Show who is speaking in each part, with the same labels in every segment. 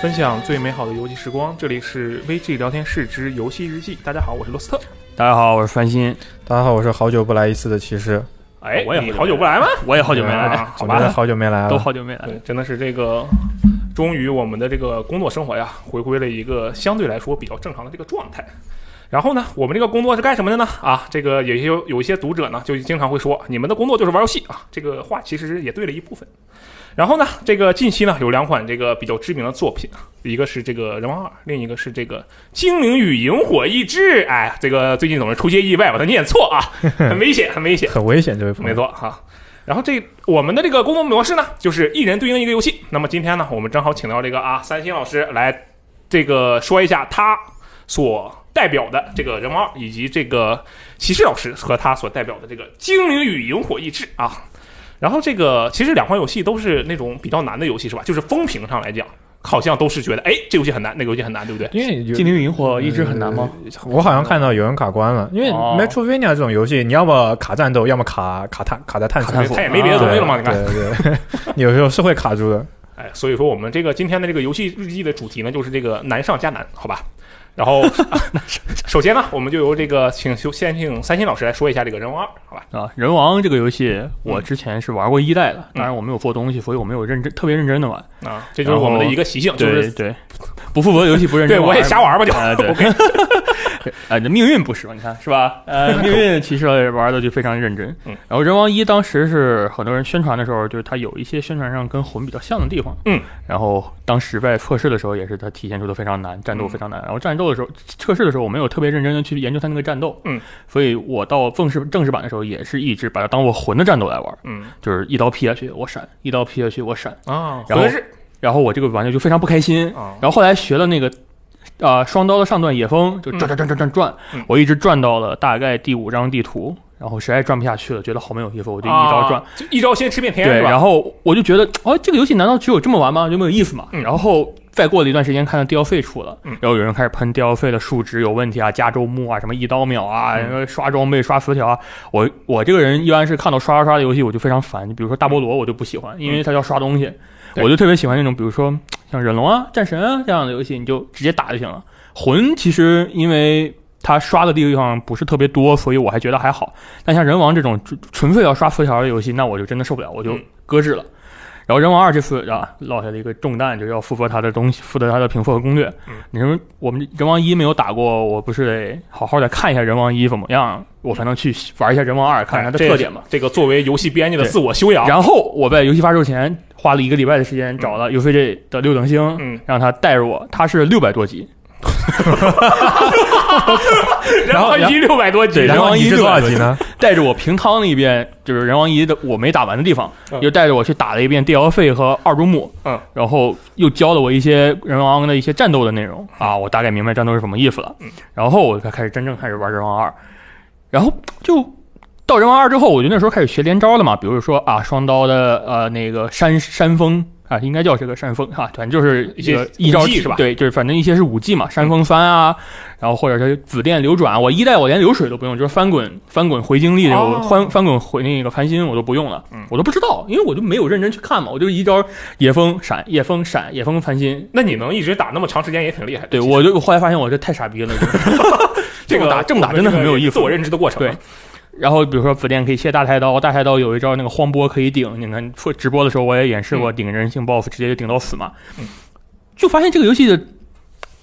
Speaker 1: 分享最美好的游戏时光。这里是 VG 聊天室之游戏日记。大家好，我是罗斯特。
Speaker 2: 大家好，我是范鑫。
Speaker 3: 大家好，我是好久不来一次的骑士，
Speaker 1: 哎，
Speaker 2: 我也
Speaker 1: 你
Speaker 2: 好久
Speaker 1: 好久不来吗？
Speaker 2: 我也好久没
Speaker 1: 啊
Speaker 2: 来啊了，
Speaker 1: 好
Speaker 3: 我觉得
Speaker 1: 吧，
Speaker 3: 好久没来了，
Speaker 2: 都好久没来了。
Speaker 1: 对，真的是这个，终于我们的这个工作生活呀，回归了一个相对来说比较正常的这个状态。然后呢，我们这个工作是干什么的呢？啊，这个也有有一些读者呢，就经常会说，你们的工作就是玩游戏啊。这个话其实也对了一部分。然后呢，这个近期呢有两款这个比较知名的作品啊，一个是这个《人王二》，另一个是这个《精灵与萤火意志》。哎，这个最近总是出些意外，把它念错啊，很危险，很危险。
Speaker 3: 很危险，这位朋友。
Speaker 1: 没错哈、然后这我们的这个工作模式呢，就是一人对应一个游戏。那么今天呢，我们正好请到这个啊三星老师来这个说一下他所代表的这个人王二，以及这个骑士老师和他所代表的这个精灵与萤火意志啊。然后这个其实两款游戏都是那种比较难的游戏是吧？就是风评上来讲，好像都是觉得哎这游戏很难，那个游戏很难，对不对？
Speaker 3: 因为有
Speaker 2: 精灵与萤火一直很难吗？
Speaker 3: 我好像看到有人卡关了，因为
Speaker 2: 哦
Speaker 3: Metrovania 这种游戏，你要么卡战斗，要么卡卡探卡在探索啊
Speaker 2: 卡，探索
Speaker 1: 他也没别的东西了嘛，你看。
Speaker 3: 对对 对，你有时候是会卡 住的。
Speaker 1: 哎，所以说我们这个今天的这个游戏日记的主题呢，就是这个难上加难，好吧？然 后，啊首先呢，我们就由这个请修先请三星老师来说一下这个《人王二》，好吧？
Speaker 2: 啊，人王这个游戏我之前是玩过一代的，当然我没有做东西，所以我没有认真特别认真的玩。
Speaker 1: 啊，这就是我们的一个习性，就
Speaker 2: 对
Speaker 1: 是
Speaker 2: 对，不负责的游戏不认真
Speaker 1: 对我也瞎玩吧，就
Speaker 2: 啊，对
Speaker 1: OK，
Speaker 2: 啊，那命运不是，你看是吧？ 呃，命运其实玩的就非常认真。
Speaker 1: 嗯
Speaker 2: 然后人王一当时是很多人宣传的时候，就是它有一些宣传上跟魂比较像的地方。
Speaker 1: 嗯，
Speaker 2: 然后当时在测试的时候，也是它体现出的非常难，战斗
Speaker 1: 嗯
Speaker 2: 非常难。然后战斗的时候，测试的时候我没有特别认真的去研究它那个战斗。
Speaker 1: 嗯，
Speaker 2: 所以我到正式正式版的时候，也是一直把它当做魂的战斗来玩，
Speaker 1: 嗯
Speaker 2: 就是一刀劈下去我闪，一刀劈下去我闪。
Speaker 1: 啊，
Speaker 2: 然后
Speaker 1: 合适
Speaker 2: 然后我这个玩家就非常不开心，
Speaker 1: 啊，
Speaker 2: 然后后来学了那个，啊，双刀的上段野风，就转转转转转转，
Speaker 1: 嗯
Speaker 2: 我一直转到了大概第五张地图，然后实在转不下去了，觉得好没有意思，我就一刀转。
Speaker 1: 啊，就一招先吃遍天，
Speaker 2: 对，
Speaker 1: 是吧？
Speaker 2: 然后我就觉得，哦，这个游戏难道只有这么玩吗？就没有意思嘛。
Speaker 1: 嗯
Speaker 2: 然后再过了一段时间，看到 DLC 出了，
Speaker 1: 嗯
Speaker 2: 然后有人开始喷 DLC 的数值有问题啊，加周目啊，什么一刀秒啊，
Speaker 1: 嗯
Speaker 2: 然后刷装备、刷词条啊。我我这个人一般是看到刷刷刷的游戏，我就非常烦。比如说大菠萝，我就不喜欢，因为它要刷东西，
Speaker 1: 嗯对
Speaker 2: 我就特别喜欢那种，比如说像忍龙啊、战神啊这样的游戏，你就直接打就行了。魂其实因为它刷的地方不是特别多，所以我还觉得还好。但像人王这种纯纯粹要刷词条的游戏，那我就真的受不了，我就
Speaker 1: 嗯
Speaker 2: 搁置了。然后人王二这次啊落下了一个重担，就是要负责他的东西，负责他的评测和攻略。
Speaker 1: 嗯
Speaker 2: 你说我们人王一没有打过，我不是得好好的看一下人王一怎么样，我才能去玩一下人王二，看看它的
Speaker 1: 哎这
Speaker 2: 特点嘛。
Speaker 1: 这个作为游戏编辑的
Speaker 2: 对
Speaker 1: 自我修养，
Speaker 2: 然后我在游戏发售前花了一个礼拜的时间找了 UCG 的六等星，
Speaker 1: 嗯，
Speaker 2: 让他带着我，他是六百多级，
Speaker 1: 然后啊一六百多级，
Speaker 2: 对
Speaker 1: 然
Speaker 3: 然
Speaker 1: 后
Speaker 3: 后
Speaker 2: 王一
Speaker 3: 你是
Speaker 2: 六
Speaker 3: 多
Speaker 2: 百
Speaker 3: 少
Speaker 2: 多
Speaker 3: 级呢？
Speaker 2: 带着我平趟了一遍，就是人王一的我没打完的地方，
Speaker 1: 嗯
Speaker 2: 又带着我去打了一遍 DLC 和二周目，
Speaker 1: 嗯，
Speaker 2: 然后又教了我一些人王的一些战斗的内容啊，我大概明白战斗是什么意思了，
Speaker 1: 嗯，
Speaker 2: 然后我才开始真正开始玩人王二，然后就。到人王二之后，我就那时候开始学连招了嘛，比如说啊，双刀的呃那个山山峰啊，应该叫这个山峰啊，反正就是
Speaker 1: 一
Speaker 2: 一
Speaker 1: 些
Speaker 2: 个一招
Speaker 1: 武技是吧
Speaker 2: 对，就是反正一些是武技嘛，山峰翻啊，然后或者是紫电流转，我一代我连流水都不用，就是翻滚翻滚回精力这个，
Speaker 1: 哦
Speaker 2: 我翻翻滚回那个繁星我都不用了
Speaker 1: 嗯，
Speaker 2: 我都不知道，因为我就没有认真去看嘛，我就一招野风闪，野风闪，野风繁星。
Speaker 1: 那你能一直打那么长时间也挺厉害的。
Speaker 2: 对，我就我后来发现我这太傻逼了，就是 这
Speaker 1: 这
Speaker 2: 么
Speaker 1: 个
Speaker 2: 打这么打真的很没有意思
Speaker 1: 自。我认知的过程，啊
Speaker 2: 对然后比如说紫电可以卸大太刀，大太刀有一招那个荒波可以顶，你看说直播的时候我也演示过顶人性 BOSS，直接就顶到死嘛
Speaker 1: 嗯，
Speaker 2: 就发现这个游戏的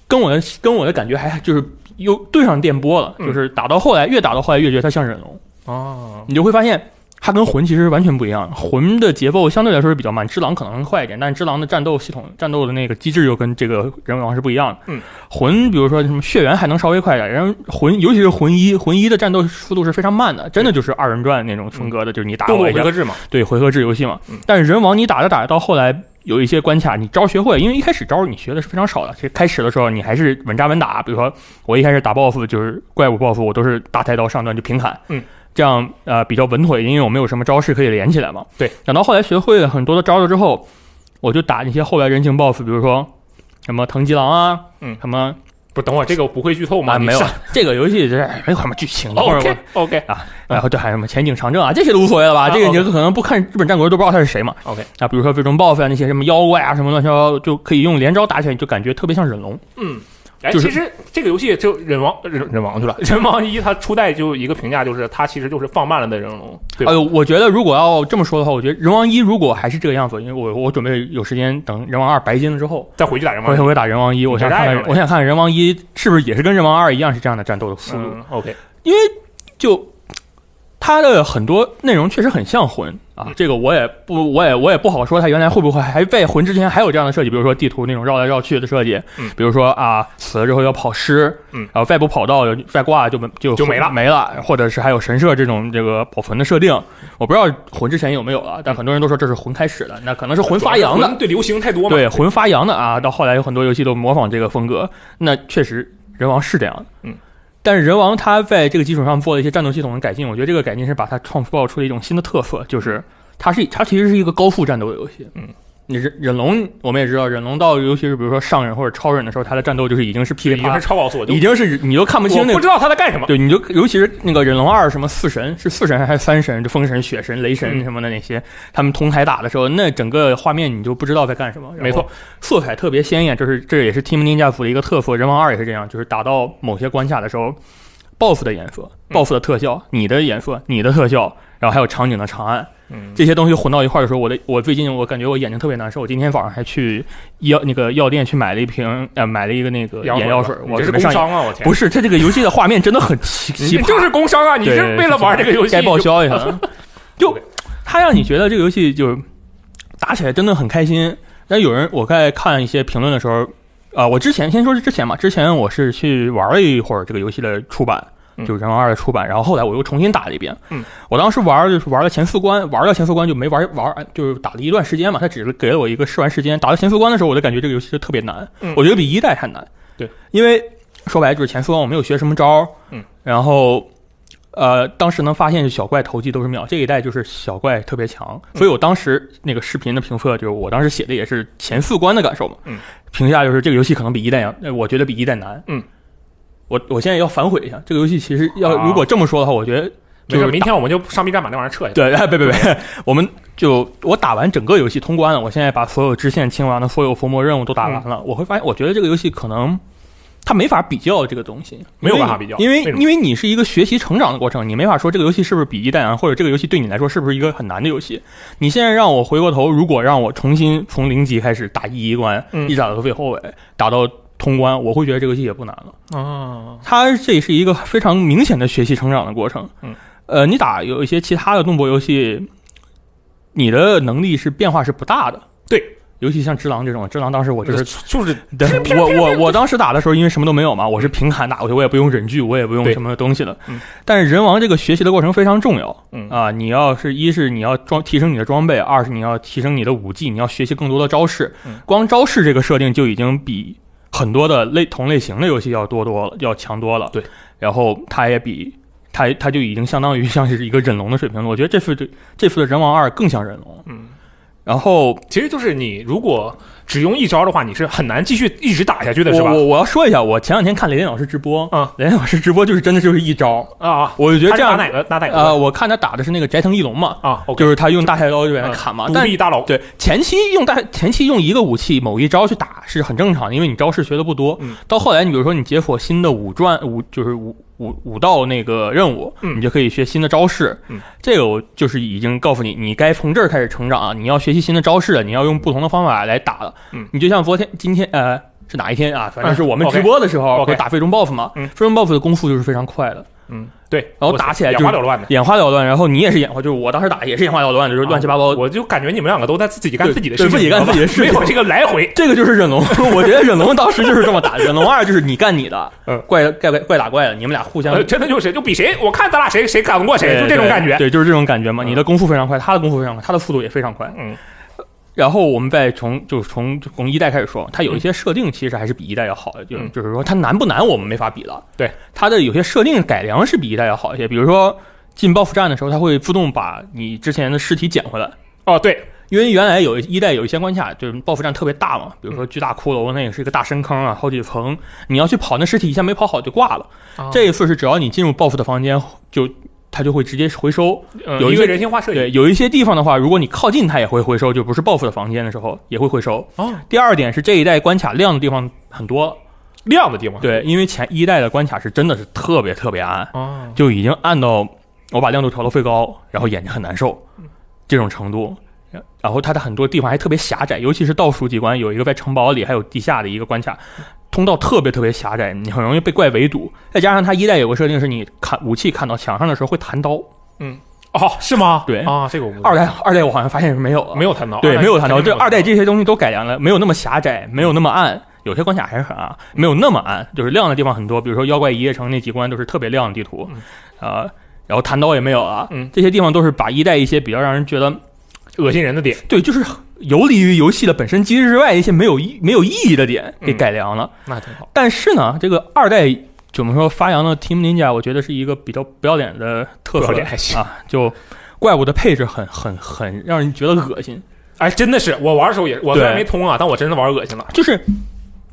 Speaker 2: 跟我的跟我的感觉还就是又对上电波了，
Speaker 1: 嗯
Speaker 2: 就是打到后来越打到后来越觉得它像忍龙。
Speaker 1: 哦，
Speaker 3: 嗯
Speaker 2: 你就会发现它跟魂其实完全不一样。魂的节奏相对来说是比较慢，只狼可能快一点，但是只狼的战斗系统、战斗的那个机制又跟这个人王是不一样的。
Speaker 1: 嗯，
Speaker 2: 魂比如说什么血缘还能稍微快一点，然后魂尤其是魂一，魂一的战斗速度是非常慢的，真的就是二人转那种风格的，就是你打
Speaker 1: 动作
Speaker 2: 我
Speaker 1: 回
Speaker 2: 一下
Speaker 1: 合，制嘛，
Speaker 2: 对回合制游戏嘛
Speaker 1: 嗯。
Speaker 2: 但是人王你打着打着到后来。有一些关卡你招学会，因为一开始招你学的是非常少的。其实开始的时候你还是稳扎稳打，比如说我一开始打 BOSS 就是怪物 BOSS，我都是大太刀上段就平砍，
Speaker 1: 嗯，
Speaker 2: 这样呃比较稳妥，因为我没有什么招式可以连起来嘛。
Speaker 1: 对，
Speaker 2: 等到后来学会了很多的招了之后，我就打那些后来人形 BOSS，比如说什么藤吉郎啊，
Speaker 1: 嗯
Speaker 2: 什么
Speaker 1: 不，等会儿这个我不会剧透吗？
Speaker 2: 啊，
Speaker 1: 你
Speaker 2: 没有
Speaker 1: 上哦
Speaker 2: 这个游戏这哎没有什么剧情，等会儿我
Speaker 1: OK OK
Speaker 2: 然后这还有什么前景长征啊，这些都无所谓了吧？
Speaker 1: 啊
Speaker 2: 这个
Speaker 1: OK
Speaker 2: 你可能不看日本战国都不知道他是谁嘛。
Speaker 1: OK
Speaker 2: 啊，比如说最终 BOSS 啊，那些什么妖怪啊，什么乱七八糟，就可以用连招打起来，你就感觉特别像忍龙。
Speaker 1: 嗯。哎，
Speaker 2: 就是
Speaker 1: 其实这个游戏就忍王忍忍王去了，忍王一它初代就一个评价就是它其实就是放慢了的忍龙，对吧
Speaker 2: 哎？呦，我觉得如果要这么说的话，我觉得人王一如果还是这个样子，因为我我准备有时间等人王二白金了之后，
Speaker 1: 再回去打人
Speaker 2: 我
Speaker 1: 王
Speaker 2: 也。会打人王一，我想
Speaker 1: 嗯
Speaker 2: 看
Speaker 1: 你这
Speaker 2: 看
Speaker 1: 赖着了
Speaker 2: 我想看看人王一是不是也是跟人王二一样是这样的战斗的速度。
Speaker 1: 嗯，OK，
Speaker 2: 就它的很多内容确实很像魂啊
Speaker 1: 嗯，
Speaker 2: 这个我也不，我也我也不好说它原来会不会还在魂之前还有这样的设计，比如说地图那种绕来绕去的设计，
Speaker 1: 嗯
Speaker 2: 比如说啊死了之后要跑尸，
Speaker 1: 嗯
Speaker 2: 然后外部跑道外挂就没就
Speaker 1: 就没了
Speaker 2: 没了，或者是还有神社这种这个保存的设定，我不知道魂之前有没有啊，但很多人都说这是魂开始的，那可能是魂发扬的，
Speaker 1: 魂对流行太多嘛？
Speaker 2: 对，魂发扬的啊，到后来有很多游戏都模仿这个风格，那确实人王是这样的，
Speaker 1: 嗯。
Speaker 2: 但是人王他在这个基础上做了一些战斗系统的改进，我觉得这个改进是把它创造出了一种新的特色，就是它是它其实是一个高速战斗的游戏。
Speaker 1: 嗯，
Speaker 2: 你忍忍龙我们也知道，忍龙到尤其是比如说上忍或者超忍的时候，它的战斗就是已经是噼
Speaker 1: 已
Speaker 2: 里啪
Speaker 1: 经是
Speaker 2: 啦，
Speaker 1: 超高速，我就
Speaker 2: 已经是你都看不清那
Speaker 1: 我
Speaker 2: 个
Speaker 1: 不知道他在干什么。
Speaker 2: 对，你就尤其是那个忍龙二什么四神是四神还是三神，就风神、雪神、雷
Speaker 1: 嗯
Speaker 2: 神什么的那些，他们同台打的时候，那整个画面你就不知道在干什么。然后
Speaker 1: 没错，
Speaker 2: 色彩特别鲜艳，这是这也是 Team Ninja 服的一个特色。人王二也是这样，就是打到某些关卡的时候，BOSS 的颜色、
Speaker 1: 嗯
Speaker 2: BOSS 的特效、你的颜色、你的特效，然后还有场景的长按，
Speaker 1: 嗯，
Speaker 2: 这些东西混到一块儿的时候，我的我最近我感觉我眼睛特别难受。我今天早上还去药那个药店去买了一瓶呃买了一个那个眼药水，
Speaker 1: 我
Speaker 2: 我
Speaker 1: 这是
Speaker 2: 准备
Speaker 1: 工
Speaker 2: 上瘾。
Speaker 1: 伤啊！我天，
Speaker 2: 不是，它这个游戏的画面真的很奇
Speaker 1: 你
Speaker 2: 奇葩，
Speaker 1: 就是工伤 啊！你
Speaker 2: 对
Speaker 1: 是为了玩这个游戏
Speaker 2: 该报
Speaker 1: 你就
Speaker 2: 销一下。 就
Speaker 1: OK
Speaker 2: 它让你觉得这个游戏就是打起来真的很开心。但有人我在看一些评论的时候，啊、我之前先说是之前嘛，之前我是去玩了一会儿这个游戏的出版，
Speaker 1: 嗯
Speaker 2: 就是《人王二》的出版，然后后来我又重新打了一遍。
Speaker 1: 嗯，
Speaker 2: 我当时玩就是玩了前四关，玩到前四关就没玩玩，就是打了一段时间嘛，它只是给了我一个试玩时间。打到前四关的时候，我就感觉这个游戏就特别难，
Speaker 1: 嗯
Speaker 2: 我觉得比一代还难。
Speaker 1: 对，
Speaker 2: 因为说白了就是前四关我没有学什么招儿，
Speaker 1: 嗯，
Speaker 2: 然后呃，当时能发现小怪投技都是秒，这一代就是小怪特别强，
Speaker 1: 嗯
Speaker 2: 所以我当时那个视频的评测，就是我当时写的也是前四关的感受嘛，
Speaker 1: 嗯，
Speaker 2: 评价就是这个游戏可能比一代要，呃我觉得比一代难，
Speaker 1: 嗯，
Speaker 2: 我我现在要反悔一下，这个游戏其实要、
Speaker 1: 啊
Speaker 2: 如果这么说的话，我觉得
Speaker 1: 没
Speaker 2: 就
Speaker 1: 事，
Speaker 2: 是
Speaker 1: 明天我们就上 B 站把那玩意儿撤下。
Speaker 2: 对，哎，别别别，我们就我打完整个游戏通关了，我现在把所有支线清完了，所有伏魔任务都打完
Speaker 1: 嗯
Speaker 2: 了，我会发现，我觉得这个游戏可能它没法比较这个东西，
Speaker 1: 没有
Speaker 2: 因为
Speaker 1: 办法比较
Speaker 2: 因为
Speaker 1: 为什么
Speaker 2: 因为你是一个学习成长的过程，你没法说这个游戏是不是比一代难，或者这个游戏对你来说是不是一个很难的游戏。你现在让我回过头，如果让我重新从零级开始打一一关，
Speaker 1: 嗯
Speaker 2: 一直打到最后尾，打到通关，我会觉得这个游戏也不难了。
Speaker 1: 啊，
Speaker 2: 它这是一个非常明显的学习成长的过程。
Speaker 1: 嗯，
Speaker 2: 呃，你打有一些其他的动作游戏，你的能力是变化是不大的。
Speaker 1: 对，
Speaker 2: 尤其像《只狼》这种，《只狼》当时我就是，
Speaker 1: 就是
Speaker 2: 对 我我我当时打的时候，因为什么都没有嘛，我是平砍打过去，我也不用忍具，我也不用
Speaker 1: 对
Speaker 2: 什么东西的。
Speaker 1: 嗯
Speaker 2: 但是人王这个学习的过程非常重要。
Speaker 1: 嗯
Speaker 2: 啊，你要是一是你要装提升你的装备，二是你要提升你的武技，你要学习更多的招式
Speaker 1: 嗯。
Speaker 2: 光招式这个设定就已经比很多的类同类型的游戏要多多了，要强多了。
Speaker 1: 对，
Speaker 2: 然后它也比它它就已经相当于 像是一个忍龙的水平了。我觉得这次这这次的人王二更像忍龙。
Speaker 1: 嗯，
Speaker 2: 然后
Speaker 1: 其实就是你如果只用一招的话，你是很难继续一直打下去的，是
Speaker 2: 我
Speaker 1: 吧？
Speaker 2: 我我要说一下，我前两天看雷电老师直播，
Speaker 1: 啊，
Speaker 2: 雷电老师直播就是真的就是一招，
Speaker 1: 啊，
Speaker 2: 我就觉
Speaker 1: 他是
Speaker 2: 得这
Speaker 1: 打
Speaker 2: 样
Speaker 1: 哪个？打哪
Speaker 2: 呃，
Speaker 1: 个？
Speaker 2: 我看他打的是那个斋藤义龙嘛，
Speaker 1: 啊，OK，
Speaker 2: 就是他用大太刀就在那
Speaker 1: 嗯
Speaker 2: 砍嘛，
Speaker 1: 独
Speaker 2: 但
Speaker 1: 臂大佬，
Speaker 2: 对，前期用大前期用一个武器某一招去打是很正常的，因为你招式学的不多。
Speaker 1: 嗯
Speaker 2: 到后来，你比如说你解锁新的武传武就是武武武道那个任务，
Speaker 1: 嗯
Speaker 2: 你就可以学新的招式。
Speaker 1: 嗯
Speaker 2: 这个我就是已经告诉你，你该从这儿开始成长啊！你要学习新的招式了，你要用不同的方法来打了。
Speaker 1: 嗯
Speaker 2: 你就像昨天今天呃是哪一天啊？反正是我们
Speaker 1: 嗯，OK
Speaker 2: 直播的时候、
Speaker 1: OK
Speaker 2: 我打最终 BOSS 嘛，
Speaker 1: 嗯
Speaker 2: 最终 BOSS 的攻速就是非常快的。
Speaker 1: 嗯，对，
Speaker 2: 然后
Speaker 1: 我
Speaker 2: 打起来
Speaker 1: 眼
Speaker 2: 就是
Speaker 1: 花缭乱的。
Speaker 2: 眼花缭乱，然后你也是眼花，就是我当时打也是眼花缭乱，就是乱七八糟，
Speaker 1: 啊我就感觉你们两个都在自己干
Speaker 2: 对
Speaker 1: 自己的事
Speaker 2: 对
Speaker 1: 情，
Speaker 2: 自己干
Speaker 1: 知道吧
Speaker 2: 自己的事情
Speaker 1: 没有这个来回。
Speaker 2: 这个就是忍龙， 我觉得忍龙当时就是这么打，忍龙二就是你干你的
Speaker 1: 嗯，
Speaker 2: 怪怪怪怪打怪的，你们俩互相
Speaker 1: 呃，真的就是就比谁，我看咱俩谁谁敢过谁，
Speaker 2: 对
Speaker 1: 就这种感觉。
Speaker 2: 对，对就是这种感觉嘛。
Speaker 1: 嗯
Speaker 2: 你的攻速非常快，他的攻速非常快，他的速度也非常快。
Speaker 1: 嗯
Speaker 2: 然后我们再从就从就从一代开始说，它有一些设定其实还是比一代要好的，就
Speaker 1: 嗯
Speaker 2: 就是说它难不难我们没法比了。
Speaker 1: 对，
Speaker 2: 它的有些设定改良是比一代要好一些，比如说进 BOSS 战的时候，它会自动把你之前的尸体捡回来。
Speaker 1: 哦，对，
Speaker 2: 因为原来有一一代有一些关卡就是 BOSS 战特别大嘛，比如说巨大骷髅那也是一个大深坑啊，好几层，你要去跑那尸体一下没跑好就挂了。
Speaker 3: 嗯
Speaker 1: 啊
Speaker 2: 这一次是只要你进入 BOSS 的房间就。它就会直接回收，
Speaker 1: 呃
Speaker 2: 有一
Speaker 1: 一个
Speaker 2: 个
Speaker 1: 人性化设计
Speaker 2: 对，有一些地方的话，如果你靠近它也会回收，就不是 BOSS 的房间的时候也会回收。
Speaker 1: 哦，
Speaker 2: 第二点是这一代关卡亮的地方很多，
Speaker 1: 亮的地方。
Speaker 2: 对，因为前一代的关卡是真的是特别特别暗，
Speaker 3: 啊
Speaker 1: 哦，
Speaker 2: 就已经暗到我把亮度调到最高，然后眼睛很难受这种程度。然然后它的很多地方还特别狭窄，尤其是倒数几关，有一个在城堡里，还有地下的一个关卡，通道特别特别狭窄，你很容易被怪围堵。再加上它一代有个设定是你砍武器砍到墙上的时候会弹刀，
Speaker 1: 哦，是吗？
Speaker 2: 对
Speaker 1: 啊，这个我不知道
Speaker 2: 二代二代我好像发现是没有了，
Speaker 1: 没有谈到，
Speaker 2: 对，没有谈到，
Speaker 1: 肯定
Speaker 2: 这
Speaker 1: 没
Speaker 2: 二代这些东西都改良了，没有那么狭窄，没有那么暗，有些关卡还是很暗，没有那么暗，就是亮的地方很多，比如说妖怪一夜城那几关都是特别亮的地图
Speaker 1: 嗯，
Speaker 2: 呃，然后弹刀也没有啊
Speaker 1: 嗯，
Speaker 2: 这些地方都是把一代一些比较让人觉得
Speaker 1: 恶心人的点，
Speaker 2: 对，就是游离于游戏的本身机制之外一些没有意没有意义的点给
Speaker 1: 嗯
Speaker 2: 改良了。
Speaker 1: 那挺好。
Speaker 2: 但是呢，这个二代怎么说发扬了 Team Ninja，我觉得是一个比较不要脸的特
Speaker 1: 不
Speaker 2: 色
Speaker 1: 要脸还行
Speaker 2: 啊，就怪物的配置很很很让人觉得恶心。
Speaker 1: 哎，真的是，我玩的时候也，我虽然
Speaker 2: 对
Speaker 1: 没通啊，但我真的玩恶心了。
Speaker 2: 就是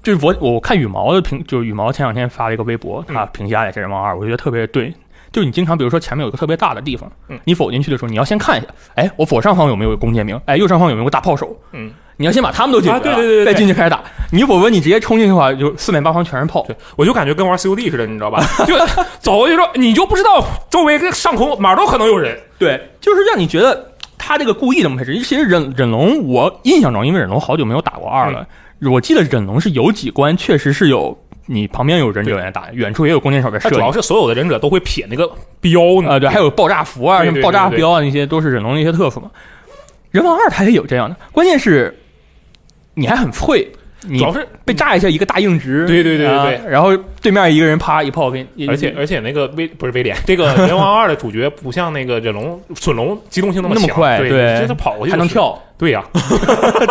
Speaker 2: 就是我我看羽毛的评，就是羽毛前两天发了一个微博，
Speaker 1: 嗯
Speaker 2: 他评价《也是《人王二》，我觉得特别对。就是你经常，比如说前面有个特别大的地方，
Speaker 1: 嗯
Speaker 2: 你否进去的时候，你要先看一下，哎，我左上方有没有个弓箭兵？哎，右上方有没有个大炮手？
Speaker 1: 嗯，
Speaker 2: 你要先把他们都解决了，
Speaker 1: 啊对对对对
Speaker 2: 再进去开始打。你否则你直接冲进去的话，就四面八方全是炮。
Speaker 1: 对，我就感觉跟玩 COD 似的，你知道吧？就走过去说，你就不知道周围跟上空哪儿都可能有 人。
Speaker 2: 对，就是让你觉得他这个故意这么配置。其实忍忍龙，我印象中，因为忍龙好久没有打过二了，
Speaker 1: 嗯
Speaker 2: 我记得忍龙是有几关确实是有你旁边有忍者在打，远处也有弓箭手在
Speaker 1: 它
Speaker 2: 射你
Speaker 1: 主。要是所有的忍者都会撇那个标 呢。
Speaker 2: 啊，对，还有爆炸服啊，
Speaker 1: 对
Speaker 2: 什
Speaker 1: 对
Speaker 2: 么
Speaker 1: 对
Speaker 2: 爆炸标啊，那些都是忍龙的一些特色嘛。人王二它也有这样的，关键是你还很脆，
Speaker 1: 主
Speaker 2: 你
Speaker 1: 要是
Speaker 2: 被炸一下一个大硬直，
Speaker 1: 对对对对对
Speaker 2: 啊然后对面一个人啪一炮给你，
Speaker 1: 而且而且那个威不是威廉，这个人王二的主角不像那个忍龙、隼龙机动性那么
Speaker 2: 那么
Speaker 1: 强
Speaker 2: 快
Speaker 1: 对，
Speaker 2: 对
Speaker 1: 你这他跑过去
Speaker 2: 还能
Speaker 1: 就是，
Speaker 2: 跳，
Speaker 1: 对呀，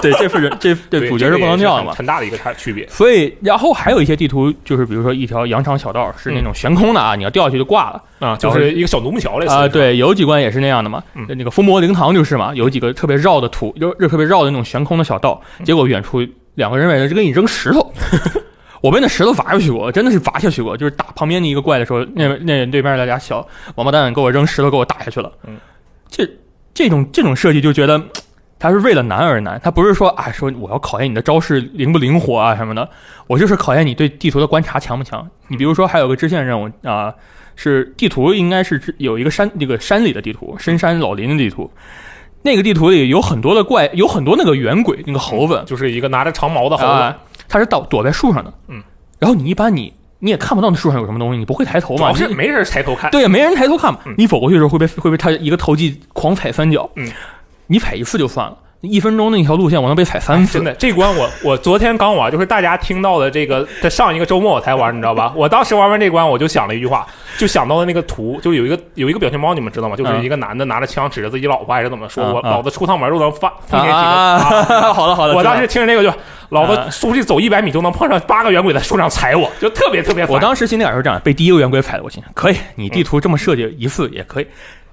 Speaker 2: 对，这是人这这主
Speaker 1: 这
Speaker 2: 角是
Speaker 1: 个
Speaker 2: 不
Speaker 1: 也
Speaker 2: 能
Speaker 1: 是
Speaker 2: 跳的
Speaker 1: 很
Speaker 2: 嘛。
Speaker 1: 很大的一个差区别。
Speaker 2: 所以，然后还有一些地图，就是比如说一条羊肠小道是
Speaker 1: 嗯
Speaker 2: 那种悬空的啊，你要掉下去就挂了
Speaker 1: 啊，就
Speaker 2: 然后
Speaker 1: 是一个小独木桥类似
Speaker 2: 啊、
Speaker 1: 的
Speaker 2: 对，有几关也是那样的嘛。
Speaker 1: 嗯
Speaker 2: 那个风魔灵堂就是嘛，有几个特别绕的土，就就特别绕的那种悬空的小道，
Speaker 1: 嗯
Speaker 2: 结果远处两个人为了这给你扔 石头，我被那石头砸下去过，真的是砸下去过，就是打旁边的一个怪的时候，那那对面那俩小王八蛋给我扔石头给我打下去了。
Speaker 1: 嗯，
Speaker 2: 这这种这种设计就觉得。他是为了难而难，他不是说啊、说我要考验你的招式灵不灵活啊什么的，我就是考验你对地图的观察强不强。你比如说还有个支线任务啊、是地图应该是之有一个山，那个山里的地
Speaker 1: 嗯
Speaker 2: 图，深山老林的地图。那个地图里有很多的怪，有很多那个圆鬼，那个猴子
Speaker 1: 就是一个拿着长矛的猴子，
Speaker 2: 啊，它是躲躲在树上的。
Speaker 1: 嗯，
Speaker 2: 然后你一般你你也看不到那树上有什么东西，你不会抬头
Speaker 1: 主
Speaker 2: 嘛？
Speaker 1: 要是
Speaker 2: 你
Speaker 1: 没人抬头看。
Speaker 2: 对，没人抬头看嘛
Speaker 1: 嗯。
Speaker 2: 你走过去的时候会被会被他一个投技狂踩三脚。
Speaker 1: 嗯，
Speaker 2: 你踩一次就算了，一分钟那条路线我能被踩三 次
Speaker 1: 真。的，这关我我昨天刚玩，就是大家听到的这个，在上一个周末我才玩，你知道吧？我当时玩完这关，我就想了一句话，就想到了那个图，就有一个有一个表情包，你们知道吗？就是
Speaker 2: 嗯
Speaker 1: 一个男的拿着枪指着自己老婆还是怎么说，
Speaker 2: 嗯
Speaker 1: 我
Speaker 2: 嗯
Speaker 1: 老子出趟门都能发碰见几个。啊
Speaker 2: 啊！ 好了好了，
Speaker 1: 我当
Speaker 2: 知
Speaker 1: 时
Speaker 2: 道
Speaker 1: 听着这个就，老
Speaker 2: 啊
Speaker 1: 子出去走一百米都能碰上八个圆鬼在树上踩我，就嗯特别特别烦。
Speaker 2: 我当时心里感受是这样，被第一个圆规踩了，我心想可以，你地图这么设计一次也可以。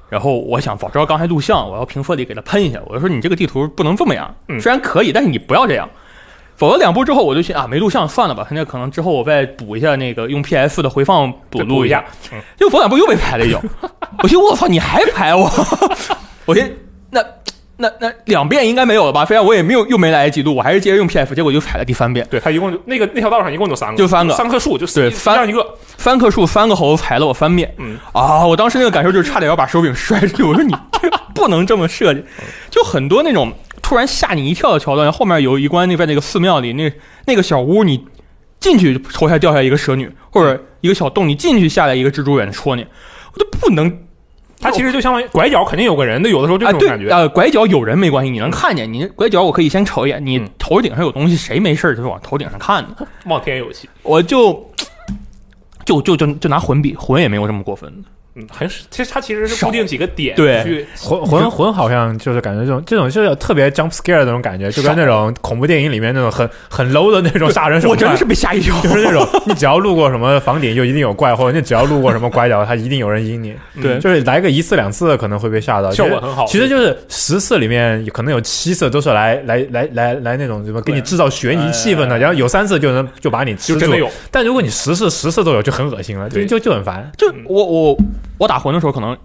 Speaker 2: 然后我想，早知道刚才录像，我要评测里给他喷一下。我就说你这个地图不能这么样，
Speaker 1: 嗯
Speaker 2: 虽然可以，但是你不要这样。否则两步之后，我就去啊，没录像算了吧，那可能之后我再补一下那个用 PS 的回放补
Speaker 1: 就
Speaker 2: 录
Speaker 1: 录
Speaker 2: 一
Speaker 1: 一
Speaker 2: 下
Speaker 1: 下。，
Speaker 2: 结果否两步又被排了一脚，我寻思我操，你还排我？ 我寻思那那那两遍应该没有了吧？虽然我也没有又没来得及录，我还是接着用 PS，结果又踩了第三遍。
Speaker 1: 对他一共就那个那条道上一共就三个，
Speaker 2: 就三个
Speaker 1: 三棵树，就
Speaker 2: 对
Speaker 1: 一
Speaker 2: 三
Speaker 1: 样一个，
Speaker 2: 三棵树三个猴子踩了我三遍，
Speaker 1: 嗯
Speaker 2: 啊，我当时那个感受就是差点要把手柄摔出去。我说你这不能这么设计，就很多那种突然吓你一跳的桥段。后面有一关那在那个寺庙里那那个小屋，你进去头下掉下一个蛇女，或者一个小洞，你进去下来一个蜘蛛人戳你，我都不能
Speaker 1: 它其实就相当于拐角肯定有个人的，有的时候就
Speaker 2: 啊，
Speaker 1: 这种
Speaker 2: 对，
Speaker 1: 感觉。
Speaker 2: 呃，拐角有人没关系，你能看见，你拐角我可以先瞅一眼，你
Speaker 1: 嗯
Speaker 2: 头顶上有东西，谁没事儿就往头顶上看 呢？
Speaker 1: 望天有戏，
Speaker 2: 我就就就就就拿魂比，魂也没有这么过分的。
Speaker 1: 嗯，很其实它其实是固定几个点
Speaker 2: 对
Speaker 1: 去
Speaker 3: 魂魂魂好像就是感觉这种这种就是特别 jump scare 的那种感觉，就跟那种恐怖电影里面那种很很 low 的那种杀人手
Speaker 2: 我
Speaker 3: 段，
Speaker 2: 真的是被吓一 跳。
Speaker 3: 就是那种你只要路过什么房顶就一定有怪，或者你只要路过什么拐角，它一定有人 阴你。
Speaker 1: 嗯
Speaker 2: 对
Speaker 3: 就是来个一次两次可能会被吓到，
Speaker 1: 效果
Speaker 3: 其实
Speaker 1: 很好
Speaker 3: 其实就是十次里面可能有七次都是来来来来来那种什么给你
Speaker 1: 对
Speaker 3: 制造悬疑气氛的，
Speaker 1: 哎
Speaker 3: 然后有三次就能就把你吃
Speaker 1: 就真
Speaker 3: 住
Speaker 1: 的。有
Speaker 3: 但如果你十次十次都有，就很恶心了，就
Speaker 1: 对
Speaker 3: 就就很烦。
Speaker 2: 就
Speaker 1: 嗯
Speaker 2: 我我我打魂的时候，可能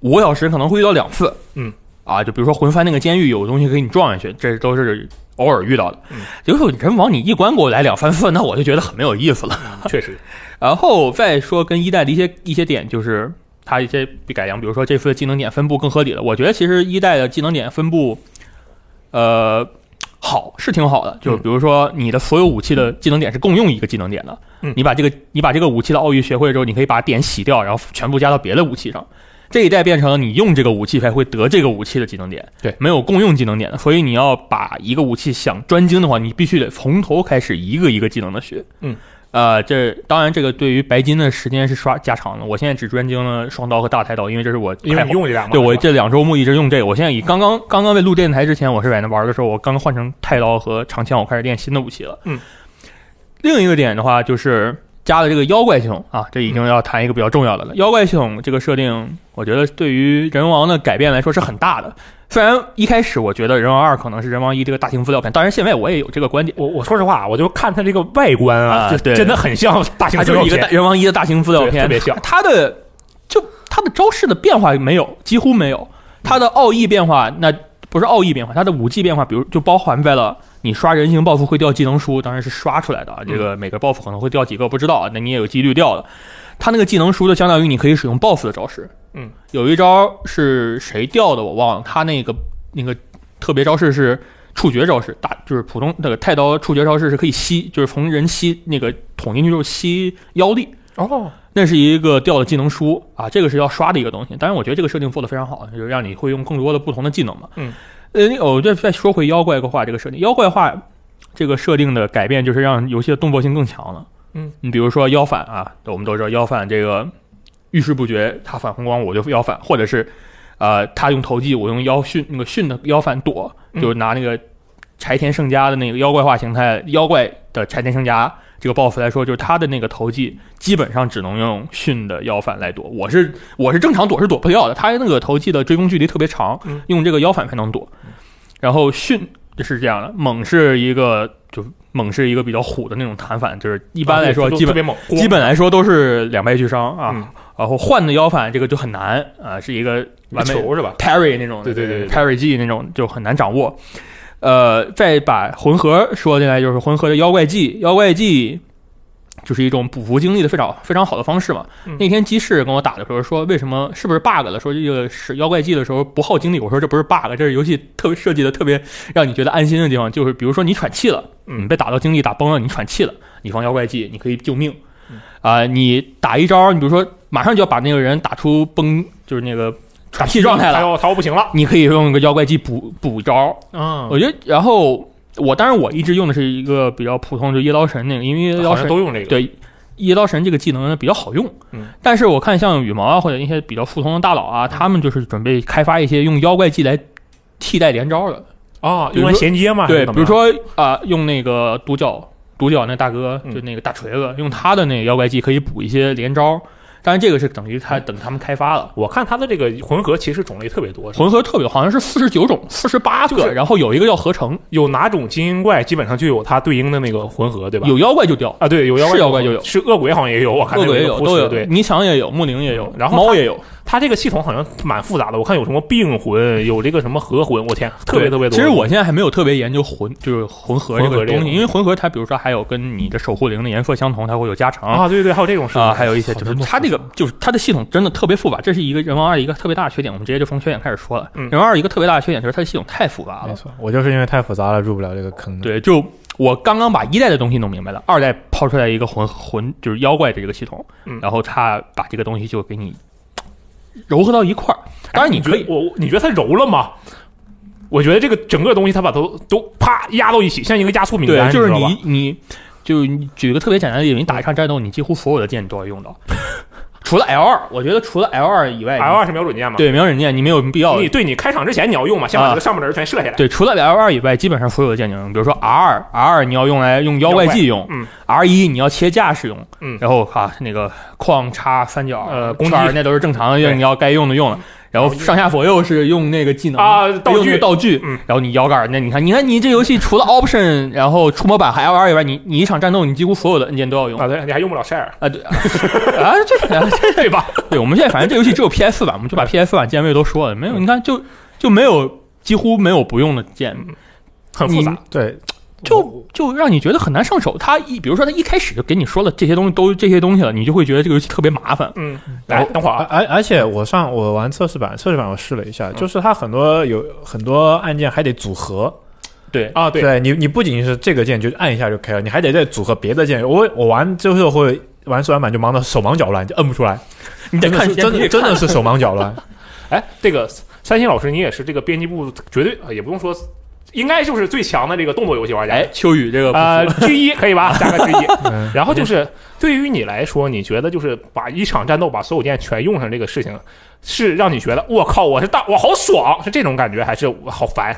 Speaker 2: 五个小时可能会遇到两次，
Speaker 1: 嗯，
Speaker 2: 啊，就比如说魂翻那个监狱，有东西给你撞下去，这都是偶尔遇到的
Speaker 1: 嗯。
Speaker 2: 有时候人往你一关给我来两三次，那我就觉得很没有意思了。
Speaker 1: 确实
Speaker 2: 然后再说跟一代的一些一些点，就是它一些改良，比如说这次的技能点分布更合理了。我觉得其实一代的技能点分布，呃，好是挺好的。就
Speaker 1: 嗯
Speaker 2: 比如说你的所有武器的技能点是共用一个技能点的，
Speaker 1: 嗯
Speaker 2: 你把这个你把这个武器的奥义学会之后，你可以把点洗掉，然后全部加到别的武器上。这一代变成了你用这个武器才会得这个武器的技能点，
Speaker 3: 对，
Speaker 2: 没有共用技能点的，所以你要把一个武器想专精的话，你必须得从头开始一个一个技能的学，
Speaker 1: 嗯
Speaker 2: 呃，这当然，这个对于白金的时间是刷加长了。我现在只专精了双刀和大太刀，因为这是我
Speaker 1: 因为
Speaker 2: 开
Speaker 1: 你
Speaker 2: 火
Speaker 1: 用这俩嘛，
Speaker 2: 对我
Speaker 1: 是吧
Speaker 2: 这两周目一直用这个。我现在以刚刚刚刚在录电台之前，我是在那玩的时候，我刚换成太刀和长枪，我开始练新的武器了。
Speaker 1: 嗯，
Speaker 2: 另一个点的话就是加了这个妖怪系统啊，这已经要谈一个比较重要的
Speaker 1: 嗯
Speaker 2: 了。妖怪系统这个设定，我觉得对于人王的改变来说是很大的。虽然一开始我觉得人王二可能是人王一这个大型资料片，当然现在我也有这个观点。
Speaker 1: 我我说实话，啊我就看它这个外观
Speaker 2: 啊
Speaker 1: 就
Speaker 2: 对
Speaker 1: 真的很像大型
Speaker 2: 它
Speaker 1: 资
Speaker 2: 就
Speaker 1: 料
Speaker 2: 是一个
Speaker 1: 片
Speaker 2: 大，人王一的大型资料
Speaker 1: 对
Speaker 2: 片，
Speaker 1: 特别像
Speaker 2: 它的就它的招式的变化没有，几乎没有。它的奥义变化那不是奥义变化，它的武技变化，比如就包含在了你刷人形 buff 会掉技能书，当然是刷出来的啊。这个每个 buff 可能会掉几个，不知道，那你也有几率掉的。它那个技能书就相当于你可以使用 buff 的招式。
Speaker 1: 嗯，
Speaker 2: 有一招是谁掉的我忘了，他那个那个特别招式是。触觉招式打就是普通那个太刀触觉招式是可以吸，就是从人吸那个捅进去之后吸妖力，
Speaker 3: 哦，
Speaker 2: 那是一个掉的技能书啊，这个是要刷的一个东西。当然，我觉得这个设定做的非常好，就是让你会用更多的不同的技能嘛。
Speaker 1: 嗯，
Speaker 2: 呃，我再再说回妖怪化这个设定，妖怪化这个设定的改变就是让游戏的动作性更强了。
Speaker 1: 嗯，
Speaker 2: 你比如说妖反啊，我们都知道妖反这个遇事不决，他反红光我就妖反，或者是呃他用投技我用妖训那个训的妖反躲，
Speaker 1: 嗯
Speaker 2: 就拿那个柴田胜家的那个妖怪化形态，妖怪的柴田胜家这个 BOSS 来说，就是他的那个投技基本上只能用训的妖反来躲。我是我是正常躲是躲不掉的，他那个投技的追踪距离特别长
Speaker 1: 嗯，
Speaker 2: 用这个妖反才能躲。然后训是这样的，猛是一个就猛是一个比较虎的那种弹反，就是 一
Speaker 1: 一
Speaker 2: 般来说基
Speaker 1: 啊特
Speaker 2: 本
Speaker 1: 别猛，
Speaker 2: 基本来说都是两败俱伤啊。
Speaker 1: 嗯
Speaker 2: 然后换的妖反这个就很难啊，是一个完美
Speaker 1: 球是吧？
Speaker 2: parry 那种的，
Speaker 1: 对对对对对
Speaker 2: parry 技那种就很难掌握。呃，再把魂核说进来，就是魂核的妖怪技，妖怪技就是一种补服精力的非常非常好的方式嘛。
Speaker 1: 嗯
Speaker 2: 那天鸡翅跟我打的时候说，为什么是不是 bug 了？说这个是妖怪技的时候不耗精力，我说这不是 bug，这是游戏特别设计的特别让你觉得安心的地方，就是比如说你喘气了，
Speaker 1: 嗯
Speaker 2: 你被打到精力打崩了，你喘气了，你放妖怪技，你可以救命
Speaker 1: 嗯。
Speaker 2: 啊、你打一招，你比如说马上就要把那个人打出崩，就是那个喘气状态了
Speaker 1: 他，要他要不行了，
Speaker 2: 你可以用一个妖怪技补补招。
Speaker 1: 嗯
Speaker 2: 我觉得，然后我当然我一直用的是一个比较普通，就夜刀神那个，因为夜刀
Speaker 1: 好像
Speaker 2: 神
Speaker 1: 都用这个，
Speaker 2: 对夜刀神这个技能呢比较好用。
Speaker 1: 嗯，
Speaker 2: 但是我看像羽毛啊或者一些比较普通的大佬啊，他们就是准备开发一些用妖怪技来替代连招的。
Speaker 1: 啊，
Speaker 2: 比如
Speaker 1: 用
Speaker 2: 说
Speaker 1: 来衔接嘛，还
Speaker 2: 对，
Speaker 1: 是怎
Speaker 2: 比
Speaker 1: 么
Speaker 2: 如
Speaker 1: 样
Speaker 2: 说啊、用那个独角独角那大哥，
Speaker 1: 嗯
Speaker 2: 就那个大锤子，用他的那个妖怪技可以补一些连招。当然，这个是等于他等他们开发了。
Speaker 1: 我看他的这个混合其实种类特别多，是吧
Speaker 2: 混合特别多好像是四十九种，四十八个，
Speaker 1: 就是
Speaker 2: 然后有一个要合成，
Speaker 1: 有哪种精英怪基本上就有它对应的那个混合，对吧？
Speaker 2: 有妖怪就掉，
Speaker 1: 啊，对，有妖怪
Speaker 2: 是妖怪就有
Speaker 1: 是恶鬼好像也有，我看
Speaker 2: 恶鬼也
Speaker 1: 那
Speaker 2: 有，
Speaker 1: 个
Speaker 2: 都有，
Speaker 1: 对，
Speaker 2: 霓裳也有，木灵也有，
Speaker 1: 然后
Speaker 2: 猫
Speaker 1: 它
Speaker 2: 也有，
Speaker 1: 它这个系统好像蛮复杂的，我看有什么病魂，有这个什么合魂，我天，特别
Speaker 2: 对
Speaker 1: 特别多。
Speaker 2: 其实我现在还没有特别研究魂，就是混合这
Speaker 1: 混合
Speaker 2: 个
Speaker 1: 这个
Speaker 2: 东西，因为混合它比如说还有跟你的守护灵的颜色相同，它会有加成。
Speaker 1: 啊，对对，还有这种事
Speaker 2: 啊，还有一些
Speaker 1: 好
Speaker 2: 就
Speaker 1: 真
Speaker 2: 是
Speaker 1: 不
Speaker 2: 它
Speaker 1: 复
Speaker 2: 这个就是它的系统真的特别复杂，这是一个人王二一个特别大的缺点，我们直接就从缺点开始说了。
Speaker 1: 嗯
Speaker 2: 人王二一个特别大的缺点就是它的系统太复杂
Speaker 3: 没
Speaker 2: 了，
Speaker 3: 错，我就是因为太复杂了入不了这个坑。，
Speaker 2: 对，就我刚刚把一代的东西弄明白了，二代抛出来一个魂魂就是妖怪的这个系统，
Speaker 1: 嗯
Speaker 2: 然后它把这个东西就给你柔合到一块儿。当然你
Speaker 1: 你
Speaker 2: 可
Speaker 1: 觉
Speaker 2: 以
Speaker 1: 得，我我你觉得它柔了吗？我觉得这个整个东西它把都都啪压到一起，像一个压缩饼
Speaker 2: 对，
Speaker 1: 干，
Speaker 2: 就是
Speaker 1: 知道吧
Speaker 2: 你你就你举一个特别简单的例子，你打一场战斗，你几乎所有的键你都要用到， 除了 L 二，我觉得除了 L 二以外
Speaker 1: L 二是瞄准箭嘛？，
Speaker 2: 对瞄准键你没有必要
Speaker 1: 你对你开场之前你要用嘛，先把
Speaker 2: 啊
Speaker 1: 这个上半人全射下来。
Speaker 2: 对，除了 L 二以外，基本上所有的键能，比如说 R 2 R 2你要用来用妖怪技用，
Speaker 1: 嗯
Speaker 2: ，R 一你要切架使用，
Speaker 1: 嗯
Speaker 2: 然后啊那个框叉三角
Speaker 1: 呃攻击
Speaker 2: 圈儿那都是正常的，
Speaker 1: 对嗯
Speaker 2: 你要该用的用了。然后上下左右是用那个技能
Speaker 1: 啊道具
Speaker 2: 嗯用那个道具，
Speaker 1: 嗯
Speaker 2: 然后你摇杆儿，那你看，你看你这游戏除了 option，然后触摸板还 L 二以外，你你一场战斗你几乎所有的按键都要 用
Speaker 1: 啊，对，你还用不了 share，
Speaker 2: 啊，对 啊，这啊这对 吧？对，我们现在反正这游戏只有 PS 四版，我们就把 PS 四版键位都说了，没有，你看就就没有几乎没有不用的键，
Speaker 1: 很复杂
Speaker 2: 你。
Speaker 3: 对，
Speaker 2: 就就让你觉得很难上手。他一比如说他一开始就给你说了这些东西都这些东西了，你就会觉得这个游戏特别麻烦。
Speaker 1: 嗯，来
Speaker 3: 然
Speaker 2: 哦
Speaker 3: 后
Speaker 1: 等会儿
Speaker 3: 而
Speaker 1: 啊，
Speaker 3: 而而且我上我玩测试版，测试版我试了一
Speaker 1: 嗯
Speaker 3: 下，就是它很多有很多按键还得组合，
Speaker 2: 对，
Speaker 1: 啊对，
Speaker 3: 你你不仅是这个键就按一下就可以了，你还得再组合别的键。我我玩之后会玩试玩版就忙得手忙脚乱，就摁不出来，
Speaker 2: 你得
Speaker 3: 真的
Speaker 2: 看
Speaker 3: 是真的真的是手忙脚 乱。
Speaker 1: 哎，这个三星老师你也是这个编辑部绝对啊也不用说，应该就是最强的这个动作游戏玩家。
Speaker 2: 哎，秋雨这个不
Speaker 1: 啊，
Speaker 2: 错
Speaker 1: 居一可以吧？加个居一。
Speaker 3: 嗯
Speaker 1: 然后就是对于你来说，你觉得就是把一场战斗把所有键全用上这个事情，是让你觉得我靠，我是大我好爽，是这种感觉，还是我好烦？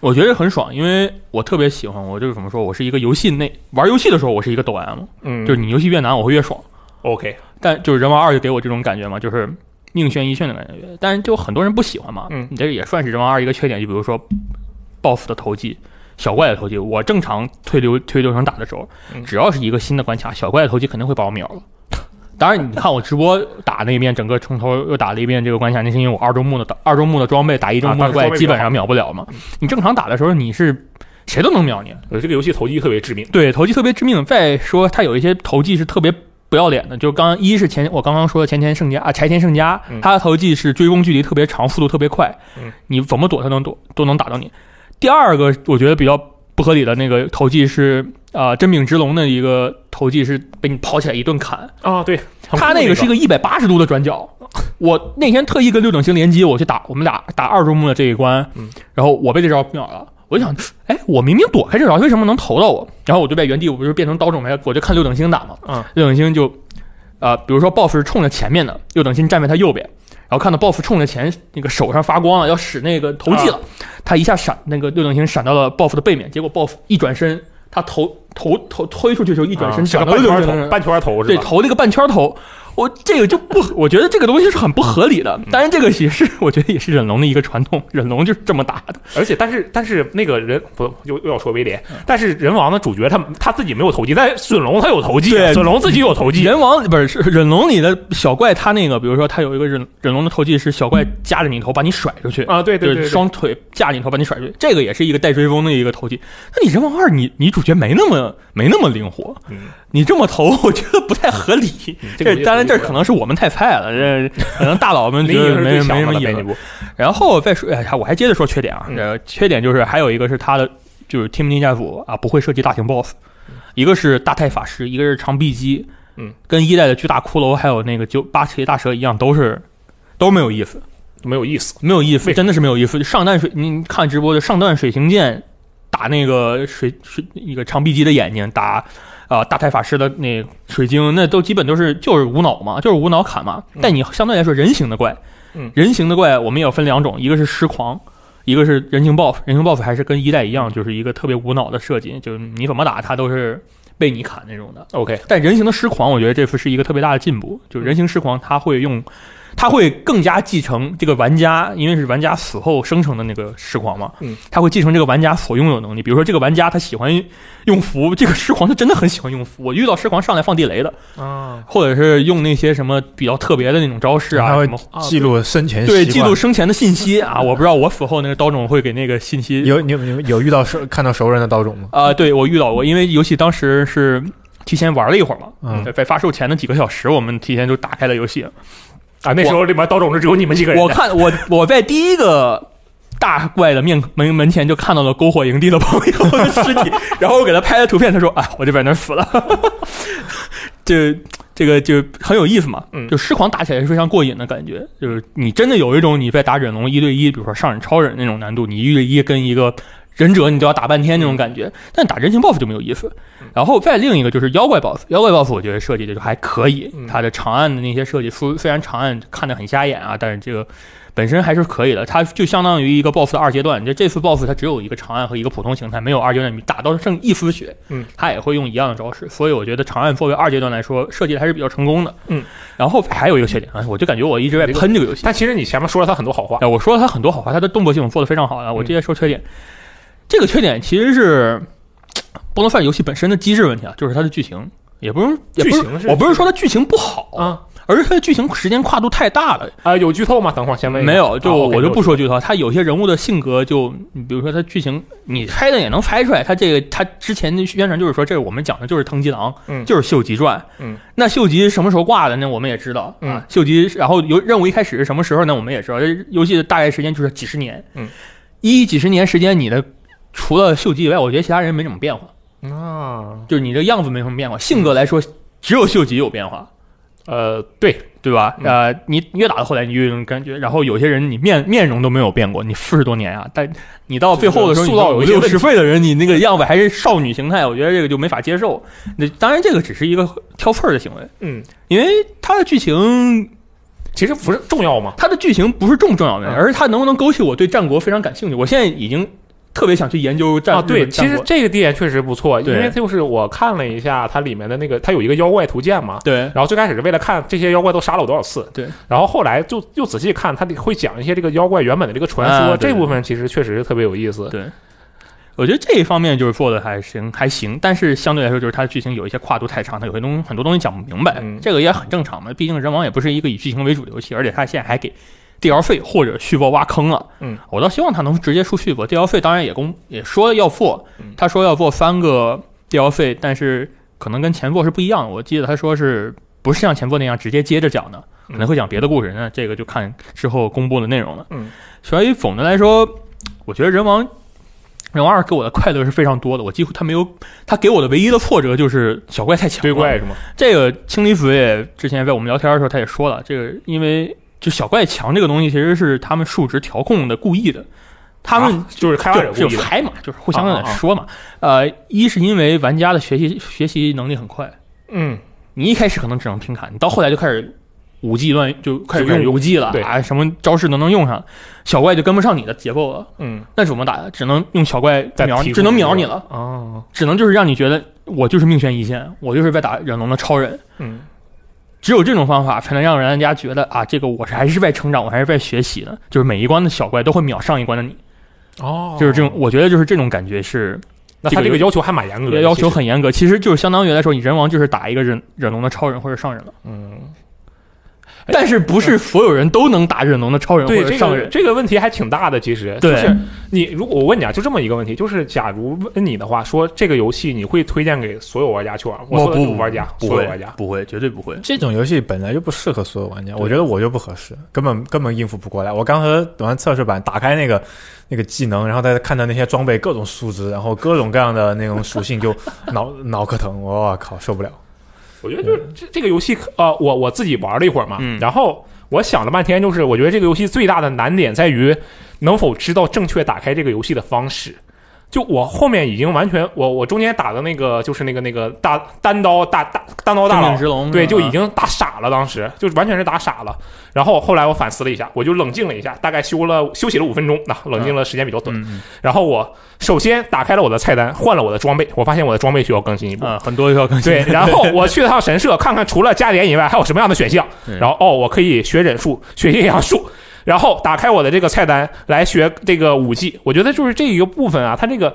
Speaker 2: 我觉得很爽，因为我特别喜欢。我就是怎么说，我是一个游戏内玩游戏的时候，我是一个抖 M，
Speaker 1: 嗯，
Speaker 2: 就是你游戏越难，我会越爽。
Speaker 1: OK，
Speaker 2: 但就是人王二就给我这种感觉嘛，就是命悬一线的感觉。但是就很多人不喜欢嘛，
Speaker 1: 嗯
Speaker 2: 你这也算是人王二一个缺点，就比如说 BOSS 的投技。小怪的投技，我正常推流推流程打的时候
Speaker 1: 嗯，
Speaker 2: 只要是一个新的关卡，小怪的投技肯定会把我秒了。当然，你看我直播打那一遍，整个从头又打了一遍这个关卡，那是因为我二周目的二周目的装备打一周目
Speaker 1: 啊
Speaker 2: 的
Speaker 1: 当时装
Speaker 2: 怪
Speaker 1: 备嗯
Speaker 2: 基本
Speaker 1: 比较
Speaker 2: 上秒不了嘛。你正常打的时候，你是谁都能秒你，
Speaker 1: 我这个游戏投机特别致命。
Speaker 2: 对，投技特别致命。再说它有一些投技是特别不要脸的，就刚一是前我刚刚说的前田胜家啊，柴田胜家
Speaker 1: 嗯，
Speaker 2: 他的投技是追攻距离特别长，速度特别快
Speaker 1: 嗯，
Speaker 2: 你怎么躲他能躲都能打到你。第二个我觉得比较不合理的那个投技是啊、呃真命之龙的一个投技是被你跑起来一顿砍，
Speaker 1: 啊，对，很
Speaker 2: 哦他
Speaker 1: 酷
Speaker 2: 那个是
Speaker 1: 个
Speaker 2: 一个一百八十度的转角。我那天特意跟六等星联机，我去打我们俩打二周目的这一关
Speaker 1: 嗯，
Speaker 2: 然后我被这招秒了。我就想，哎，我明明躲开这招，为什么能投到我？然后我就在原地，我不是变成刀种没？我就看六等星打嘛。
Speaker 1: 嗯，
Speaker 2: 六等星就，呃，比如说 BOSS 是冲着前面的，六等星站在他右边，然后看到 BOSS 冲着前那个手上发光了，要使那个投技了，他一下闪，那个六等星闪到了 BOSS 的背面，结果 BOSS 一转身，他投投投推出去的时候一
Speaker 1: 一
Speaker 2: 转身
Speaker 1: 整
Speaker 2: 转
Speaker 1: 啊个
Speaker 2: 啊到六
Speaker 1: 半圈
Speaker 2: 等星
Speaker 1: 投，
Speaker 2: 身上
Speaker 1: 半圈投是
Speaker 2: 对，
Speaker 1: 吧？
Speaker 2: 投那个半圈投，我这个就 不，我觉得这个东西是很不合理的。当然，这个也是 我觉得也是忍龙的一个传统， 忍龙就是这么打的。
Speaker 1: 而且但是但是那个人不又又要说威廉，
Speaker 2: 嗯
Speaker 1: 但是人王的主角他他自己没有投机，但损龙他有投机啊，
Speaker 2: 对
Speaker 1: 损龙自己有投机。
Speaker 2: 人王不是是忍龙里的小怪，他那个比如说他有一个忍忍龙的投技是小怪夹着你头把你甩出去。
Speaker 1: 啊，对对
Speaker 2: 就
Speaker 1: 对
Speaker 2: 是
Speaker 1: 对，
Speaker 2: 双腿架着你头把你甩出去，这个也是一个带追风的一个投技。那你人王二，你你主角没那么没那么灵活，
Speaker 1: 嗯
Speaker 2: 你这么投，我觉得不太合理。啊
Speaker 1: 这个
Speaker 2: 这当然这
Speaker 1: 可
Speaker 2: 可能是我们太菜了，这可能大佬们
Speaker 1: 能
Speaker 2: 觉
Speaker 1: 林颖
Speaker 2: 得
Speaker 1: 是最
Speaker 2: 没没
Speaker 1: 强的
Speaker 2: 什么
Speaker 1: 了
Speaker 2: 意
Speaker 1: 编辑
Speaker 2: 思。
Speaker 1: 部，
Speaker 2: 然后再说，哎呀，我还接着说缺点啊。
Speaker 1: 嗯
Speaker 2: 呃，缺点就是还有一个是它的就是 Team 定价组啊，不会设计大型 BOSS，一个是大太法师，一个是长臂姬，
Speaker 1: 嗯，
Speaker 2: 跟一代的巨大骷髅还有那个九八尺大蛇一样，都是都没有意思，
Speaker 1: 没有意思。
Speaker 2: 没有意思，
Speaker 1: 为
Speaker 2: 真的是没有意思。上段水，你看直播的上段水行剑打那个水水一个长臂姬的眼睛，打啊、呃大太法师的那个水晶，那都基本都是就是无脑嘛，就是无脑砍嘛
Speaker 1: 嗯。
Speaker 2: 但你相对来说人形的怪，
Speaker 1: 嗯
Speaker 2: 人形的怪我们也要分两种，一个是尸狂。一个是人形 buff，人形 buff 还是跟一代一样，就是一个特别无脑的设计，就是你怎么打它都是被你砍那种的。
Speaker 1: OK，啊
Speaker 2: 但人形的尸狂，我觉得这次是一个特别大的进步。就是人形尸狂，他会用，他会更加继承这个玩家，因为是玩家死后生成的那个尸狂嘛，
Speaker 1: 嗯，
Speaker 2: 他会继承这个玩家所拥有的能力。比如说，这个玩家他喜欢用符，这个尸狂他真的很喜欢用符。我遇到尸狂上来放地雷的，
Speaker 1: 啊，
Speaker 2: 或者是用那些什么比较特别的那种招式
Speaker 3: 他
Speaker 2: 啊，
Speaker 3: 会
Speaker 2: 什么啊
Speaker 3: 记录生前
Speaker 2: 对
Speaker 3: 习
Speaker 2: 记
Speaker 3: 惯
Speaker 2: 录生前的信息啊，我不知道我死后那个刀种会给那个信息
Speaker 3: 有你有你有有遇到熟看到熟人的刀种吗？
Speaker 2: 啊、对我遇到过，因为游戏当时是提前玩了一会儿嘛，
Speaker 3: 嗯
Speaker 2: 在在发售前的几个小时，我们提前就打开了游戏。
Speaker 1: 啊，那时候里面刀种是只有你们几个人的。
Speaker 2: 我看我我在第一个大怪的面门门前就看到了篝火营地的朋友的尸体， 然后我给他拍了图片，他说：“啊，我就在那儿死了。这”这个就很有意思嘛，
Speaker 1: 嗯
Speaker 2: 就尸狂打起来是非常过瘾的感觉，就是你真的有一种你在打忍龙一对一，比如说上忍超忍那种难度，你一对一跟一个忍者你都要打半天那种感觉，但打人形 BOSS 就没有意思
Speaker 1: 嗯。
Speaker 2: 然后再另一个就是妖怪 BOSS，妖怪 BOSS 我觉得设计的就还可以
Speaker 1: 嗯，
Speaker 2: 它的长按的那些设计，虽虽然长按看着很瞎眼啊，但是这个本身还是可以的。它就相当于一个 BOSS 的二阶段，就这次 BOSS 它只有一个长按和一个普通形态，没有二阶段，你打到剩一丝血，
Speaker 1: 嗯，
Speaker 2: 它也会用一样的招式。所以我觉得长按作为二阶段来说，设计的还是比较成功的。
Speaker 1: 嗯，
Speaker 2: 然后还有一个缺点，哎，我就感觉我一直在喷这个游戏。
Speaker 1: 但其实你前面说了他很多好话，
Speaker 2: 哎，我说了它很多好话，它的动作系统做得非常好啊。我直
Speaker 1: 嗯
Speaker 2: 接说缺点，这个缺点其实是不能算游戏本身的机制问题啊，就是它的剧情，也不是也
Speaker 1: 剧
Speaker 2: 不
Speaker 1: 情是
Speaker 2: 我不是说它剧情不好，
Speaker 1: 啊
Speaker 2: 而是它的剧情时间跨度太大了。
Speaker 1: 啊，有剧透吗？等会儿先问一下。
Speaker 2: 没有，就
Speaker 1: 啊
Speaker 2: 我
Speaker 1: ，OK，
Speaker 2: 我就
Speaker 1: 没有
Speaker 2: 不说剧透，它有些人物的性格就，你比如说它剧情，你猜的也能猜出来。它这个它之前的宣传就是说，这我们讲的就是藤吉郎，
Speaker 1: 嗯
Speaker 2: 就是秀吉传，
Speaker 1: 嗯，
Speaker 2: 那秀吉什么时候挂的呢？我们也知道，
Speaker 1: 嗯
Speaker 2: 啊，秀吉，然后游任务一开始是什么时候呢？我们也知道，这游戏的大概时间就是几十年，
Speaker 1: 嗯，
Speaker 2: 一几十年时间，你的除了秀吉以外，我觉得其他人没什么变化，
Speaker 1: 啊，
Speaker 2: 就是你这样子没什么变化，性格来说，只有秀吉有变化，
Speaker 1: 呃，对，
Speaker 2: 对吧？
Speaker 1: 嗯
Speaker 2: 呃，你越打到后来，你越有种感觉。然后有些人你面面容都没有变过，你四十多年啊，但你到最后的时
Speaker 1: 就
Speaker 2: 候，
Speaker 1: 是塑造有一些
Speaker 2: 六
Speaker 1: 问题
Speaker 2: 十岁的人，你那个样子还是少女形态，我觉得这个就没法接受。那当然，这个只是一个挑刺儿的行为，
Speaker 1: 嗯，
Speaker 2: 因为它的剧情，
Speaker 1: 其实不是重要吗？
Speaker 2: 它的剧情不是重不重要的，
Speaker 1: 嗯
Speaker 2: 而是它能不能勾起我对战国非常感兴趣。我现在已经特别想去研究战
Speaker 1: 啊，
Speaker 2: 日
Speaker 1: 对，
Speaker 2: 本
Speaker 1: 其
Speaker 2: 战
Speaker 1: 实
Speaker 2: 国
Speaker 1: 这个点确实不错，因
Speaker 2: 对
Speaker 1: 为就是我看了一下它里面的那个，它有一个妖怪图鉴嘛，
Speaker 2: 对
Speaker 1: 然后最开始是为了看这些妖怪都杀了我多少次，
Speaker 2: 对，
Speaker 1: 然后后来就又仔细看，他会讲一些这个妖怪原本的这个传说，
Speaker 2: 啊对
Speaker 1: 这部分其实确实特别有意思。
Speaker 2: 对。我觉得这一方面就是做的还行，还行，但是相对来说，就是它的剧情有一些跨度太长，它有些东西很多东西讲不明白，
Speaker 1: 嗯
Speaker 2: 这个也很正常嘛。毕竟人王也不是一个以剧情为主的游戏，而且它现在还给 DLC 或者续作挖坑了。
Speaker 1: 嗯，
Speaker 2: 我倒希望它能直接出续作。DLC 当然也公也说要做
Speaker 1: 嗯，
Speaker 2: 他说要做三个 DLC，但是可能跟前作是不一样的。我记得他说是不是像前作那样直接接着讲的，可能会讲别的故事，那这个就看之后公布的内容了。
Speaker 1: 嗯，
Speaker 2: 所以总的来说，我觉得人王。人王二给我的快乐是非常多的，我几乎他没有，他给我的唯一的挫折就是小怪太强了。
Speaker 1: 对怪是吗？
Speaker 2: 这个青离子也之前在我们聊天的时候，他也说了，这个因为就小怪强这个东西，其实是他们数值调控的故意的，他们
Speaker 1: 啊就是开发者
Speaker 2: 就
Speaker 1: 故
Speaker 2: 就
Speaker 1: 意的
Speaker 2: 猜嘛，就是互相
Speaker 1: 啊啊
Speaker 2: 在
Speaker 1: 啊
Speaker 2: 说嘛。呃，一是因为玩家的学习学习能力很快，
Speaker 1: 嗯，
Speaker 2: 你一开始可能只能拼砍，你到后来就开始五 G 乱就开始
Speaker 1: 就开始
Speaker 2: 用五 G 了，
Speaker 1: 对
Speaker 2: 啊，什么招式都能用上，小怪就跟不上你的节奏了，
Speaker 1: 嗯
Speaker 2: 那怎么打呀？只能用小怪
Speaker 1: 再
Speaker 2: 秒，
Speaker 1: 提供
Speaker 2: 只能
Speaker 1: 一个
Speaker 2: 秒你了，
Speaker 1: 哦，
Speaker 2: 只能就是让你觉得我就是命悬一线，我就是在打忍龙的超人。
Speaker 1: 嗯
Speaker 2: 只有这种方法才能让人家觉得啊，这个我是还是在成长，我还是在学习的。就是每一关的小怪都会秒上一关的你，
Speaker 1: 哦，
Speaker 2: 就是这种，。我觉得就是这种感觉是
Speaker 1: 那他
Speaker 2: 这
Speaker 1: 这
Speaker 2: 个
Speaker 1: 个要求还蛮严格的，
Speaker 2: 要
Speaker 1: 其
Speaker 2: 求
Speaker 1: 实
Speaker 2: 很严格。其实就是相当于来说，你人王就是打一个忍忍龙的超人或者上忍了，
Speaker 1: 嗯，
Speaker 2: 但是不是所有人都能打忍龙的超人或
Speaker 1: 对
Speaker 2: 者
Speaker 1: 这
Speaker 2: 上
Speaker 1: 个
Speaker 2: 忍。
Speaker 1: 这个问题还挺大的，其实就
Speaker 2: 对
Speaker 1: 是你如果我问你啊，就这么一个问题，就是假如问你的话，说这个游戏你会推荐给所有玩家去玩吗？我说的是玩家，所有玩家，
Speaker 2: 不会，绝对不会。
Speaker 3: 这种游戏本来就不适合所有玩家，
Speaker 1: 对
Speaker 3: 我觉得我就不合适，根本根本应付不过来。我刚才玩测试版，打开那个那个技能，然后再看到那些装备各种数值，然后各种各样的那种属性，就 脑脑壳疼，我靠，受不了。
Speaker 1: 我觉得就是这这个游戏，呃，我我自己玩了一会儿嘛，
Speaker 2: 嗯
Speaker 1: 然后我想了半天，就是我觉得这个游戏最大的难点在于能否知道正确打开这个游戏的方式。就我后面已经完全，我我中间打的那个就是那个那个大单刀大大单刀大
Speaker 2: 大
Speaker 1: 佬
Speaker 2: 命之，龙
Speaker 1: 对，
Speaker 2: 是吧
Speaker 1: 就已经打傻了，当时就完全是打傻了。然后后来我反思了一下，我就冷静了一下，大概休了休息了五分钟，那冷静了时间比较短。
Speaker 2: 嗯
Speaker 1: 然后我首先打开了我的菜单，换了我的装备，我发现我的装备需要更新一
Speaker 2: 嗯
Speaker 1: 步。
Speaker 2: 啊，很多 要更 新。
Speaker 1: 对，然后我去了趟神社，看看除了加点以外还有什么样的选项。
Speaker 2: 对
Speaker 1: 然后哦，我可以学忍术，学阴阳术，然后打开我的这个菜单来学这个武技。我觉得就是这一个部分啊，它这个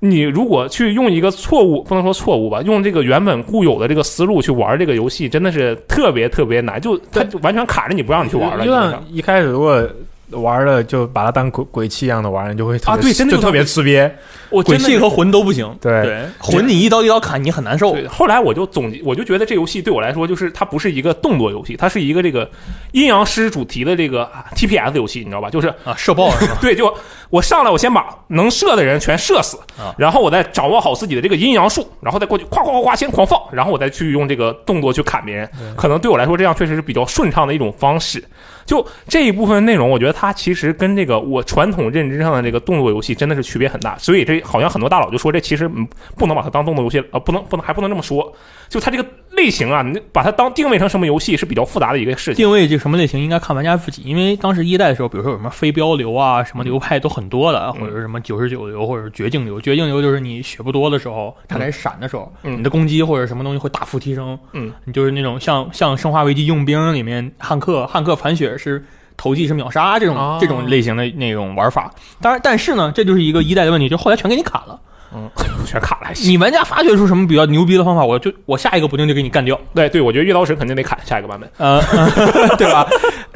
Speaker 1: 你如果去用一个错误，不能说错误吧，用这个原本固有的这个思路去玩这个游戏，真的是特别特别难，就它就完全卡着你不让你去玩了。
Speaker 3: 就
Speaker 1: 基本上
Speaker 3: 像一开始如果玩了，就把它当鬼鬼泣一样的玩，你就会特
Speaker 1: 啊
Speaker 3: 别
Speaker 1: 对真的
Speaker 3: 就
Speaker 1: 就
Speaker 3: 特别吃瘪。
Speaker 1: 我
Speaker 2: 鬼
Speaker 1: 真的
Speaker 2: 泣和魂都不行。
Speaker 3: 对
Speaker 2: 对，魂你一刀一刀砍，你很难受。
Speaker 1: 对，后来我就总结，我就觉得这游戏对我来说，就是它不是一个动作游戏，它是一个这个阴阳师主题的这个啊 TPS 游戏，你知道吧？就是
Speaker 2: 啊，射爆是吗？
Speaker 1: 对，就我上来，我先把能射的人全射死
Speaker 2: 啊，
Speaker 1: 然后我再掌握好自己的这个阴阳术，然后再过去夸夸夸夸先狂放，然后我再去用这个动作去砍别人。可能对我来说，这样确实是比较顺畅的一种方式。就这一部分内容，我觉得它其实跟这个我传统认知上的这个动作游戏真的是区别很大，所以这好像很多大佬就说这其实嗯不能把它当动作游戏啊、呃不能不能还不能这么说，就它这个类型啊，你把它当定位成什么游戏是比较复杂的一个事情。
Speaker 2: 定位这个什么类型，应该看玩家自己，因为当时一代的时候，比如说有什么飞镖流啊，什么流派都很多的，
Speaker 1: 嗯
Speaker 2: 或者是什么九十九流，或者是绝境流。绝境流就是你血不多的时候，它该闪的时候，
Speaker 1: 嗯
Speaker 2: 你的攻击或者什么东西会大幅提升。
Speaker 1: 嗯，
Speaker 2: 你就是那种像像《生化危机》佣兵里面汉克汉克反血是投技是秒杀这种、
Speaker 3: 哦
Speaker 2: 这种类型的那种玩法。当然，但是呢，这就是一个一代的问题，就后来全给你砍了。
Speaker 1: 嗯全卡了还行。
Speaker 2: 你玩家发掘出什么比较牛逼的方法，我就我下一个不定就给你干掉。
Speaker 1: 对对，我觉得月刀神肯定得砍下一个版本。
Speaker 2: 呃， 对吧？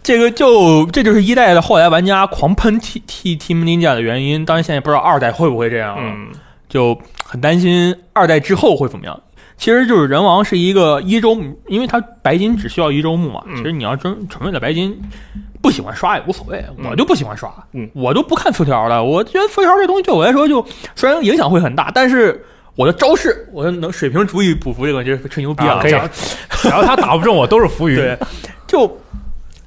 Speaker 2: 这个就这就是一代的后来玩家狂喷 T T Team Ninja 的原因。当然，现在也不知道二代会不会这样，、啊
Speaker 1: 嗯
Speaker 2: 就很担心二代之后会怎么样。其实就是人王是一个一周目，因为它白金只需要一周目嘛。
Speaker 1: 嗯
Speaker 2: 其实你要真纯粹的白金，不喜欢刷也无所谓，
Speaker 1: 嗯
Speaker 2: 我就不喜欢刷，
Speaker 1: 嗯
Speaker 2: 我都不看词条了。我觉得词条这东西对我来说就虽然影响会很大，但是我的招式我的能水平足以补服这个，就是吹牛逼
Speaker 1: 啊可以
Speaker 2: 这样
Speaker 3: 只要他打不中我都是浮云。
Speaker 2: 对，就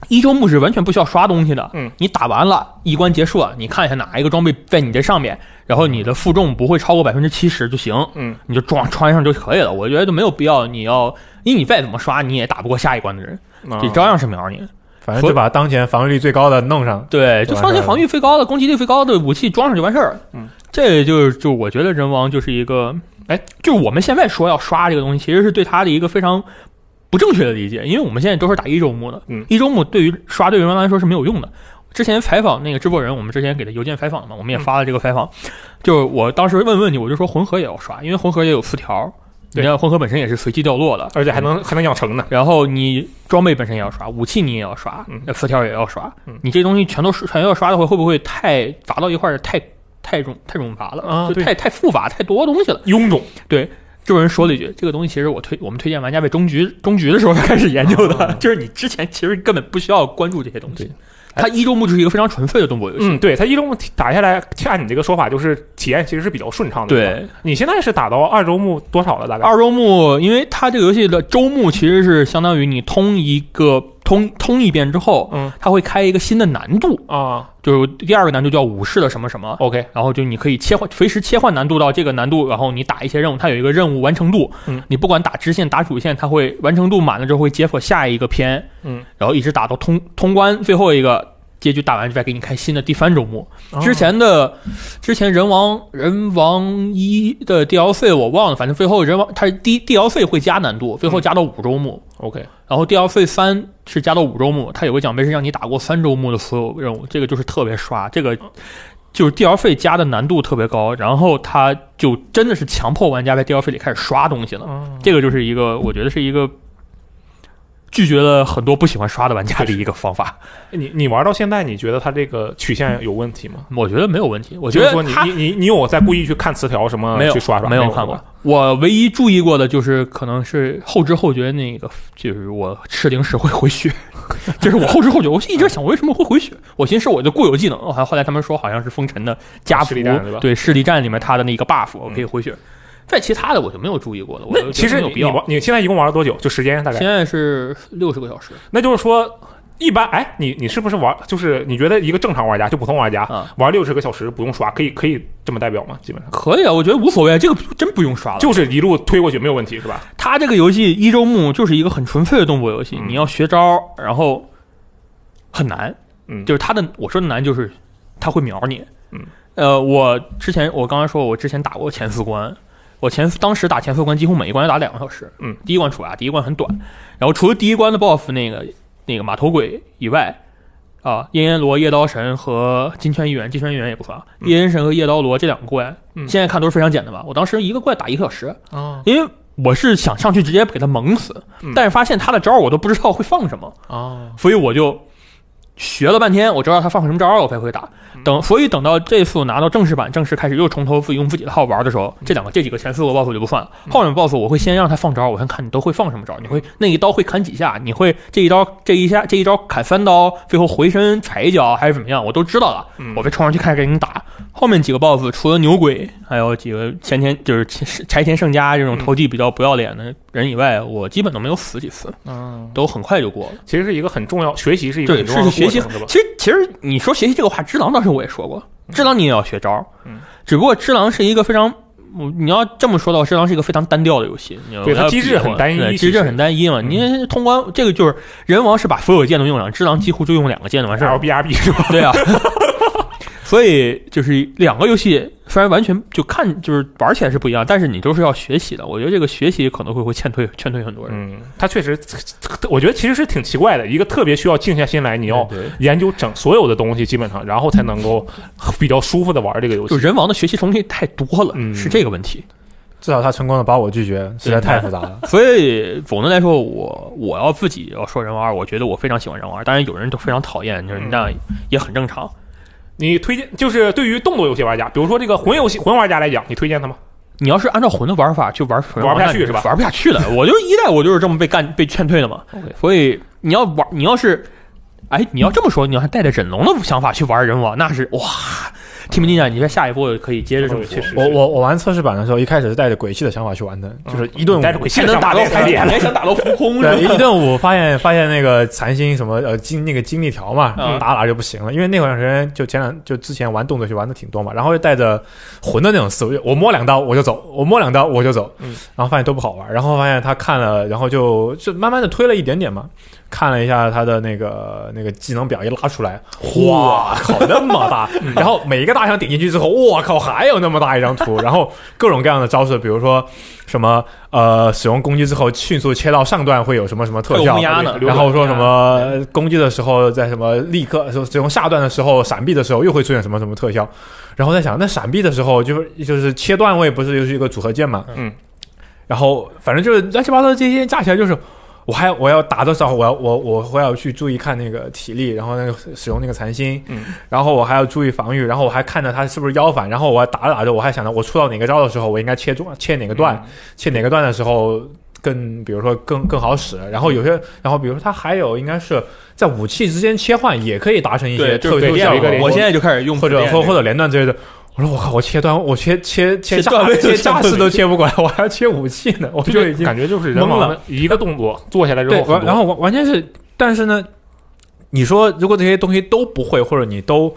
Speaker 2: 一周目是完全不需要刷东西的。
Speaker 1: 嗯，
Speaker 2: 你打完了，一关结束了，你看一下哪一个装备在你这上面，然后你的负重不会超过百分之七十就行，
Speaker 1: 嗯，
Speaker 2: 你就装穿上就可以了。我觉得就没有必要你要，因为你再怎么刷，你也打不过下一关的人，
Speaker 1: 啊
Speaker 2: 这照样是秒你。
Speaker 3: 反正就把当前防御力最高的弄上。
Speaker 2: 对，就
Speaker 3: 完
Speaker 2: 放些
Speaker 3: 事儿
Speaker 2: 防御最高的、攻击力最高的武器装上就完事儿了。
Speaker 1: 嗯，
Speaker 2: 这就是就我觉得人王就是一个，哎，就是我们现在说要刷这个东西，其实是对它的一个非常不正确的理解，因为我们现在都是打一周目的，
Speaker 1: 嗯
Speaker 2: 一周目对于刷对于人王来说是没有用的。之前采访那个制作人，我们之前给他邮件采访嘛，我
Speaker 1: 嗯
Speaker 2: 们也发了这个采访。就是我当时问问你，我就说魂核也要刷，因为魂核也有词条，
Speaker 1: 对
Speaker 2: 你看魂核本身也是随机掉落的，
Speaker 1: 而且还能还能养成呢。
Speaker 2: 然后你装备本身也要刷，武器你也要刷
Speaker 1: 嗯，
Speaker 2: 呃词条也要刷
Speaker 1: 嗯，
Speaker 2: 你这东西全都是全要刷的话，会不会太砸到一块儿太太冗太冗杂了？
Speaker 1: 啊
Speaker 2: 就
Speaker 1: 对
Speaker 2: 太太复杂太多东西了。
Speaker 1: 臃肿，
Speaker 2: 这有人说了一句，这个东西其实我推我们推荐玩家为中局中局的时候开始研究的， 就是你之前其实根本不需要关注这些东西
Speaker 1: 啊对。
Speaker 2: 它一周目就是一个非常纯粹的动作游戏，
Speaker 1: 嗯，对，它一周目打下来，按你这个说法，就是体验其实是比较顺畅的。吧，
Speaker 2: 对，
Speaker 1: 你现在是打到二周目多少了？大概
Speaker 2: 二周目，因为它这个游戏的周目其实是相当于你通一个通通一遍之后，
Speaker 1: 嗯
Speaker 2: 它会开一个新的难度，
Speaker 1: 啊
Speaker 2: 就是第二个难度叫武士的什么什么，
Speaker 1: ，OK，
Speaker 2: 然后就你可以切换，随时切换难度到这个难度，然后你打一些任务，它有一个任务完成度，
Speaker 1: 嗯
Speaker 2: 你不管打支线打主线，它会完成度满了之后会解锁下一个篇，
Speaker 1: 嗯，
Speaker 2: 然后一直打到通通关最后一个结局打完，再给你开新的第三周目。
Speaker 1: 哦
Speaker 2: 之
Speaker 1: 啊
Speaker 2: 前的之前人王人王一的 DLC 我忘了，反正最后人王它是 D DLC 会加难度，最
Speaker 1: 嗯
Speaker 2: 后加到五周目，
Speaker 1: OK，
Speaker 2: 然后 DLC 三是加到五周目，它有个奖杯是让你打过三周目的所有任务，这个就是特别刷，这
Speaker 1: 嗯
Speaker 2: 个就是 DLC 加的难度特别高，然后它就真的是强迫玩家在 DLC 里开始刷东西了，
Speaker 1: 嗯，
Speaker 2: 这个就是一个我觉得是一个拒绝了很多不喜欢刷的玩家的一个方法，
Speaker 1: 你你玩到现在，你觉得它这个曲线有问题吗？
Speaker 2: 我觉得没有问题，我
Speaker 1: 我
Speaker 2: 觉
Speaker 1: 就是
Speaker 2: 得
Speaker 1: 说你
Speaker 2: 它
Speaker 1: 你你你有在故意去看词条什么
Speaker 2: 没有
Speaker 1: 啊去刷刷？
Speaker 2: 没
Speaker 1: 有
Speaker 2: 有看
Speaker 1: 是
Speaker 2: 过
Speaker 1: 吧。
Speaker 2: 我唯一注意过的就是，可能是后知后觉那个，就是我吃零食会 回血，就是我后知后觉，我一直想我为什么会回血，我寻思是我的固有技能，还后来他们说好像是风尘的家
Speaker 1: 势
Speaker 2: 谱
Speaker 1: 力战对吧，嗯
Speaker 2: 对势力战里面他的那个 buff，我可以回血。在其他的我就没有注意过了，我
Speaker 1: 那
Speaker 2: 就
Speaker 1: 其
Speaker 2: 觉得
Speaker 1: 实
Speaker 2: 没有
Speaker 1: 你
Speaker 2: 必
Speaker 1: 你
Speaker 2: 要
Speaker 1: 玩。你现在一共玩了多久？就时间大概
Speaker 2: 现？在是六十个小时，
Speaker 1: 那就是说，一般哎，你你是不是玩？就是你觉得一个正常玩家，就普通玩家
Speaker 2: 啊
Speaker 1: 玩六十个小时不用刷，可以可以这么代表吗？基本上
Speaker 2: 可以啊，我觉得无所谓，这个真不用刷了。
Speaker 1: 就是一路推过去没有问题，是吧？
Speaker 2: 它这个游戏一周目就是一个很纯粹的动作游戏，
Speaker 1: 嗯
Speaker 2: 你要学招，然后很难，
Speaker 1: 嗯
Speaker 2: 就是它的我说的难就是它会秒你，
Speaker 1: 嗯，
Speaker 2: 呃，我之前我刚才说我之前打过前四关，我前当时打前四关几乎每一关要打两个小时，
Speaker 1: 嗯，
Speaker 2: 第一关除外啊，第一关很短，然后除了第一关的 BOSS 那个那个马头鬼以外。啊，夜烟罗、夜刀神和金圈一元，金圈一元也不算啊。
Speaker 1: 嗯
Speaker 2: 夜烟神和夜刀罗这两个怪，
Speaker 1: 嗯
Speaker 2: 现在看都是非常简单吧？我当时一个怪打一个小时，
Speaker 1: 啊
Speaker 2: 因为我是想上去直接给他猛死
Speaker 1: 嗯，
Speaker 2: 但是发现他的招儿我都不知道会放什么，
Speaker 1: 啊，
Speaker 2: 所以我就学了半天，我知道他放什么招儿，我才会打。等所以等到这次我拿到正式版，正式开始又从头自己用自己的号玩的时候，这两个这几个前四个 boss 我就不算了，后面 boss 我会先让他放招儿，我先看你都会放什么招儿，你会那一刀会砍几下，你会这一刀这一下这一招砍三刀，最后回身踩一脚还是怎么样，我都知道了。
Speaker 1: 嗯
Speaker 2: 我被冲上去开始给你打，后面几个 BOSS 除了牛鬼，还有几个前田就是前柴田胜家这
Speaker 1: 嗯
Speaker 2: 种投技比较不要脸的人以外，我基本都没有死几次，
Speaker 1: 嗯，
Speaker 2: 都很快就过了。
Speaker 1: 其实是一个很重要，学习是一个
Speaker 2: 对，
Speaker 1: 很重
Speaker 2: 是
Speaker 1: 要的
Speaker 2: 学习
Speaker 1: 过程是吧？
Speaker 2: 其实其实你说学习这个话，只狼当时我也说过，只狼你也要学招儿
Speaker 1: 嗯，
Speaker 2: 只不过只狼是一个非常。我你要这么说的话，只狼是一个非常单调的游戏，你要
Speaker 1: 对它
Speaker 2: 要
Speaker 1: 机制
Speaker 2: 比的话
Speaker 1: 很单一
Speaker 2: 对
Speaker 1: 其
Speaker 2: 机制
Speaker 1: 实
Speaker 2: 很单一嘛。
Speaker 1: 嗯
Speaker 2: 你通关这个就是人王是把所有键都用上，只狼几乎就用两个键就完事儿了
Speaker 1: L。B R B 是 吧？
Speaker 2: 对啊， 所以就是两个游戏虽然完全就看就是玩起来是不一样，但是你都是要学习的。我觉得这个学习可能会会劝退劝退很多人。
Speaker 1: 嗯，它确实，我觉得其实是挺奇怪的，一个特别需要静下心来，你要
Speaker 2: 对，
Speaker 1: 研究整所有的东西，基本上，然后才能够比较舒服的玩这个游
Speaker 2: 就
Speaker 1: 戏。
Speaker 2: 人王的学习东西太多了，
Speaker 1: 嗯
Speaker 2: 是这个问题。
Speaker 3: 至少他成功的把我拒绝，实在太复杂了。
Speaker 2: 所以总的来说，我我要自己要说人王二，我觉得我非常喜欢人王二，当然有人都非常讨厌，
Speaker 1: 嗯
Speaker 2: 就是那样也很正常。
Speaker 1: 你推荐就是对于动作游戏玩家，比如说这个魂游戏魂玩家来讲，你推荐他吗？
Speaker 2: 你要是按照魂的玩法去玩，
Speaker 1: 玩不下去是吧
Speaker 2: 玩不下去的。 我就是一代，我就是这么被干被劝退的嘛。
Speaker 1: OK
Speaker 2: 所以你要玩，你要是，哎，你要这么说，你要是带着忍龙的想法去玩人王，那是哇，听不听啊见？你这下一步可以接着这么
Speaker 1: 哦
Speaker 2: 说
Speaker 1: 确。实
Speaker 3: 我我我玩测试版的时候，一开始是带着鬼泣的想法去玩的，就是嗯一顿
Speaker 1: 嗯你带着
Speaker 3: 舞，
Speaker 1: 鬼泣
Speaker 2: 还
Speaker 1: 的想
Speaker 2: 能打
Speaker 1: 法
Speaker 2: 到
Speaker 1: 来踩脸
Speaker 2: 你，还 想打到浮空是吧
Speaker 3: 对，一顿舞发现发现那个残星什么呃精那个精力条嘛，
Speaker 2: 嗯
Speaker 3: 打打就不行了，因为那段时间就前两就之前玩动作戏玩的挺多嘛，然后又带着魂的那种思维，我摸两刀我就走，我摸两刀我就走，
Speaker 1: 嗯
Speaker 3: 然后发现都不好玩，然后发现他看了，然后就就慢慢的推了一点点嘛。看了一下他的那个那个技能表一拉出来，哇靠，那么 大！
Speaker 2: 嗯
Speaker 3: 然后每一个大象点进去之后，哇靠，还有那么大一张图，然后各种各样的招式，比如说什么呃，使用攻击之后迅速切到上段会有什么什么特
Speaker 2: 还有
Speaker 3: 效
Speaker 2: 乌，鸦呢？
Speaker 1: 流
Speaker 3: 然
Speaker 1: 转
Speaker 3: 后说什么
Speaker 1: 哎
Speaker 3: 呃攻击的时候在什么立刻说使用下段的时候闪避的时候又会出现什么什么特效，然后在想那闪避的时候就是就是切段位不是就是一个组合键嘛，
Speaker 1: 嗯，
Speaker 3: 然后反正就是乱七八糟的这些加起来就是。我还我要打的时候，我要我我我要去注意看那个体力，然后那个使用那个残心，
Speaker 1: 嗯，
Speaker 3: 然后我还要注意防御，然后我还看着他是不是腰反，然后我还打着打着，我还想着我出到哪个招的时候，我应该切中切哪个段，切哪个段的时候更，比如说更更好使。然后有些，然后比如说它还有应该是在武器之间切换，也可以达成一些
Speaker 2: 对，就
Speaker 3: 特
Speaker 2: 是
Speaker 3: 殊
Speaker 2: 对
Speaker 1: 对
Speaker 3: 效
Speaker 1: 有一个
Speaker 3: 果。
Speaker 1: 连
Speaker 2: 我现在就开始用
Speaker 3: 或者
Speaker 2: 对
Speaker 3: 或或者连段之类的。我说我靠，我切段，我切切切
Speaker 2: 切
Speaker 3: 下
Speaker 2: 段位
Speaker 3: 切
Speaker 2: 都切
Speaker 3: 架
Speaker 2: 不
Speaker 3: 势都
Speaker 2: 进
Speaker 3: 切不过来，我还要切武器呢，我
Speaker 1: 这
Speaker 3: 就已
Speaker 1: 就
Speaker 3: 经
Speaker 1: 感觉就是人
Speaker 3: 懵
Speaker 1: 往
Speaker 3: 了
Speaker 1: 一个动作做下来之
Speaker 3: 对
Speaker 1: 后，，
Speaker 3: 完然
Speaker 1: 后
Speaker 3: 后完完全是，但是呢，你说如果这些东西都不会，或者你都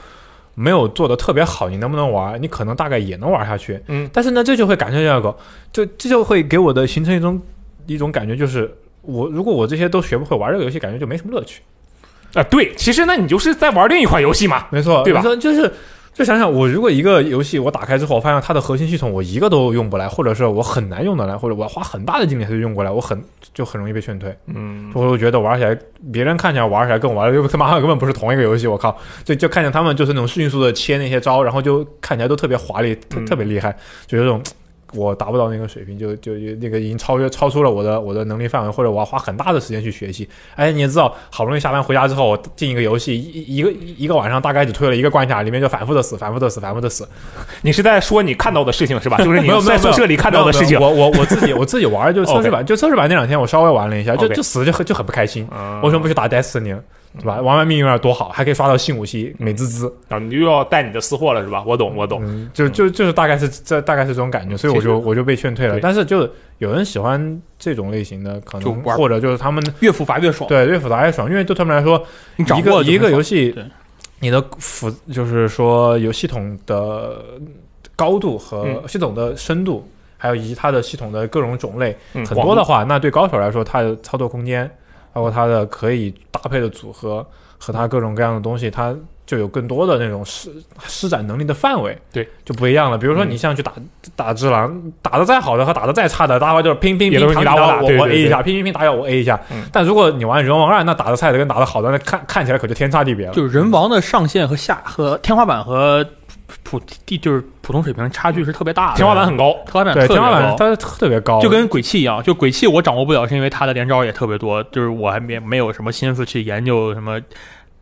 Speaker 3: 没有做的特别好，你能不能玩？你可能大概也能玩下去，
Speaker 1: 嗯，
Speaker 3: 但是呢，这就会感受第二个，就这就会给我的形成一种一种感觉，就是我如果我这些都学不会玩这个游戏，感觉就没什么乐趣。
Speaker 1: 啊，对，其实那你就是在玩另一款游戏嘛，
Speaker 3: 没错，
Speaker 1: 对吧
Speaker 3: 没错就是就想想，我如果一个游戏我打开之后，我发现它的核心系统我一个都用不来，或者是我很难用得来，或者我要花很大的精力才用过来，我很就很容易被劝退。
Speaker 1: 嗯，
Speaker 3: 我就觉得玩起来，别人看起来玩起来跟我玩的又 他妈根本不是同一个游戏。我靠，就就看见他们就是那种迅速的切那些招，然后就看起来都特别华丽，特
Speaker 1: 嗯
Speaker 3: 特别厉害，就有种我达不到那个水平，就就就那个已经超越超出了我的我的能力范围，或者我要花很大的时间去学习。哎，你也知道，好不容易下班回家之后，我进一个游戏，一一个一个晚上大概只推了一个关卡，里面就反复的死，反复的死，反复的死，
Speaker 1: 你是在说你看到的事情是吧？就是你
Speaker 3: 没有没
Speaker 1: 在
Speaker 3: 有
Speaker 1: 宿舍里看到的事情
Speaker 3: 没。有没有我我我自己我自己玩儿 就测试版，就测试版那两天我稍微玩了一下，就
Speaker 1: OK
Speaker 3: 就死就很就很不开心。
Speaker 1: 嗯
Speaker 3: 为什么不去打 Destiny？呢对吧？玩完命运二多好，还可以刷到新武器，美滋滋。
Speaker 1: 啊，你又要带你的私货了是吧？我懂，我懂。
Speaker 3: 嗯，就就就是大概是这大概是这种感觉，所以我就我就被劝退了。
Speaker 1: 对
Speaker 3: 但是就有人喜欢这种类型的，可
Speaker 2: 就
Speaker 3: 能
Speaker 2: 玩
Speaker 3: 或者就是他们
Speaker 2: 越复杂越爽。
Speaker 3: 对越复杂越爽，因为对他们来说，
Speaker 2: 你掌
Speaker 3: 一
Speaker 2: 握
Speaker 3: 个
Speaker 2: 了就
Speaker 3: 一个
Speaker 2: 很爽
Speaker 3: 游戏
Speaker 2: 对，
Speaker 3: 你的复就是说有系统的高度和
Speaker 1: 嗯
Speaker 3: 系统的深度，还有以及它的系统的各种种类，
Speaker 1: 嗯，
Speaker 3: 很
Speaker 1: 广
Speaker 3: 多
Speaker 1: 度
Speaker 3: 的话，那对高手来说，它的操作空间，包括它的可以搭配的组合和它各种各样的东西，它就有更多的那种施施展能力的范围，
Speaker 1: 对，
Speaker 3: 就不一样了。比如说
Speaker 1: 嗯
Speaker 3: 你像去打、打只狼，打的再好的和打的再差的，大家就是拼拼
Speaker 1: 也
Speaker 3: 拼
Speaker 1: 都是
Speaker 3: 躺
Speaker 1: 你打
Speaker 3: 你打
Speaker 1: 我
Speaker 3: 我
Speaker 1: 打对
Speaker 3: 我
Speaker 1: 对
Speaker 3: A 一
Speaker 1: 对
Speaker 3: 下，拼拼拼打我我 A 一下。
Speaker 1: 嗯
Speaker 3: 但如果你玩人王二，那打的菜的跟打的好的，那看看起来可就天差地别了。
Speaker 2: 就是人王的上限和下和天花板和普地就是普通水平差距是特别大的，
Speaker 1: 天花板很高，
Speaker 2: 天花板特
Speaker 3: 对
Speaker 2: 别
Speaker 3: 天花
Speaker 2: 高
Speaker 3: 板它特别高，
Speaker 2: 就跟鬼泣一样，就鬼泣我掌握不了，是因为它的连招也特别多，就是我还没没有什么心思去研究什么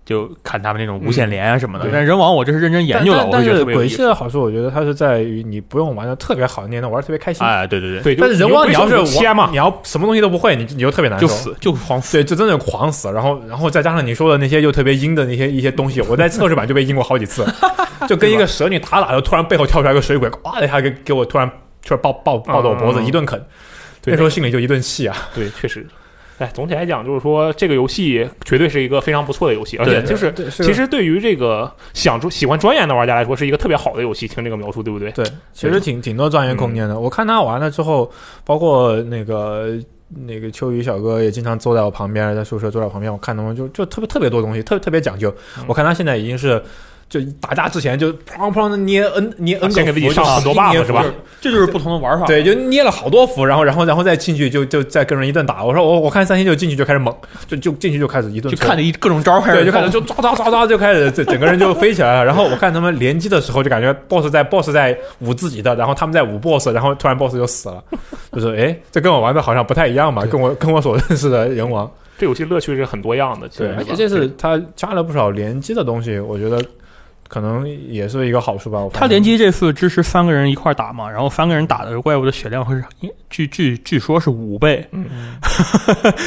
Speaker 2: 就看他们那种无限连啊什么的。
Speaker 1: 嗯对
Speaker 2: 但人王我这是认真研究了，
Speaker 3: 但
Speaker 2: 我
Speaker 3: 但
Speaker 2: 会觉得
Speaker 3: 是
Speaker 2: 特别有
Speaker 3: 鬼
Speaker 2: 意
Speaker 3: 泣
Speaker 2: 思。
Speaker 3: 的好处，我觉得它是在于你不用玩的特别好，你也能玩的特别开心。
Speaker 2: 哎，对对对，
Speaker 1: 对，就
Speaker 3: 但是人王
Speaker 1: 你
Speaker 3: 你
Speaker 1: 又
Speaker 3: 要
Speaker 1: 不
Speaker 3: 是
Speaker 1: 手切嘛
Speaker 3: 玩，你要什么东西都不会，你你就特别难受，
Speaker 2: 就死就狂死。
Speaker 3: 对，就真的狂死，然后，然后再加上你说的那些又特别阴的那些一些东西，我在测试版就被阴过好 几次，就跟一个蛇你打打，就突然背后跳出来个水鬼，哇一下给给我突然突然抱抱抱到我脖子
Speaker 1: 嗯
Speaker 3: 一顿啃，
Speaker 1: 对
Speaker 3: 那时候心里就一顿气啊。
Speaker 1: 对，确实。哎，总体来讲，就是说这个游戏绝对是一个非常不错的游戏，而且就是
Speaker 3: 对，其
Speaker 1: 其实对于这个想出喜欢钻研的玩家来说，是一个特别好的游戏。听这个描述，对不对？
Speaker 3: 对，其实挺挺多钻研空间
Speaker 1: 嗯
Speaker 3: 的。我看他玩了之后，包括那个。那个秋雨小哥也经常坐在我旁边，在宿舍坐在我旁边，我看他们就就特别特别多东西，特特别讲究。
Speaker 1: 嗯
Speaker 3: 我看他现在已经是，就打架之前就砰砰的捏 n 捏 n
Speaker 1: 啊先给自己上很多 buff 是吧？
Speaker 2: 这就是不同的玩法。
Speaker 3: 对，就捏了好多伏，然后然后然后再进去就就再跟人一顿打。我说我我看三星就进去就开始猛，就就进去就开始一顿
Speaker 2: 就
Speaker 3: 搓
Speaker 2: 看着一各种招儿开始
Speaker 3: 对，就开始
Speaker 2: 动
Speaker 3: 就抓抓抓抓就开始，整整个人就飞起来了。然后我看他们联机的时候，就感觉 boss 在 boss 在舞自己的，然后他们在舞 boss，然后突然 boss 就死了，就是哎，这跟我玩的好像不太一样嘛，
Speaker 1: 对
Speaker 3: 跟我跟我所认识的人王。
Speaker 1: 这游戏乐趣是很多样的，其实
Speaker 3: 而且这次他加了不少联机的东西，我觉得可能也是一个好处吧。我发
Speaker 2: 他
Speaker 3: 现
Speaker 2: 联机这次支持三个人一块儿打嘛，然后三个人打的怪物的血量会是，据据据说是五倍，
Speaker 1: 嗯，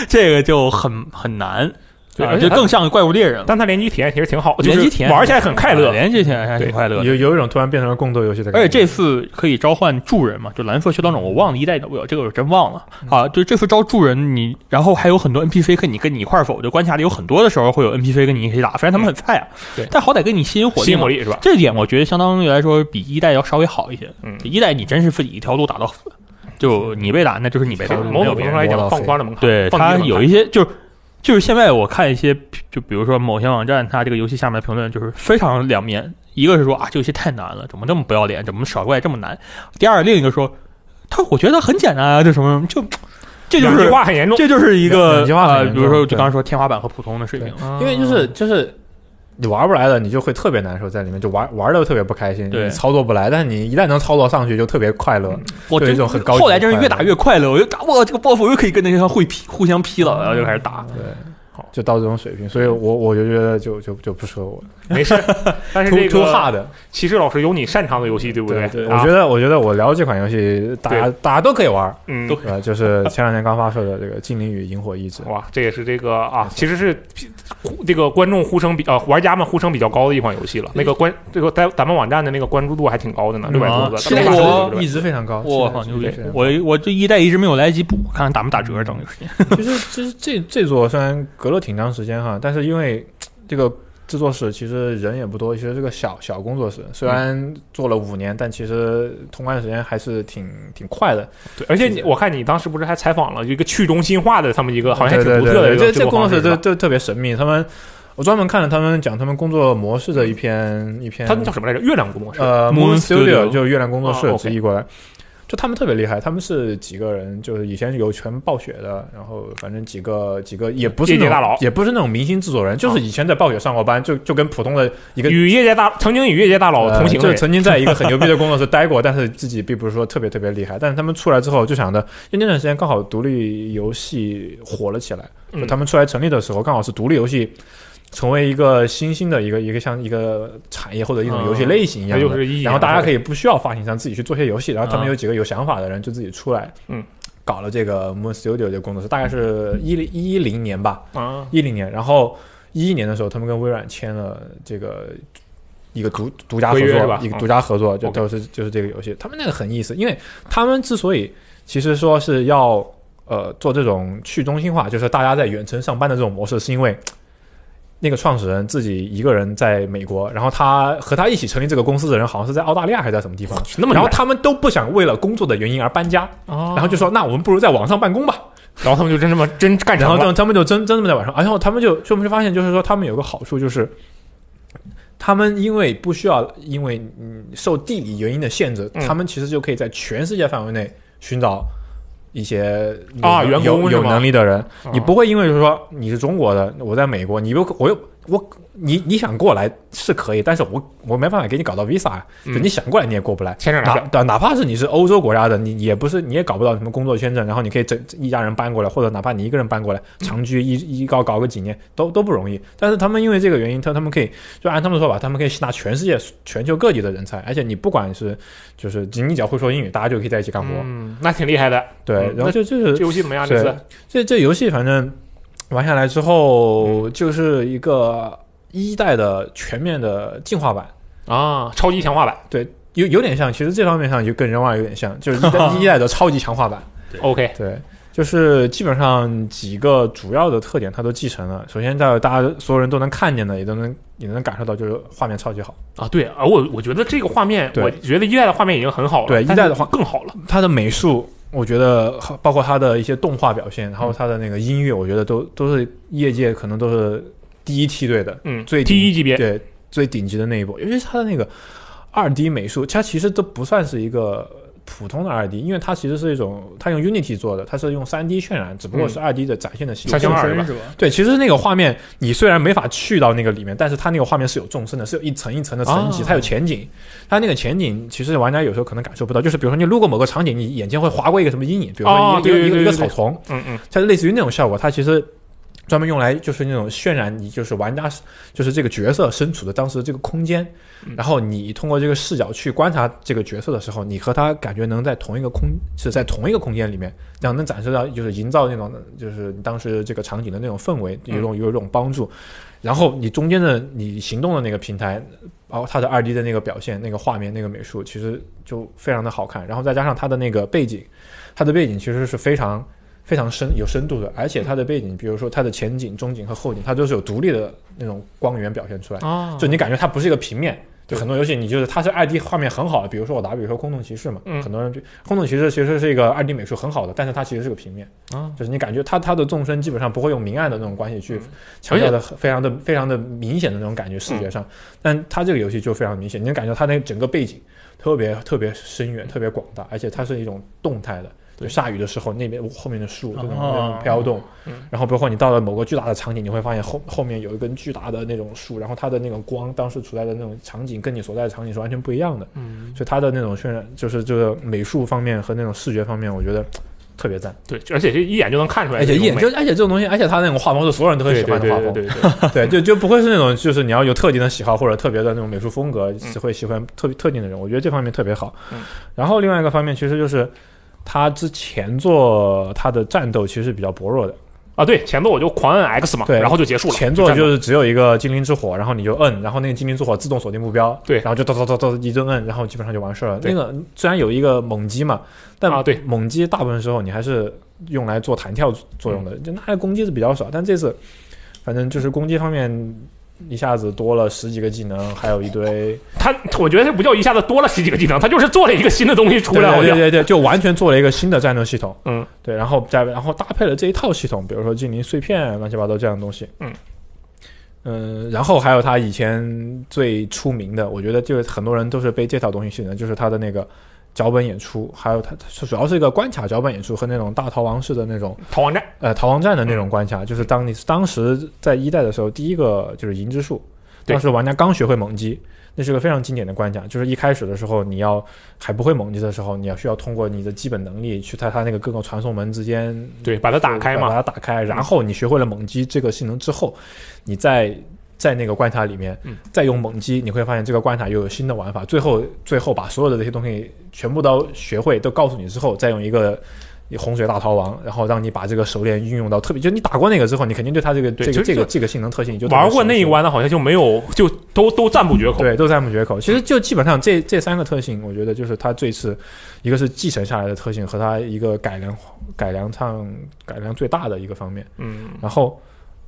Speaker 2: 这个就很很难，
Speaker 1: 对
Speaker 2: 啊
Speaker 1: 而且
Speaker 2: 就
Speaker 1: 它
Speaker 2: 更像个怪物猎人了。
Speaker 1: 但它联机体验其实挺好，就是
Speaker 2: 联机体验啊
Speaker 1: 玩起来很快乐。
Speaker 2: 联机体验还挺快乐的。
Speaker 3: 有有一种突然变成了共斗游戏的感觉。
Speaker 2: 而且这次可以召唤助人嘛，就蓝色修道种，我忘了一代有没有，这个我真忘了
Speaker 1: 嗯
Speaker 2: 啊。就这次招助人你，然后还有很多 NPC 跟你跟你一块儿否，就关卡里有很多的时候会有 NPC 跟你一起打，虽然他们很菜啊，
Speaker 1: 对
Speaker 2: 但好歹给你吸引火
Speaker 1: 吸
Speaker 2: 力
Speaker 1: 引
Speaker 2: 嘛
Speaker 1: 火。力是吧？
Speaker 2: 这点我觉得相当于来说比一代要稍微好一些。
Speaker 1: 嗯
Speaker 2: 一代你真是自己一条路打到死，就你被打那就是你被打，
Speaker 1: 某
Speaker 2: 没有
Speaker 1: 种
Speaker 2: 别
Speaker 1: 程度来
Speaker 2: 人
Speaker 3: 我
Speaker 1: 讲，
Speaker 3: 老
Speaker 1: 放
Speaker 3: 飞
Speaker 1: 宽了门槛。
Speaker 2: 对
Speaker 1: 放低了
Speaker 2: 它
Speaker 1: 门槛
Speaker 2: 有一些就是就是现在我看一些就比如说某些网站，它这个游戏下面的评论就是非常两面，一个是说啊这游戏太难了，怎么这么不要脸，怎么耍怪这么难；第二另一个说他我觉得很简单啊，这什么就这就
Speaker 1: 两极
Speaker 2: 是
Speaker 1: 化很严重。
Speaker 2: 这就是一个
Speaker 3: 两极化很
Speaker 2: 呃，
Speaker 3: 严
Speaker 2: 比如
Speaker 3: 重
Speaker 2: 说就
Speaker 3: 对
Speaker 2: 刚刚说天花板和普通的水平，啊
Speaker 3: 因为就是就是你玩不来了，你就会特别难受，在里面就玩玩的特别不开心，
Speaker 2: 对
Speaker 3: 你操作不来。但你一旦能操作上去，就特别快乐。
Speaker 2: 我
Speaker 3: 对
Speaker 2: 真
Speaker 3: 一种很高级的
Speaker 2: 后来真是越打
Speaker 3: 快乐
Speaker 2: 越快乐，我就打哇这个 boss 我又可以跟那些会劈互相劈了，然后就开始打。
Speaker 3: 对，就到这种水平，所以我我就觉得就就就不适合我
Speaker 1: 没 事，但是
Speaker 3: ，too
Speaker 1: 这
Speaker 3: too
Speaker 1: 个
Speaker 3: hard。
Speaker 1: 骑士老师有你擅长的游戏，对不
Speaker 3: 对，我
Speaker 1: 啊
Speaker 3: 觉，得我觉得我聊这款游戏，大家大家都可以玩。
Speaker 1: 嗯，
Speaker 3: 呃，就是前两天刚发售的这个《精灵与萤火意志》，
Speaker 1: 哇，这也是这个啊，其实是呼这个观众呼声比啊、玩家们呼声比较高的一款游戏了。那个关这个在咱们网站的那个关注度还挺高的呢，六百多个，
Speaker 3: 啊
Speaker 2: 是的
Speaker 1: 大概是
Speaker 2: 我
Speaker 1: 这个
Speaker 3: 一直非常高，
Speaker 2: 我
Speaker 3: 是的
Speaker 2: 靠牛
Speaker 3: 是
Speaker 2: 逼
Speaker 3: 的是的！
Speaker 2: 我我这一代一直没有来得及补，看看打没打折，等有时间。
Speaker 3: 就是就是这这座虽然隔了挺长时间哈，但是因为这个制作室其实人也不多，其实是个小小工作室，虽然做了五年，但其实通关的时间还是挺挺快的。
Speaker 1: 对，而且你我看你当时不是还采访了一个去中心化的他们一个，好像还挺
Speaker 3: 对
Speaker 1: 独
Speaker 3: 对
Speaker 1: 特的
Speaker 3: 对这
Speaker 1: 这
Speaker 3: 这
Speaker 1: 个
Speaker 3: 工作室
Speaker 1: 这
Speaker 3: 就就特别神秘，他们我专门看了他们讲他们工作模式的一篇一篇，
Speaker 1: 他们叫什么来着？月亮工作室。
Speaker 3: 呃
Speaker 2: Moon
Speaker 3: Moon Studio
Speaker 2: Studio
Speaker 3: 就是月亮工作
Speaker 1: 啊
Speaker 3: 室
Speaker 1: ，OK
Speaker 3: 直译过来。就他们特别厉害，他们是几个人，就是以前有全暴雪的，然后反正几个几个也不是
Speaker 1: 业界
Speaker 3: 那种
Speaker 1: 大佬哦
Speaker 3: 也不是那种明星制作人，就是以前在暴雪上过班，就就跟普通的一个
Speaker 1: 与业界大曾经与业界大佬
Speaker 3: 呃
Speaker 1: 同行的
Speaker 3: 就
Speaker 1: 人，
Speaker 3: 曾经在一个很牛逼的工作室待过，但是自己并不是说特别特别厉害。但是他们出来之后就想着，因为那段时间刚好独立游戏火了起来，
Speaker 1: 嗯
Speaker 3: 就他们出来成立的时候，刚好是独立游戏成为一个新兴的一个一个像一个产业或者一种游戏
Speaker 2: 嗯
Speaker 3: 类型一
Speaker 1: 他
Speaker 3: 样
Speaker 1: 就
Speaker 3: 的。
Speaker 1: 是一，
Speaker 3: 然后大家可
Speaker 1: 以
Speaker 3: 以不需要发行商自己去做些游戏，然后他们
Speaker 2: 啊
Speaker 3: 有几个有想法的人就自己出来，
Speaker 1: 嗯，
Speaker 3: 搞了这个 Moon Studio 这工作室，大概是一零一零年吧，
Speaker 1: 啊，
Speaker 3: 一零年，然后一一年的时候，他们跟微软签了这个一个独独家合
Speaker 1: 合约是吧啊
Speaker 3: 作，一个独家合作，就
Speaker 1: OK
Speaker 3: 都是就是这个游戏，他们那个很意思，因为他们之所以其实说是要呃做这种去中心化，就是大家在远程上班的这种模式，是因为。那个创始人自己一个人在美国，然后他和他一起成立这个公司的人好像是在澳大利亚还是在什么地方，
Speaker 1: 那哦么
Speaker 3: 然后
Speaker 1: 远
Speaker 3: 他们都不想为了工作的原因而搬家，
Speaker 1: 哦
Speaker 3: 然后就说那我们不如在网上办公吧，
Speaker 1: 然后他们就真这么真干
Speaker 3: 然
Speaker 1: 成
Speaker 3: 后他
Speaker 1: 了，
Speaker 3: 们他们就真真这么在晚上，然后他们就就我们就发现，就是说他们有个好处就是，他们因为不需要因为嗯受地理原因的限制，
Speaker 1: 嗯
Speaker 3: 他们其实就可以在全世界范围内寻找一些有
Speaker 1: 啊
Speaker 3: 能
Speaker 1: 员工
Speaker 3: 有
Speaker 1: 是
Speaker 3: 有
Speaker 1: 吗
Speaker 3: 能力的人，
Speaker 1: 啊
Speaker 3: 你不会因为就是说你是中国的，我在美国，你又我又我你你想过来是可以，但是我我没办法给你搞到 visa，呀就
Speaker 1: 嗯啊
Speaker 3: 你想过来你也过不来。
Speaker 1: 签 证拿
Speaker 3: 哪
Speaker 1: 下，
Speaker 3: 哪哪怕是你是欧洲国家的，你你也不是你也搞不到什么工作签证，然后你可以整一家人搬过来，或者哪怕你一个人搬过来长居一一搞搞个几年都都不容易。但是他们因为这个原因，他他们可以就按他们的说法，他们可以吸纳全世界全球各地的人才，而且你不管是就是你只要会说英语，大家就可以在一起干活。
Speaker 1: 嗯，那挺厉害的。
Speaker 3: 对，
Speaker 1: 嗯
Speaker 3: 然后就就是
Speaker 1: 这游戏怎么样？
Speaker 3: 呃是
Speaker 1: 这次
Speaker 3: 这这游戏反正玩下来之后，就是一个一代的全面的进化版，
Speaker 1: 啊，超级强化版。
Speaker 3: 有有点像，其实这方面上就跟人玩有点像，就是一代一代的超级强化版。
Speaker 1: OK，
Speaker 3: 对，就是基本上几个主要的特点它都继承了。首先，在大家所有人都能看见的，也都能也能感受到，就是画面超级好。
Speaker 1: 啊，对，而我我觉得这个画面，
Speaker 3: 对
Speaker 1: 我觉得一代的画面已经很好了，
Speaker 3: 对
Speaker 1: 但是
Speaker 3: 一代的话
Speaker 1: 更好了。
Speaker 3: 它的美术，我觉得包括它的一些动画表现，然后它的那个音乐，我觉得都都是业界可能都是第一梯队的。
Speaker 1: 嗯，
Speaker 3: 最
Speaker 1: 第一级别，
Speaker 3: 对最顶级的那一波，尤其是它的那个二 D 美术，它其实都不算是一个普通的二 D，因为它其实是一种它用 Unity 做的，它是用三 D 渲染，只不过是二 D 的展现的形
Speaker 1: 三
Speaker 3: 式。
Speaker 1: 星二吧
Speaker 2: 是吧？
Speaker 3: 对，其实那个画面你虽然没法去到那个里面，但是它那个画面是有纵深的，是有一层一层的层级，
Speaker 1: 哦
Speaker 3: 它有前景。它那个前景其实玩家有时候可能感受不到，就是比如说你路过某个场景，你眼前会划过一个什么阴影，比如
Speaker 1: 哦
Speaker 3: 说一个、
Speaker 1: 对
Speaker 3: 一个
Speaker 1: 对
Speaker 3: 一个
Speaker 1: 对对
Speaker 3: 草丛，
Speaker 1: 嗯嗯，
Speaker 3: 它类似于那种效果，它其实专门用来就是那种渲染你就是玩家就是这个角色身处的当时这个空间
Speaker 1: 嗯，
Speaker 3: 然后你通过这个视角去观察这个角色的时候，你和他感觉能在同一个空是在同一个空间里面，这样能展示到就是营造那种就是你当时这个场景的那种氛围，有一种有一种帮助。然后你中间的你行动的那个平台，然后它的二 D 的那个表现、那个画面、那个美术，其实就非常的好看。然后再加上它的那个背景，它的背景其实是非常非常深有深度的，而且它的背景，比如说它的前景、中景和后景，它都是有独立的那种光源表现出来。
Speaker 1: 啊，
Speaker 3: 就你感觉它不是一个平面。就
Speaker 1: 对
Speaker 3: 很多游戏，你就是它是二 D 画面很好的，比如说我打比如说《空洞骑士》嘛，
Speaker 1: 嗯
Speaker 3: 很多人就《空洞骑士》其实是一个二 D 美术很好的，但是它其实是个平面，
Speaker 1: 啊
Speaker 3: 就是你感觉它它的纵深基本上不会用明暗的那种关系去
Speaker 1: 嗯
Speaker 3: 强调的非常的非常的明显的那种感觉视
Speaker 1: 嗯
Speaker 3: 觉上，但它这个游戏就非常明显，你能感觉它那整个背景特别特别深
Speaker 1: 嗯
Speaker 3: 远、特别广大，而且它是一种动态的。就下雨的时候，那边后面的树就那
Speaker 1: 哦
Speaker 3: 种那种飘动，
Speaker 1: 嗯
Speaker 3: 然后包括你到了某个巨大的场景，你会发现后后面有一根巨大的那种树，然后它的那种光当时处在的那种场景跟你所在的场景是完全不一样的，
Speaker 1: 嗯，
Speaker 3: 所以它的那种渲染就是这个美术方面和那种视觉方面，我觉得特别赞，
Speaker 1: 对，而且这一眼就能看出来
Speaker 3: 而
Speaker 1: 这
Speaker 3: 且
Speaker 1: 种
Speaker 3: 一
Speaker 1: 美，
Speaker 3: 眼就而且这种东西，而且它那种画风是所有人都会
Speaker 1: 对
Speaker 3: 喜
Speaker 1: 对
Speaker 3: 欢的画
Speaker 1: 对
Speaker 3: 风，
Speaker 1: 对对，
Speaker 3: 对，就就不会是那种就是你要有特定的喜好或者特别的那种美术风格，只会喜欢特特定的人。我觉得这方面特别好。
Speaker 1: 嗯
Speaker 3: 然后另外一个方面，其实就是他之前做他的战斗其实是比较薄弱的，
Speaker 1: 啊，对，前作我就狂摁 X 嘛，
Speaker 3: 对
Speaker 1: 然后就结束了。
Speaker 3: 前作
Speaker 1: 战斗
Speaker 3: 就是只有一个精灵之火，然后你就摁，然后那个精灵之火自动锁定目标，
Speaker 1: 对
Speaker 3: 然后就叨叨叨叨一顿摁，然后基本上就完事儿了。
Speaker 1: 对
Speaker 3: 那个虽然有一个猛击嘛，但
Speaker 1: 啊对
Speaker 3: 猛击大部分时候你还是用来做弹跳作用的，
Speaker 1: 嗯
Speaker 3: 就那攻击是比较少。但这次反正就是攻击方面一下子多了十几个技能，还有一堆
Speaker 1: 他，我觉得这不叫一下子多了十几个技能，他就是做了一个新的东西出来，
Speaker 3: 对
Speaker 1: 我
Speaker 3: 对
Speaker 1: 觉
Speaker 3: 对
Speaker 1: 得
Speaker 3: 对对，就完全做了一个新的战斗系统。
Speaker 1: 嗯，
Speaker 3: 对，然后加然后搭配了这一套系统，比如说精灵碎片、乱七八糟这样的东西。
Speaker 1: 嗯
Speaker 3: 嗯、然后还有他以前最出名的，我觉得就是很多人都是被这套东西吸引的，就是他的那个。脚本演出，还有他主要是一个关卡脚本演出和那种大逃亡式的那种
Speaker 1: 逃亡战
Speaker 3: 呃逃亡战的那种关卡，就是当你当时在一代的时候，第一个就是银之术，
Speaker 1: 对
Speaker 3: 当时玩家刚学会猛击，那是个非常经典的关卡，就是一开始的时候你要还不会猛击的时候，你要需要通过你的基本能力去在它那个各个传送门之间
Speaker 1: 对，把它打开嘛，
Speaker 3: 把它打开，然后你学会了猛击这个性能之后，你再。在那个关卡里面
Speaker 1: 嗯，
Speaker 3: 再用猛击，你会发现这个关卡又有新的玩法。最后，最后把所有的这些东西全部都学会，都告诉你之后，再用一个洪水大逃亡，然后让你把这个熟练运用到特别。就你打过那个之后，你肯定对它这个
Speaker 1: 对
Speaker 3: 这个
Speaker 1: 就
Speaker 3: 这个
Speaker 1: 就
Speaker 3: 这个性能特性，你就特别
Speaker 1: 玩过那一
Speaker 3: 熟悉
Speaker 1: 关的，好像就没有，就都都赞不绝口。
Speaker 3: 对，都赞不绝口。其实就基本上这这三个特性，我觉得就是它这次一个是继承下来的特性，和它一个改良改良上改良最大的一个方面。
Speaker 1: 嗯，
Speaker 3: 然后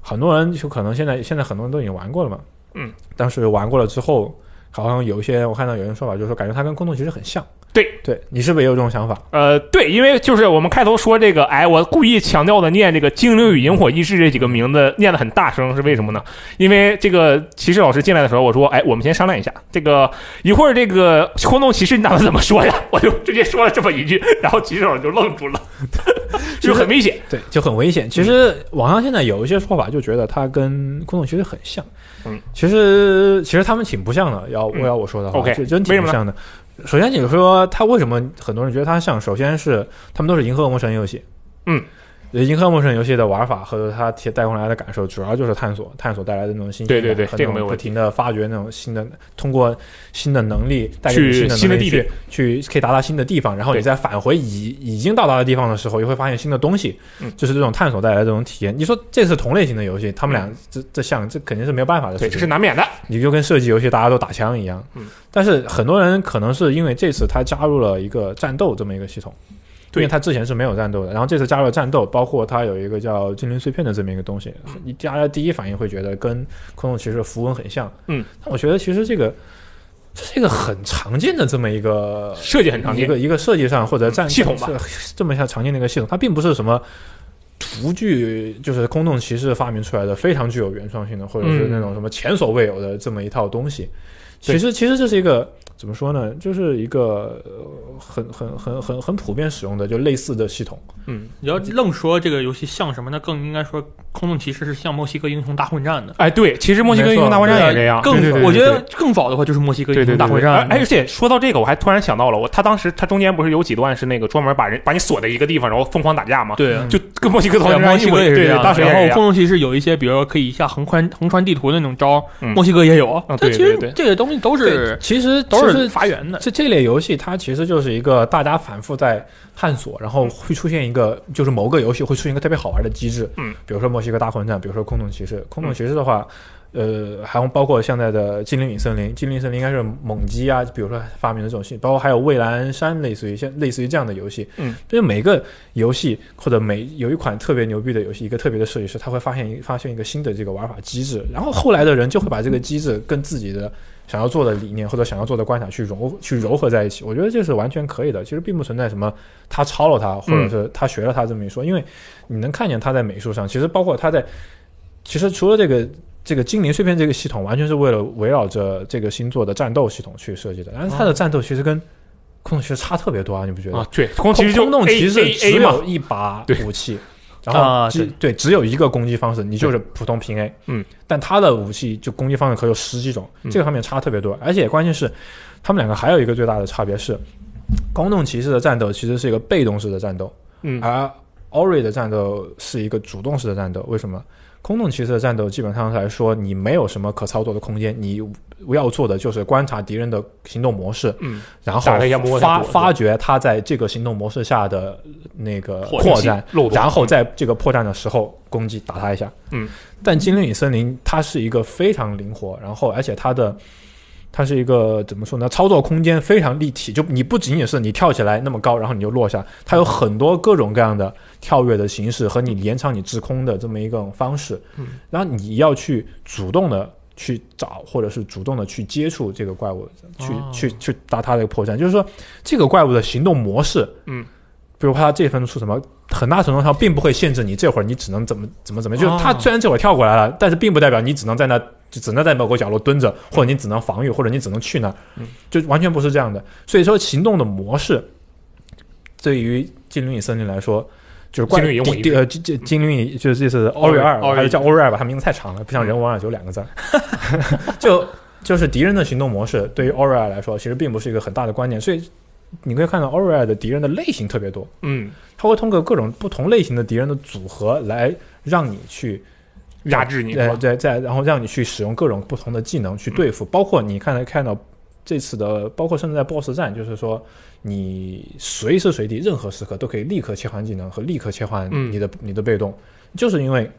Speaker 3: 很多人就可能现在现在很多人都已经玩过了嘛，
Speaker 1: 嗯，
Speaker 3: 但是玩过了之后，好像有一些我看到有人说法，就是说感觉它跟空洞骑士很像，
Speaker 1: 对
Speaker 3: 对，你是不是也有这种想法？
Speaker 1: 呃，对，因为就是我们开头说这个，哎，我故意强调的念这个“精灵与萤火意志”这几个名字，念的很大声，是为什么呢？因为这个骑士老师进来的时候，我说，哎，我们先商量一下，这个一会儿这个空洞骑士你打算怎么说呀？我就直接说了这么一句，然后骑士老师就愣住了，就很危险。
Speaker 3: 对，就很危
Speaker 1: 嗯
Speaker 3: 险。其实网上现在有一些说法，就觉得它跟空洞其实很像。
Speaker 1: 嗯，
Speaker 3: 其实其实他们挺不像的。要我
Speaker 1: 嗯
Speaker 3: 要我说的话
Speaker 1: OK，
Speaker 3: 就真
Speaker 1: 为
Speaker 3: 挺
Speaker 1: 什么
Speaker 3: 不
Speaker 1: 呢
Speaker 3: 像的。首先，你说它为什么很多人觉得它像？首先是他们都是银河恶魔城游戏。
Speaker 1: 嗯。
Speaker 3: 银河恶魔城游戏的玩法和它提带过来的感受，主要就是探索，探索带来的那种新鲜
Speaker 1: 对
Speaker 3: 感
Speaker 1: 对对
Speaker 3: 和
Speaker 1: 这个
Speaker 3: 那
Speaker 1: 没有
Speaker 3: 种不
Speaker 1: 问题
Speaker 3: 停的发掘那种新的，通过新的能力带给
Speaker 1: 去
Speaker 3: 你新的
Speaker 1: 新的
Speaker 3: 能力
Speaker 1: 地点
Speaker 3: 去去可以达到新的地方，然后你
Speaker 1: 对
Speaker 3: 再返回已已经到达的地方的时候，又会发现新的东西，
Speaker 1: 嗯
Speaker 3: 就是这种探索带来的这种体验。你说这是同类型的游戏，他们俩这这像这肯定是没有办法的
Speaker 1: 嗯对，
Speaker 3: 事
Speaker 1: 这是
Speaker 3: 情，
Speaker 1: 难免的。
Speaker 3: 你就跟射击游戏大家都打枪一样。
Speaker 1: 嗯，
Speaker 3: 但是很多人可能是因为这次他加入了一个战斗这么一个系统。
Speaker 1: 对
Speaker 3: 因为他之前是没有战斗的，然后这次加入了战斗，包括他有一个叫精灵碎片的这么一个东西，
Speaker 1: 嗯
Speaker 3: 你大家第一反应会觉得跟空洞骑士的符文很像。
Speaker 1: 嗯，
Speaker 3: 但我觉得其实这个这是一个很常见的这么一个
Speaker 1: 设计很常
Speaker 3: 一
Speaker 1: 见，
Speaker 3: 个一个设计上或者战
Speaker 1: 系统吧，
Speaker 3: 是这么像常见的一个系统，它并不是什么图具，就是空洞骑士发明出来的非常具有原创性的，或者是那种什么前所未有的这么一套东西。
Speaker 1: 嗯对
Speaker 3: 其实，其实这是一个怎么说呢？就是一个呃很很很很很普遍使用的，就类似的系统。
Speaker 1: 嗯，
Speaker 2: 你要愣说这个游戏像什么，那更应该说《空洞骑士》是像墨西哥英雄大混战的。
Speaker 1: 哎，对，其实墨西哥英雄大混战也这样，
Speaker 2: 更
Speaker 3: 对对对对
Speaker 2: 我觉得更早的话就是墨西哥英
Speaker 1: 对对
Speaker 2: 雄大混战。
Speaker 1: 哎，而且说到这个，我还突然想到了，我他当时他中间不是有几段是那个专门把人把你锁在一个地方，然后疯狂打架吗？
Speaker 2: 对
Speaker 3: 嗯
Speaker 1: 就跟墨西哥同
Speaker 2: 对，墨
Speaker 1: 样一
Speaker 2: 西
Speaker 1: 模
Speaker 2: 哥
Speaker 1: 一
Speaker 2: 也
Speaker 1: 样，
Speaker 2: 是
Speaker 1: 对
Speaker 2: 这
Speaker 1: 对，
Speaker 2: 样。
Speaker 1: 当时也
Speaker 2: 然
Speaker 1: 是这
Speaker 2: 后
Speaker 1: 样
Speaker 2: 空洞骑士有一些，比如说可以一下横穿横穿地图的那种招，
Speaker 1: 嗯
Speaker 2: 墨西哥也有。
Speaker 1: 啊
Speaker 2: 但
Speaker 1: 对
Speaker 2: 其
Speaker 1: 对对
Speaker 2: 实这个东西都
Speaker 3: 对
Speaker 2: 是
Speaker 3: 其实
Speaker 2: 都
Speaker 3: 其
Speaker 2: 是
Speaker 3: 实
Speaker 2: 发源的。
Speaker 3: 这这类游戏，它其实就是一个大家反复在探索，然后会出现一个，就是某个游戏会出现一个特别好玩的机制，
Speaker 1: 嗯，
Speaker 3: 比如说墨西哥大混战，比如说空洞骑士。空洞骑士的话，呃，还有包括现在的精灵与森林，精灵与森林应该是猛击啊，比如说发明的这种系，包括还有蔚蓝山，类似于像类似于这样的游戏，
Speaker 1: 嗯，
Speaker 3: 就是每个游戏或者每有一款特别牛逼的游戏，一个特别的设计师，他会发现一发现一个新的这个玩法机制，然后后来的人就会把这个机制跟自己的想要做的理念或者想要做的观察去融去糅合在一起，我觉得这是完全可以的。其实并不存在什么他抄了他，或者是他学了他这么一说，因为你能看见他在美术上，其实包括他在，其实除了这个这个精灵碎片这个系统，完全是为了围绕着这个星座的战斗系统去设计的。但是他的战斗其实跟空洞骑士差特别多啊，你不觉得？
Speaker 1: 啊，对，空其
Speaker 3: 空
Speaker 1: 实就
Speaker 3: 空洞
Speaker 1: A
Speaker 3: 骑士
Speaker 1: A
Speaker 3: 只
Speaker 1: A 嘛
Speaker 3: 有，一把
Speaker 1: 对
Speaker 3: 武器，然后
Speaker 2: 啊
Speaker 3: 只、对只有一个攻击方式，你就是普通平 A。
Speaker 1: 嗯，
Speaker 3: 但他的武器就攻击方式可有十几种，
Speaker 1: 嗯
Speaker 3: 这个方面差特别多。而且关键是，他们两个还有一个最大的差别是，空洞骑士的战斗其实是一个被动式的战斗，
Speaker 1: 嗯，
Speaker 3: 而 Ori 的战斗是一个主动式的战斗。为什么？空洞骑士的战斗基本上来说，你没有什么可操作的空间，你要做的就是观察敌人的行动模式，
Speaker 1: 嗯，
Speaker 3: 然后
Speaker 1: 打了一下摸一下
Speaker 3: 发
Speaker 1: 躲
Speaker 3: 发掘它在这个行动模式下的那个
Speaker 1: 破
Speaker 3: 破
Speaker 1: 绽
Speaker 3: 绽，
Speaker 1: 漏洞
Speaker 3: 然后在这个破绽的时候攻击打它一下。
Speaker 1: 嗯，
Speaker 3: 但精灵与森林它是一个非常灵活，然后而且它的它是一个怎么说呢？操作空间非常立体，就你不仅仅是你跳起来那么高，然后你就落下，它有很多各种各样的跳跃的形式和你延长你滞空的这么一个方式。
Speaker 1: 嗯，
Speaker 3: 然后你要去主动的去找，或者是主动的去接触这个怪物，去、
Speaker 2: 哦
Speaker 3: 去去打它的破绽。就是说，这个怪物的行动模式，
Speaker 1: 嗯，
Speaker 3: 比如它这分出什么，很大程度上并不会限制你这会儿你只能怎么怎么怎么，就是
Speaker 2: 哦
Speaker 3: 它虽然这会儿跳过来了，但是并不代表你只能在那就只能在某个角落蹲着，或者你只能防御，或者你只能去那儿
Speaker 1: 嗯，
Speaker 3: 就完全不是这样的。所以说，行动的模式对于精灵与森林来说，就是怪
Speaker 1: 精灵与我
Speaker 3: 第
Speaker 1: 一
Speaker 3: 第呃精精精灵与就是这次欧瑞二，
Speaker 2: Ori-
Speaker 3: 还是叫欧瑞二吧，它名字太长了，不像人文二只有两个字儿， 就就是敌人的行动模式对于欧瑞二来说，其实并不是一个很大的关键，所以你可以看到欧瑞二的敌人的类型特别多，
Speaker 1: 嗯，
Speaker 3: 它会通过各种不同类型的敌人的组合来让你去
Speaker 1: 压制你，
Speaker 3: 对对对，然后让你去使用各种不同的技能去对付，包括你看来看到这次的，包括甚至在 BOSS 战，就是说你随时随地任何时刻都可以立刻切换技能和立刻切换
Speaker 1: 嗯
Speaker 3: 你的、你的被动，就是因为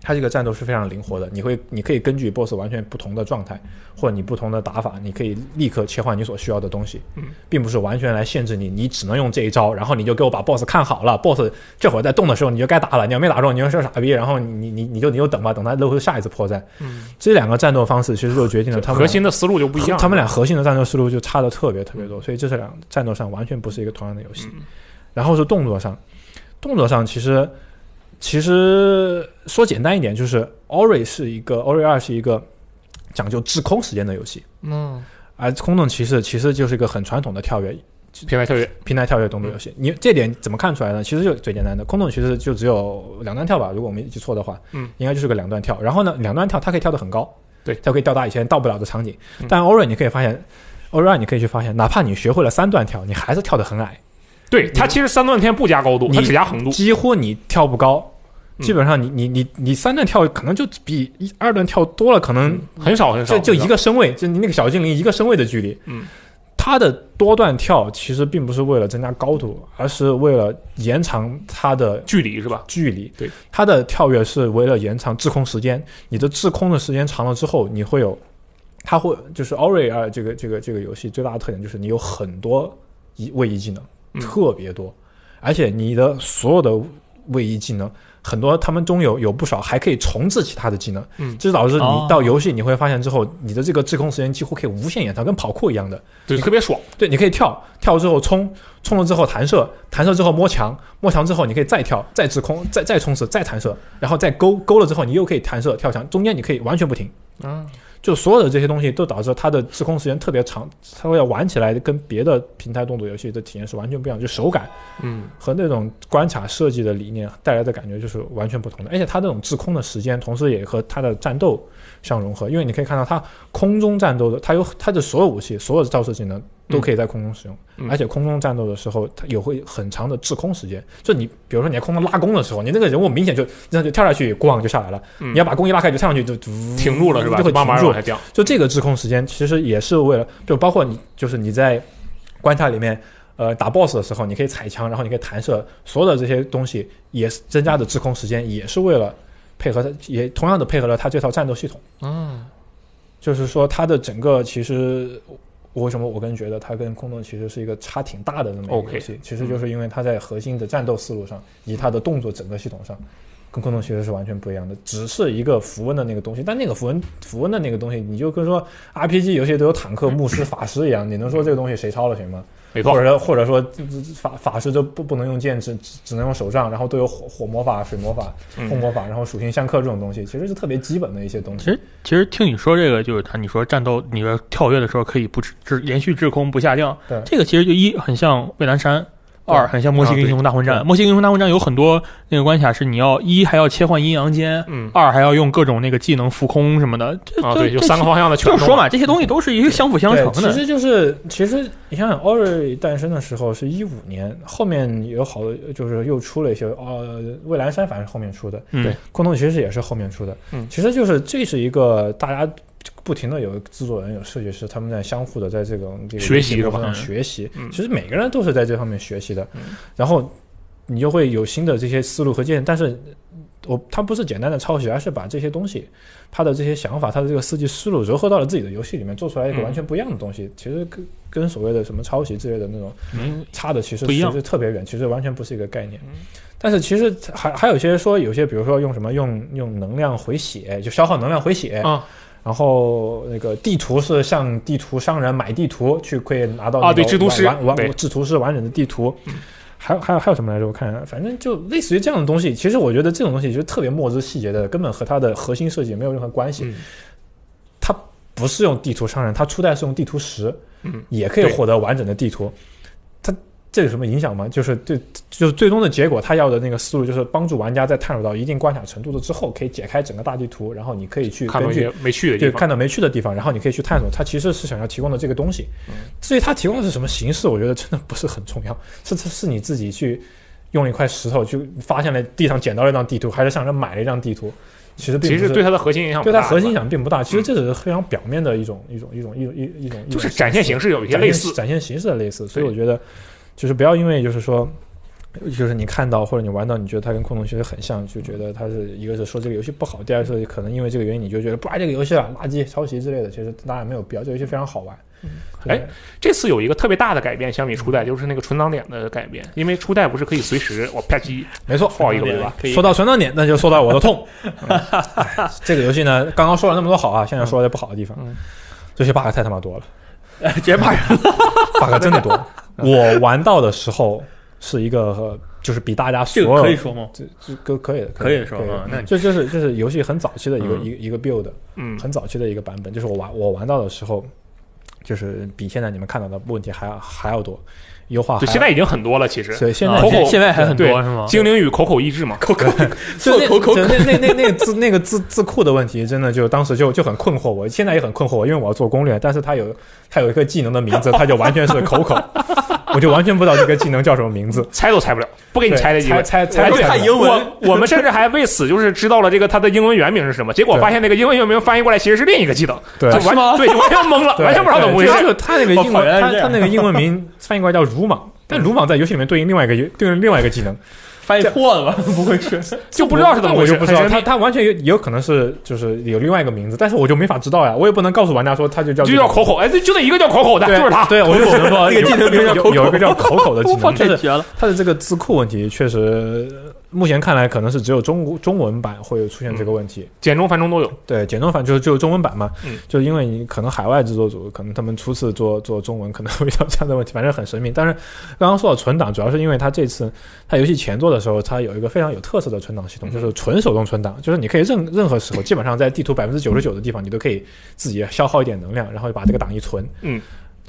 Speaker 3: 它这个战斗是非常灵活的，你会你可以根据 BOSS 完全不同的状态或者你不同的打法，你可以立刻切换你所需要的东西
Speaker 1: 嗯，
Speaker 3: 并不是完全来限制你，你只能用这一招，然后你就给我把 BOSS 看好了，BOSS 这会儿在动的时候你就该打了，你要没打中你就是傻逼，然后你你你就你就等吧，等他露出下一次破绽。
Speaker 1: 嗯，
Speaker 3: 这两个战斗方式其实就决定了他们
Speaker 1: 核心的思路就不一样。
Speaker 3: 他们俩核心的战斗思路就差的特别特别多，所以这是俩战斗上完全不是一个同样的游戏。
Speaker 1: 嗯
Speaker 3: 然后是动作上，动作上其实其实说简单一点，就是 Ori 是一个 Ori 二是一个讲究滞空时间的游戏，
Speaker 1: 嗯，
Speaker 3: 而空洞骑士其实就是一个很传统的跳跃
Speaker 1: 偏外跳跃，
Speaker 3: 平台跳跃动作游
Speaker 1: 嗯
Speaker 3: 戏。你这点怎么看出来呢？其实就最简单的，空洞其实就只有两段跳吧，如果我没记错的话，
Speaker 1: 嗯，
Speaker 3: 应该就是个两段跳。然后呢，两段跳它可以跳得很高，
Speaker 1: 对
Speaker 3: 它可以到达以前到不了的场景
Speaker 1: 嗯。
Speaker 3: 但 Ori 你可以发现。o r i 你可以去发现，哪怕你学会了三段跳，你还是跳得很矮，
Speaker 1: 对它其实三段天不加高度，
Speaker 3: 你
Speaker 1: 它只加横度。
Speaker 3: 几乎你跳不高。
Speaker 1: 嗯
Speaker 3: 基本上你你你你三段跳可能就比一二段跳多了，可能
Speaker 1: 嗯，很少很少，
Speaker 3: 就就一
Speaker 1: 个
Speaker 3: 个身位，就你那个小精灵一个身位的距离。
Speaker 1: 嗯，
Speaker 3: 它的多段跳其实并不是为了增加高度，而是为了延长它的
Speaker 1: 距离是吧？
Speaker 3: 距离。
Speaker 1: 对，
Speaker 3: 它的跳跃是为了延长滞空时间。你的滞空的时间长了之后，你会有，它会就是 Ori 二这个这个这个游戏最大的特点就是你有很多一位移技能，
Speaker 1: 嗯
Speaker 3: 特别多，而且你的所有的位移技能。很多他们中有有不少还可以重置其他的技能，
Speaker 1: 嗯
Speaker 3: 这导致
Speaker 2: 哦
Speaker 3: 你到游戏你会发现之后，你的这个滞空时间几乎可以无限延长，跟跑酷一样的。
Speaker 1: 对，特别爽。
Speaker 3: 对，你可以跳，跳之后冲，冲了之后弹射，弹射之后摸墙，摸墙之后你可以再跳，再滞空，再再冲刺，再弹射，然后再勾勾了之后你又可以弹射跳墙，中间你可以完全不停。
Speaker 1: 嗯，
Speaker 3: 就所有的这些东西都导致它的滞空时间特别长，它要玩起来跟别的平台动作游戏的体验是完全不一样，就手感
Speaker 1: 嗯，
Speaker 3: 和那种关卡设计的理念带来的感觉就是完全不同的。而且它这种滞空的时间，同时也和它的战斗相融合，因为你可以看到它空中战斗的，它有它的所有武器、所有的招式技能都可以在空中使用，
Speaker 1: 嗯
Speaker 3: 而且空中战斗的时候，它也会很长的滞空时间。就你比如说你在空中拉弓的时候，你那个人物明显就那就跳下去，咣就下来了。
Speaker 1: 嗯
Speaker 3: 你要把弓一拉开就跳上去就停
Speaker 1: 停住了是吧？
Speaker 3: 就会
Speaker 1: 慢慢
Speaker 3: 停住
Speaker 1: 往。下降。
Speaker 3: 就这个滞空时间，其实也是为了，就包括你，就是你在关卡里面，呃，打 BOSS 的时候，你可以踩墙，然后你可以弹射，所有的这些东西也是增加的滞空时间，也是为了配合它，也同样的配合了它这套战斗系统。
Speaker 1: 嗯，
Speaker 3: 就是说，它的整个其实，我为什么我个人觉得它跟空洞其实是一个差挺大的这么一个
Speaker 1: OK 嗯
Speaker 3: 游戏其实就是因为它在核心的战斗思路上，以及它的动作整个系统上。跟空洞其实是完全不一样的，只是一个符文的那个东西，但那个符文符文的那个东西，你就跟说 RPG 游戏都有坦克、牧师、法师一样，你能说这个东西谁抄了谁吗？
Speaker 1: 没错
Speaker 3: 或。者说或者说 这这这法法师就不不能用剑，只只只能用手杖，然后都有火火魔法、水魔法、
Speaker 1: 嗯
Speaker 3: 风魔法，然后属性相克这种东西，其实是特别基本的一些东西。
Speaker 2: 其实其实听你说这个，就是他你说战斗，你说跳跃的时候可以不滞滞连续滞空不下降
Speaker 3: 对，
Speaker 2: 这个其实就一很像蔚蓝山。
Speaker 3: 对
Speaker 2: 二很像墨西哥英雄大混
Speaker 3: 啊
Speaker 2: 战，墨西哥英雄大混战有很多那个关卡是你要一还要切换阴阳间，
Speaker 1: 嗯
Speaker 2: 二还要用各种那个技能浮空什么的，这
Speaker 1: 啊，
Speaker 2: 这
Speaker 1: 对，就
Speaker 2: 这
Speaker 1: 三个方向的全
Speaker 2: 就是说
Speaker 1: 弄了，
Speaker 2: 嘛，这些东西都是一个相辅相
Speaker 3: 对，
Speaker 2: 成的
Speaker 3: 其。实就是，其实你想想，Ori 诞生的时候是一五年，后面有好多就是又出了一些，呃，蔚蓝山反正是后面出的，
Speaker 2: 嗯
Speaker 1: 对，
Speaker 3: 空洞骑士也是后面出的，
Speaker 1: 嗯
Speaker 3: 其实就是这是一个大家不停的有制作人有设计师，他们在相互的在这种这个
Speaker 1: 学习
Speaker 3: 的
Speaker 1: 是吧
Speaker 3: 上学习，
Speaker 1: 嗯
Speaker 3: 其实每个人都是在这方面学习的，
Speaker 1: 嗯
Speaker 3: 然后你就会有新的这些思路和见解，但是我他不是简单的抄袭，而是把这些东西，他的这些想法，他的这个设计思路糅合到了自己的游戏里面，做出来一个
Speaker 1: 嗯
Speaker 3: 完全不一样的东西，其实跟跟所谓的什么抄袭之类的那种
Speaker 2: 嗯
Speaker 3: 差的其实
Speaker 2: 不一样
Speaker 3: 其实特别远，其实完全不是一个概念
Speaker 1: 嗯。
Speaker 3: 但是其实还还有一些说，有些比如说用什么用用能量回血，就消耗能量回血，
Speaker 1: 啊
Speaker 3: 然后那个地图是向地图商人买地图去可以拿到
Speaker 1: 啊
Speaker 3: 那个
Speaker 1: 对制图师
Speaker 3: 完完
Speaker 1: 对嗯
Speaker 3: 完制图师完整的地图，还有还有还有什么来着？我看一下，反正就类似于这样的东西。其实我觉得这种东西就是特别末之细节的，根本和它的核心设计没有任何关系。
Speaker 1: 嗯
Speaker 3: 它不是用地图商人，它初代是用地图石，
Speaker 1: 嗯
Speaker 3: 也可以
Speaker 1: 对
Speaker 3: 获得完整的地图。它这有什么影响吗？就是对，就是最终的结果，它要的那个思路就是帮助玩家在探索到一定关卡程度了之后，可以解开整个大地图，然后你可以去
Speaker 1: 看
Speaker 3: 根
Speaker 1: 到一
Speaker 3: 据
Speaker 1: 些没趣的地
Speaker 3: 对，
Speaker 1: 方。
Speaker 3: 看到没趣的地方，然后你可以去探索。它其实是想要提供的这个东西，
Speaker 1: 嗯
Speaker 3: 至于它提供的是什么形式，我觉得真的不是很重要，是是是你自己去用一块石头去发现了地上捡到了一张地图，还是上人买了一张地图，其实并
Speaker 1: 其
Speaker 3: 不是
Speaker 1: 实对它的核心影响不
Speaker 3: 对
Speaker 1: 大，
Speaker 3: 它核心影
Speaker 1: 是吧嗯
Speaker 3: 响并不大。其实这只是非常表面的一种一种一种一种一种一种，
Speaker 1: 就是展现形式有一些
Speaker 3: 嗯展
Speaker 1: 类
Speaker 3: 现
Speaker 1: 似。
Speaker 3: 展现形式的类似，所以
Speaker 1: 对
Speaker 3: 我觉得就是不要因为就是说就是你看到或者你玩到，你觉得它跟《空洞其实很像，就觉得它是一个是说这个游戏不好，第二是可能因为这个原因你就觉得不玩这个游戏了，垃圾、抄袭之类的。其实当然没有必要，这游戏非常好玩。对
Speaker 1: 哎，这次有一个特别大的改变，相比初代就是那个存档点的改变，因为初代不是可以随时我啪叽
Speaker 3: 没错，
Speaker 1: 放一个尾巴，
Speaker 2: 可以
Speaker 3: 说到存档点，那就说到我 的痛。哎这个游戏呢，刚刚说了那么多好啊，现在说的不好的地方，
Speaker 1: 嗯
Speaker 3: 这些 bug 太他妈多了
Speaker 2: 直接骂人。
Speaker 3: ，bug 真 的多。我玩到的时候是一个，呃就是比大家所
Speaker 2: 这
Speaker 3: 有
Speaker 2: 个可以说吗？
Speaker 3: 这这可可以的，
Speaker 2: 可以
Speaker 3: 的
Speaker 2: 说
Speaker 3: 可以的
Speaker 2: 啊，那你
Speaker 3: 这就是这是游戏很早期的一个
Speaker 2: 嗯
Speaker 3: 一个一个 build，
Speaker 1: 嗯，
Speaker 3: 很早期的一个版本，就是我玩我玩到的时候，就是比现在你们看到的问题还要还要多，优化还
Speaker 1: 就
Speaker 3: 要
Speaker 1: 现在已经很多了，其实
Speaker 3: 对现在
Speaker 2: 啊
Speaker 1: 口口
Speaker 2: 现在还很多
Speaker 1: 对
Speaker 2: 是吗？
Speaker 1: 精灵与口口意志嘛，口口
Speaker 3: 就
Speaker 2: 做
Speaker 3: 那
Speaker 2: 口口
Speaker 3: 就那 那那那个字那个字字库的问题，真的就当时就就很困惑我，现在也很困惑我，因为我要做攻略，但是它有它有一个技能的名字，它就完全是口 口，我就完全不知道这个技能叫什么名字，
Speaker 1: 猜都猜不了，不给你
Speaker 3: 对
Speaker 1: 猜的机会。
Speaker 3: 猜猜
Speaker 2: 我
Speaker 3: 猜
Speaker 2: 看
Speaker 3: 出来
Speaker 2: 英文
Speaker 1: 我我们甚至还为此就是知道了这个它的英文原名是什么，结果
Speaker 3: 对
Speaker 1: 发现那个英文原名翻译过来其实是另一个技能，
Speaker 3: 对
Speaker 1: 就。
Speaker 2: 是
Speaker 1: 完
Speaker 2: 吗
Speaker 1: 对，就完全懵了，
Speaker 3: 对
Speaker 1: 完全不知道怎么回
Speaker 3: 对
Speaker 1: 事。哦
Speaker 3: 就他那个
Speaker 2: 我
Speaker 3: 英
Speaker 2: 靠原
Speaker 3: 文，
Speaker 2: 来
Speaker 3: 他
Speaker 2: 是这
Speaker 3: 他
Speaker 2: 样
Speaker 3: 那个英文名翻译过来叫鲁莽，但鲁莽在游戏里面对应另外一个对应另外一个技能，
Speaker 2: 翻译错了 吧？不会是
Speaker 1: 就不知道是怎么回事
Speaker 3: 我就不知道
Speaker 1: 很神
Speaker 3: 他
Speaker 1: 秘
Speaker 3: 他完全有也有可能是就是有另外一个名字，但是我就没法知道呀，我也不能告诉玩家说他就叫
Speaker 1: 就
Speaker 3: 这个
Speaker 1: 叫口口，哎，就就那一个叫口口的，
Speaker 3: 对
Speaker 1: 就是他。
Speaker 3: 对，我就只 能说
Speaker 2: 那个技能名叫
Speaker 3: 有
Speaker 2: 口口
Speaker 3: 有一个叫口口的技
Speaker 2: 我
Speaker 3: 能，就
Speaker 2: 太
Speaker 3: 是
Speaker 2: 绝了！
Speaker 3: 它的这个字库问题确实，呃目前看来可能是只有中中文版会出现这个问题。
Speaker 1: 简中繁中都有。
Speaker 3: 对，简中版就是就是中文版嘛，
Speaker 1: 嗯
Speaker 3: 就是因为你可能海外制作组可能他们初次做做中文可能会遇到这样的问题，反正很神秘。但是刚刚说到存档，主要是因为它这次它游戏前做的时候，它有一个非常有特色的存档系统，
Speaker 1: 嗯
Speaker 3: 就是纯手动存档，就是你可以任任何时候，基本上在地图百分之九十九的地方，你都可以自己消耗一点能量，然后把这个档一存，
Speaker 1: 嗯。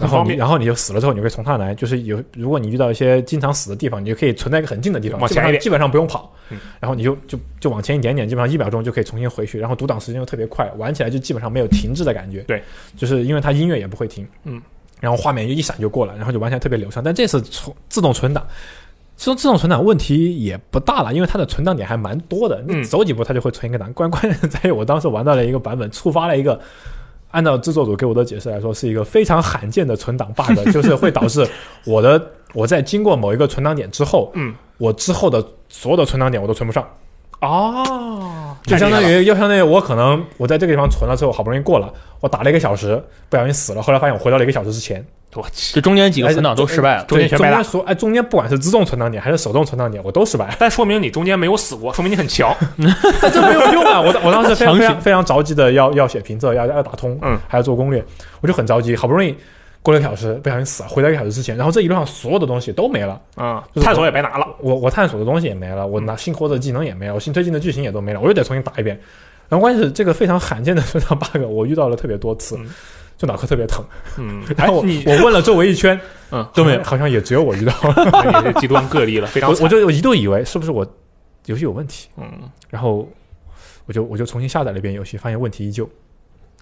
Speaker 3: 然
Speaker 1: 很
Speaker 3: 后
Speaker 1: 方
Speaker 3: 你，
Speaker 1: 便
Speaker 3: 然后你就死了之后，你会从它来。就是有，如果你遇到一些经常死的地方，你就可以存在一个很近的地方，
Speaker 1: 往
Speaker 3: 基
Speaker 1: 前一
Speaker 3: 本上
Speaker 1: 点
Speaker 3: 基本上不用跑
Speaker 1: 嗯，
Speaker 3: 然后你就就就往前一点点，基本上一秒钟就可以重新回去，然后读档时间又特别快，玩起来就基本上没有停滞的感觉。
Speaker 1: 对，
Speaker 3: 就是因为它音乐也不会停，
Speaker 1: 嗯，
Speaker 3: 然后画面一闪就过了，然后就完全特别流畅。但这次存自动存档。其实自动存档问题也不大了，因为它的存档点还蛮多的，你
Speaker 1: 嗯
Speaker 3: 走几步它就会存一个档。关关 键在于我当时玩到了一个版本，触发了一个按照制作组给我的解释来说，是一个非常罕见的存档 bug，就是会导致我的 我在经过某一个存档点之后，
Speaker 1: 嗯，
Speaker 3: 我之后的所有的存档点我都存不上，
Speaker 1: 哦，
Speaker 3: 就相
Speaker 1: 太
Speaker 3: 当
Speaker 1: 厉害了
Speaker 3: 于就相当于我可能我在这个地方存了之后，好不容易过了，我打了一个小时，不小心死了，后来发现我回到了一个小时之前，
Speaker 1: 我去。
Speaker 2: 这中间几个存档都失败了，
Speaker 1: 中
Speaker 3: 对，
Speaker 1: 间全
Speaker 3: 中
Speaker 1: 白搭
Speaker 3: 间所哎中间不管是自动存档点还是手动存档点，我都失败了。
Speaker 1: 但说明你中间没有死过，说明你很强。
Speaker 3: 但这没有用啊！我我当时非常
Speaker 2: 强行
Speaker 3: 非常非常着急的要要写评测，要要打通，
Speaker 1: 嗯，
Speaker 3: 还要做攻略，我就很着急，好不容易过了一个小时，不小心死了，回到一个小时之前，然后这一路上所有的东西都没了，
Speaker 1: 嗯
Speaker 3: 就，是
Speaker 1: 探索也白拿了。
Speaker 3: 我我探索的东西也没了，
Speaker 1: 嗯
Speaker 3: 我拿新获得的技能也没了，我新推进的剧情也都没了，我又得重新打一遍。然后关键是这个非常 罕见的存档 bug，我遇到了特别多次
Speaker 1: 嗯，
Speaker 3: 就脑壳特别疼。
Speaker 1: 嗯，
Speaker 3: 然后我
Speaker 1: 你
Speaker 3: 我问了周围一圈，
Speaker 1: 嗯
Speaker 3: 好像
Speaker 2: 都没有
Speaker 3: 好像也只有我遇到了。
Speaker 1: 你是极端个 例了，非常
Speaker 3: 我
Speaker 1: 惨
Speaker 3: 我就我一度以为是不是我游戏有问题，
Speaker 1: 嗯
Speaker 3: 然后我就我就重新下载了一遍游戏，发现问题依旧。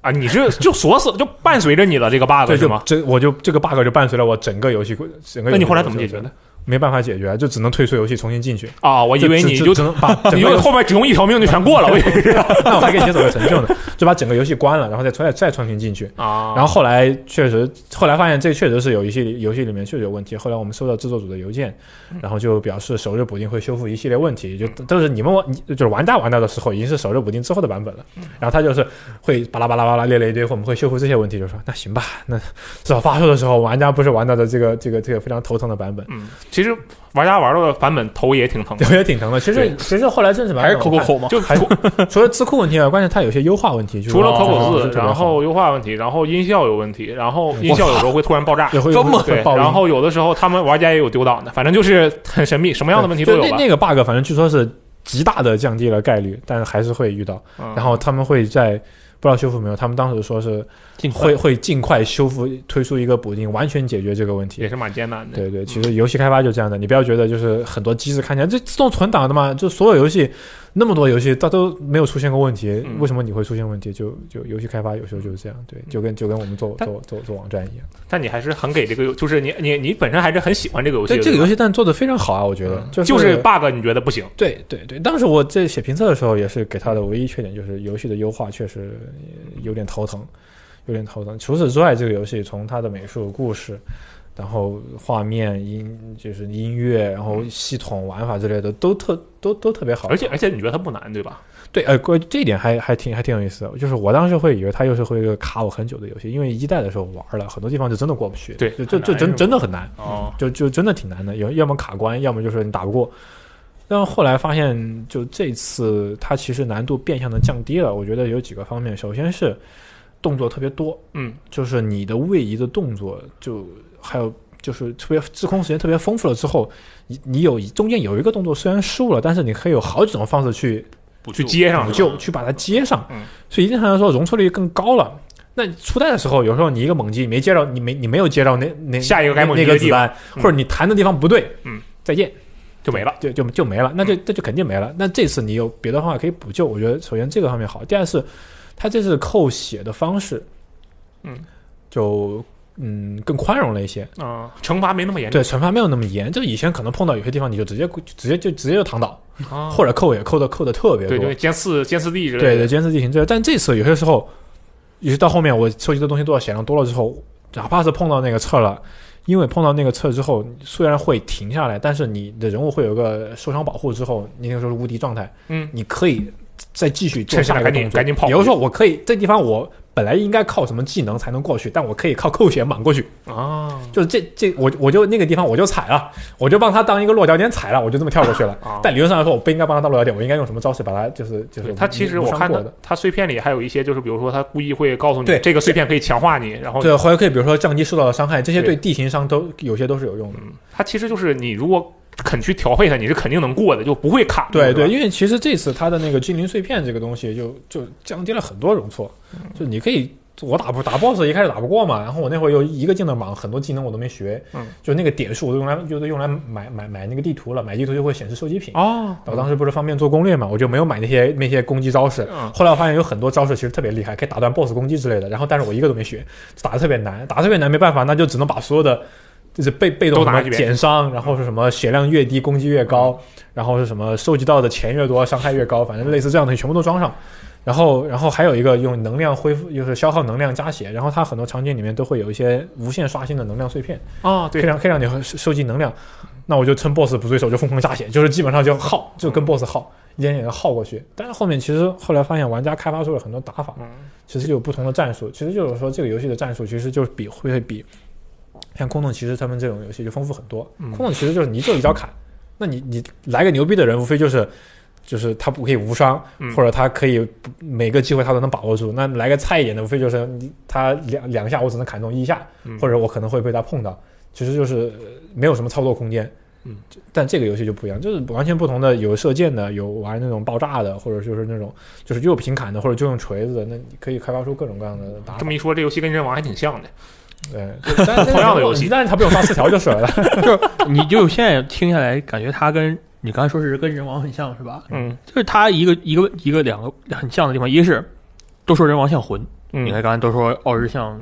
Speaker 1: 啊，你是就锁死就伴随着你了这个 bug
Speaker 3: 对，
Speaker 1: 是
Speaker 3: 就
Speaker 1: 吗？
Speaker 3: 这我就这个 bug 就伴随了我整个游戏过整个。
Speaker 1: 那你后来怎么解决的？？
Speaker 3: 没办法解决，就只能退出游戏重新进去。
Speaker 1: 啊，我
Speaker 3: 我
Speaker 1: 以为你就
Speaker 3: 只能把 整
Speaker 1: 你就
Speaker 3: 个游戏，
Speaker 1: 后面只用一条命就全过了，我以为 是
Speaker 3: 那我还可以解锁个成就呢，就把整个游戏关了，然后再重再再重新进去。
Speaker 1: 啊。
Speaker 3: 然后后来确实，后来发现这确实是有一些游戏里面确实有问题。后来我们收到制作组的邮件，然后就表示首日补丁会修复一系列问题，就都是你们玩你就是玩家玩到的时候已经是首日补丁之后的版本了。然后他就是会巴拉巴拉巴拉列了一堆，我们会修复这些问题，就说那行吧，那至少发售的时候玩家不是玩到的这个这个这个非常头疼的版本。
Speaker 1: 嗯，其实玩家玩到的版本头也挺疼的
Speaker 3: 对，，也挺疼的。其实
Speaker 1: 对
Speaker 3: 其实后来正式版
Speaker 2: 还是
Speaker 3: 本
Speaker 2: 口口
Speaker 3: 我看
Speaker 2: 口吗？
Speaker 1: 就
Speaker 3: 还
Speaker 1: 除
Speaker 3: 除了字库问题啊，关键它有些优化问题，就是
Speaker 1: 除了
Speaker 2: 哦
Speaker 1: 可口
Speaker 3: 不是
Speaker 1: 字，
Speaker 3: 特别
Speaker 1: 然
Speaker 3: 好
Speaker 1: 后优化问题，然后音效有问题，然后音效有时候会突然爆炸。
Speaker 3: 也会
Speaker 2: 这么
Speaker 1: 对，
Speaker 3: 爆音
Speaker 1: 然后有的时候他们玩家也有丢档的，反正就是很神秘，什么样的问题都
Speaker 3: 对
Speaker 1: 有
Speaker 3: 就
Speaker 1: 吧
Speaker 3: 那。那个 bug 反正据说是极大的降低了概率，但还是会遇到。
Speaker 1: 嗯
Speaker 3: 然后他们会在不知道修复没有，他们当时说是
Speaker 2: 尽快
Speaker 3: 会
Speaker 1: 嗯
Speaker 3: 会尽快修复，推出一个补丁，完全解决这个问
Speaker 1: 也
Speaker 3: 题。
Speaker 1: 是蛮艰难的。
Speaker 3: 对对，其实游戏开发就这样的，你不要觉得就是很多机制看起来这自动存档的嘛，就所有游戏那么多游戏它都没有出现过问题，
Speaker 1: 嗯
Speaker 3: 为什么你会出现问题？就就游戏开发有时候就是这样，对，就跟就跟我们做
Speaker 1: 但
Speaker 3: 做做做网站一样。
Speaker 1: 但你还是很给这个游，就是你你你本身还是很喜欢这个游戏
Speaker 3: 对
Speaker 1: 的。
Speaker 3: 这个游
Speaker 1: 戏
Speaker 3: 戏，但做的非常好啊，我觉得、就是
Speaker 1: 嗯
Speaker 3: 哦
Speaker 1: 就是 bug，你觉得不行？
Speaker 3: 对对对，当时我在写评测的时候，也是给他的唯一缺点就是游戏的优化确实呃有点头疼，有点头疼。除此之外，这个游戏从它的美术、故事、然后画面、音就是音乐，然后系统、玩法之类的都特都都特别
Speaker 1: 嗯
Speaker 3: 好。
Speaker 1: 而且而且你觉得它不难对吧？
Speaker 3: 对，呃，关于这一点还还挺还挺有意思的。就是我当时会以为它又是会一个卡我很久的游戏，因为一代的时候玩了很多地方就真的过不去，
Speaker 1: 对
Speaker 3: 就就
Speaker 1: 很
Speaker 3: 就
Speaker 1: 难是
Speaker 3: 真
Speaker 1: 吧
Speaker 3: 真的很难，
Speaker 1: 哦，
Speaker 3: 就就真的挺难的，有要么卡关，要么就是你打不过。但后来发现，就这次它其实难度变相的降低了。我觉得有几个方面，首先是动作特别多，
Speaker 1: 嗯，
Speaker 3: 就是你的位移的动作，就还有就是特别滞空时间特别丰富了之后，你你有中间有一个动作虽然失误了，但是你可以有好几种方式去
Speaker 4: 不
Speaker 1: 去接上
Speaker 3: 补
Speaker 1: 是吧
Speaker 3: 救，去把它接上，
Speaker 1: 嗯
Speaker 3: 所以一定程度上说容错率更高了。那你初代的时候，有时候你一个猛击你没接到，你没你没有接到那那
Speaker 1: 下一个该猛击
Speaker 3: 那
Speaker 1: 的
Speaker 3: 个
Speaker 1: 地
Speaker 3: 子
Speaker 1: 方
Speaker 3: 弹，
Speaker 1: 嗯
Speaker 3: 或者你弹的地方不对，
Speaker 1: 嗯，
Speaker 3: 再见
Speaker 1: 就没了。
Speaker 3: 就就就没了，那就那就肯定没了。那这次你有别的方法可以补救，我觉得首先这个方面好，第二是它这次扣血的方式，
Speaker 1: 嗯，
Speaker 3: 就嗯更宽容了一些，
Speaker 1: 嗯，惩罚没那么严重
Speaker 3: 对惩罚没有那么严，就以前可能碰到有些地方你就直接直接就直接就躺倒，
Speaker 1: 啊，
Speaker 3: 或者扣也扣的扣的特别多，
Speaker 1: 对对，监视监视地之类的。
Speaker 3: 对对，监视地形这，但这次有些时候，也是到后面我收集的东西多少血量多了之后，哪怕是碰到那个刺儿了，因为碰到那个刺儿之后，虽然会停下来，但是你的人物会有个受伤保护之后，你那个时候是无敌状态，
Speaker 1: 嗯，
Speaker 3: 你可以再继续做
Speaker 1: 趁下
Speaker 3: 下一个
Speaker 1: 赶紧
Speaker 3: 动作
Speaker 1: 赶。紧跑。
Speaker 3: 也就是说，我可以这地方我本来应该靠什么技能才能过去，但我可以靠扣血莽过去。
Speaker 1: 啊
Speaker 3: 就是这这，我我就那个地方我就踩了，我就帮他当一个落脚点踩了，我就这么跳过去了。
Speaker 1: 啊，
Speaker 3: 但理论上来说，我不应该帮他当落脚点，我应该用什么招式把他就是就是
Speaker 1: 对它其实
Speaker 3: 无
Speaker 1: 我
Speaker 3: 伤
Speaker 1: 看
Speaker 3: 过
Speaker 1: 到
Speaker 3: 的。
Speaker 1: 它碎片里还有一些，就是比如说它故意会告诉你
Speaker 3: 对
Speaker 1: 这个碎片可以强化你，然后
Speaker 3: 对，或者可以比如说降低受到的伤害，这些
Speaker 1: 哦对
Speaker 3: 对地形伤都有些都是有用的。
Speaker 1: 它其实就是你如果肯去调配它，你是肯定能过的，就不会卡。
Speaker 3: 对
Speaker 1: 对
Speaker 3: 对，
Speaker 1: 吧，
Speaker 3: 因为其实这次它的那个精灵碎片这个东西就就降低了很多容错，就你可以。我打不打 boss 一开始打不过嘛，然后我那会儿又一个劲的忙，很多技能我都没学，
Speaker 1: 嗯，
Speaker 3: 就那个点数我都用来就是用来买买买那个地图了，买地图就会显示收集品。
Speaker 1: 哦，
Speaker 3: 我当时不是方便做攻略嘛，我就没有买那些那些攻击招式，
Speaker 1: 嗯
Speaker 3: 后来我发现有很多招式其实特别厉害，可以打断 BOSS 攻击之类的。然后，但是我一个都没学，打的特别难，打得特别难，没办法，那就只能把所有的就是被被动
Speaker 1: 都
Speaker 3: 什
Speaker 1: 打
Speaker 3: 么
Speaker 1: 一遍嗯
Speaker 3: 减伤，然后是什么血量越低攻击越高，然后是什么收集到的钱越多伤害越高，反正类似这样的东西全部都装上。然后，然后还有一个用能量恢复，就是消耗能量加血。然后它很多场景里面都会有一些无限刷新的能量碎片，
Speaker 1: 啊，
Speaker 3: 可以
Speaker 1: 对，
Speaker 3: 让可以让你收收集能量。那我就趁 BOSS 不对手就疯狂加血，就是基本上就耗，就跟 BOSS 耗，一点点的耗过去。但是后面其实后来发现玩家开发出了很多打法，
Speaker 1: 嗯
Speaker 3: 其实有不同的战术。其实就是说这个游戏的战术其实就是比会比像空洞骑士他们这种游戏就丰富很多。
Speaker 1: 嗯
Speaker 3: 空洞骑士就是你就一招砍，那你你来个牛逼的人，无非就是。就是他不可以无伤，
Speaker 1: 嗯
Speaker 3: 或者他可以不每个机会他都能把握住。那来个菜一点的，无非就是你他两两下我只能砍中一下，
Speaker 1: 嗯
Speaker 3: 或者我可能会被他碰到，其实就是呃没有什么操作空间。
Speaker 1: 嗯，
Speaker 3: 但这个游戏就不一样，就是完全不同的，有射箭的，有玩那种爆炸的，或者就是那种就是又平砍的，或者就用锤子的，那你可以开发出各种各样的打
Speaker 1: 这
Speaker 3: 法。
Speaker 1: 么一说，这游戏跟人王还挺像的。
Speaker 3: 对，就但是
Speaker 1: 同样的游戏
Speaker 3: 但是它不用刷词条就是了。
Speaker 2: 你就现在听下来，感觉它跟你刚才说是跟人王很像是吧？
Speaker 1: 嗯
Speaker 2: 就是它一个一个一个两个很像的地方，一个是都说人王像魂，
Speaker 1: 嗯
Speaker 3: 嗯
Speaker 2: 你看刚才都说奥日 像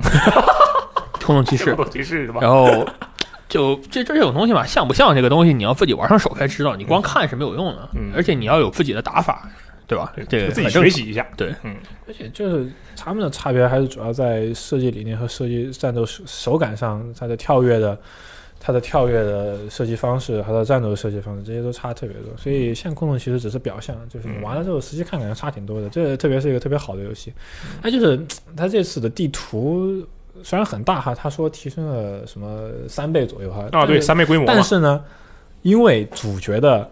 Speaker 2: 空洞骑
Speaker 1: 是
Speaker 2: 士，
Speaker 1: 骑士是吧？
Speaker 2: 然后就这这种东西嘛，像不像这个东西，你要自己玩上手才知道，你光看是没有用的，
Speaker 1: 嗯
Speaker 2: 而且你要有自己的打法，对吧？这
Speaker 3: 呃
Speaker 2: 个
Speaker 1: 自己
Speaker 2: 很正
Speaker 1: 学习一下。
Speaker 3: 而且就是他们的差别还是主要在设计理念和设计战斗手手感上，它的跳跃的。它的跳跃的设计方式，它的战斗设计方式，这些都差特别多。所以像空洞其实只是表象，就是你
Speaker 1: 嗯
Speaker 3: 玩了之后实际看感觉差挺多的。这特别是一个特别好的游戏，它就是嗯它这次的地图虽然很大哈，他说提升了什么三倍左右哈
Speaker 1: 啊，对，
Speaker 3: 但是
Speaker 1: 三倍规模
Speaker 3: 但
Speaker 1: 嘛，
Speaker 3: 是呢，因为主角的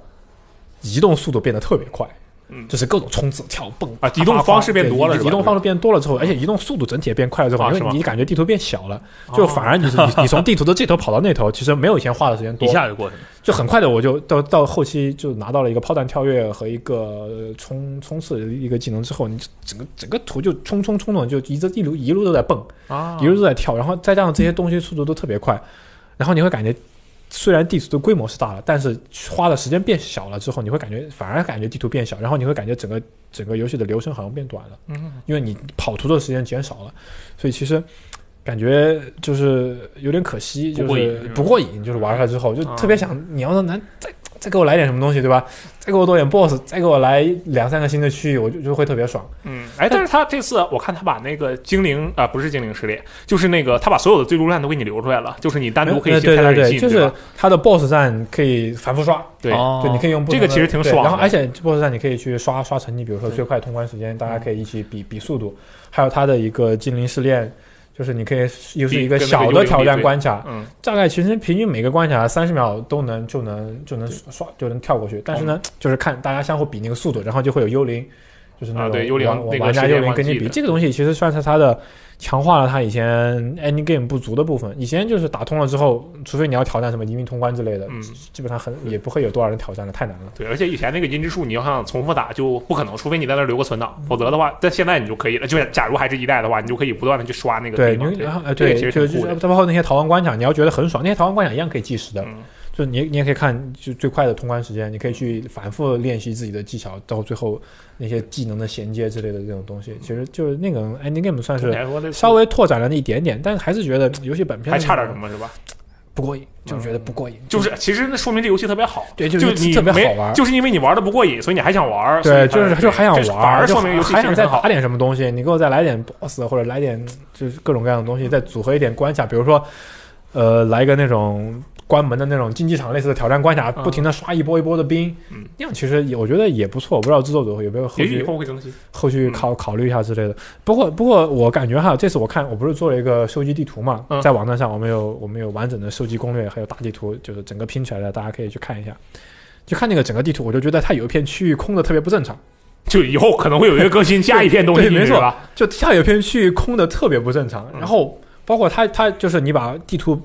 Speaker 3: 移动速度变得特别快，
Speaker 1: 嗯
Speaker 3: 就是各种冲刺、跳蹦
Speaker 1: 啊移动方式变多了
Speaker 3: 对
Speaker 1: 是吧
Speaker 3: 移动方式变多了之后，而且移动速度整体也变快了之后，
Speaker 1: 啊
Speaker 3: 因
Speaker 1: 是
Speaker 3: 为
Speaker 1: 吗
Speaker 3: 你感觉地图变小了，
Speaker 1: 哦
Speaker 3: 就反而你是你你从地图的这头跑到那头，其实没有以前花的时间 多
Speaker 2: 一，下就过去了。
Speaker 3: 就很快的我就到到后期就拿到了一个炮弹跳跃和一个呃冲冲刺的一个技能之后，你整个整个图就冲冲冲的就一直一路一路都在蹦，
Speaker 1: 啊
Speaker 3: 一路都在跳，然后再加上这些东西速度都特别快，然后你会感觉，虽然地图的规模是大了，但是花的时间变小了之后，你会感觉反而感觉地图变小，然后你会感觉整个整个游戏的流程好像变短了，
Speaker 1: 嗯
Speaker 3: 因为你跑图的时间减少了，所以其实。感觉就是有点可惜，
Speaker 2: 不
Speaker 3: 就
Speaker 2: 过瘾
Speaker 3: 是
Speaker 2: 是吧
Speaker 3: 不过瘾，就是玩出来之后就
Speaker 1: 啊
Speaker 3: 特别想，你要是能再再给我来点什么东西，对吧？再给我多点 BOSS，再给我来两三个新的区域，我就就会特别爽。
Speaker 1: 嗯哎，但是他这次我看他把那个精灵啊、不是精灵试炼，就是那个他把所有的最终战都给你留出来了，就是你单独可以
Speaker 3: 呃
Speaker 1: 去开
Speaker 3: 对
Speaker 1: 发
Speaker 3: 对
Speaker 1: 人
Speaker 3: 对，
Speaker 1: 性，
Speaker 3: 就是
Speaker 1: 吧？
Speaker 3: 它的 BOSS 战可以反复刷，
Speaker 1: 对，
Speaker 2: 哦
Speaker 3: 对，你可以用不
Speaker 1: 这
Speaker 3: 同
Speaker 1: 个
Speaker 3: 的
Speaker 1: 其实挺
Speaker 3: 对
Speaker 1: 爽
Speaker 3: 然后
Speaker 1: 的
Speaker 3: 而且 BOSS 战你可以去刷刷成绩，比如说最快通关时间，大家
Speaker 1: 嗯
Speaker 3: 可以一起比比速度，还有它的一个精灵试炼。就是你可以又是一个
Speaker 1: 比跟那个
Speaker 3: 小
Speaker 1: 幽灵
Speaker 3: 的
Speaker 1: 比
Speaker 3: 挑战
Speaker 1: 对
Speaker 3: 关卡，
Speaker 1: 嗯，
Speaker 3: 大概其实平均每个关卡三十秒都能就能就能刷就能跳过去，但是
Speaker 1: 哦
Speaker 3: 呢，就是看大家相互比那个速度，然后就会有幽灵，就是那
Speaker 1: 啊
Speaker 3: 种
Speaker 1: 对幽灵
Speaker 3: 玩
Speaker 1: 那个
Speaker 3: 玩家
Speaker 1: 时间
Speaker 3: 幽灵
Speaker 1: 换
Speaker 3: 跟你
Speaker 1: 季
Speaker 3: 比，
Speaker 1: 的
Speaker 3: 这个东西其实算是它的强化了它以前 end game 不足的部分。以前就是打通了之后，除非你要挑战什么移民通关之类的，
Speaker 1: 嗯
Speaker 3: 基本上很也不会有多少人挑战了，太难了。
Speaker 1: 对，而且以前那个银之术，你要想重复打就不可能，除非你在那儿留个存档，否则的话，但现在你就可以了。就是假如还是一代的话，你就可以不断的去刷那个
Speaker 3: 对，
Speaker 1: 地
Speaker 3: 你
Speaker 1: 方。
Speaker 3: 然后呃
Speaker 1: 这个
Speaker 3: 对，
Speaker 1: 其
Speaker 3: 就
Speaker 1: 实
Speaker 3: 就
Speaker 1: 挺酷
Speaker 3: 是
Speaker 1: 的。
Speaker 3: 包括那些逃亡关卡，你要觉得很爽，那些逃亡关卡一样可以计时的，
Speaker 1: 嗯，
Speaker 3: 就你也你也可以看，就最快的通关时间，你可以去反复练习自己的技巧，到最后那些技能的衔接之类的这种东西，其实就是那个 ending game 算
Speaker 1: 总体
Speaker 3: 是
Speaker 1: 来说这次
Speaker 3: 稍微拓展了那一点点，但还是觉得游戏本片
Speaker 1: 嗯还差点什么是吧？
Speaker 3: 不过瘾，就是觉得不过瘾，
Speaker 1: 就是其实那说明这游戏特别好，
Speaker 3: 对，就
Speaker 1: 就是你
Speaker 3: 特别
Speaker 1: 没
Speaker 3: 好玩。
Speaker 1: 就是因为你玩的不过瘾，所以你还想玩儿。所
Speaker 3: 对，
Speaker 1: 以才
Speaker 3: 就是就还想
Speaker 1: 这
Speaker 3: 玩
Speaker 1: 反
Speaker 3: 儿，
Speaker 1: 而
Speaker 3: 就
Speaker 1: 说明游戏性
Speaker 3: 还想
Speaker 1: 很
Speaker 3: 再
Speaker 1: 好
Speaker 3: 打点什么东西，你给我再来点 boss 或者来点就是各种各样的东西，再组合一点关卡，比如说，呃，来一个那种关门的那种竞技场类似的挑战关卡，
Speaker 1: 嗯
Speaker 3: 不停的刷一波一波的兵，
Speaker 1: 嗯
Speaker 3: 那样其实也我觉得也不错，我不知道制作组有没有后
Speaker 1: 也许以
Speaker 3: 续
Speaker 1: 后会嗯更新。
Speaker 3: 后续考考虑一下之类的。不过不过我感觉哈，这次我看我不是做了一个收集地图嘛，
Speaker 1: 嗯
Speaker 3: 在网站上我们有我们有完整的收集攻略，还有大地图，就是整个拼起来的，大家可以去看一下。就看那个整个地图，我就觉得它有一片区域空的特别不正常。
Speaker 1: 就以后可能会有一个更 新，加一片东西，
Speaker 3: 对没错
Speaker 1: 是吧？
Speaker 3: 就下有片区域空的特别不正常，
Speaker 1: 嗯
Speaker 3: 然后包括它它就是你把地图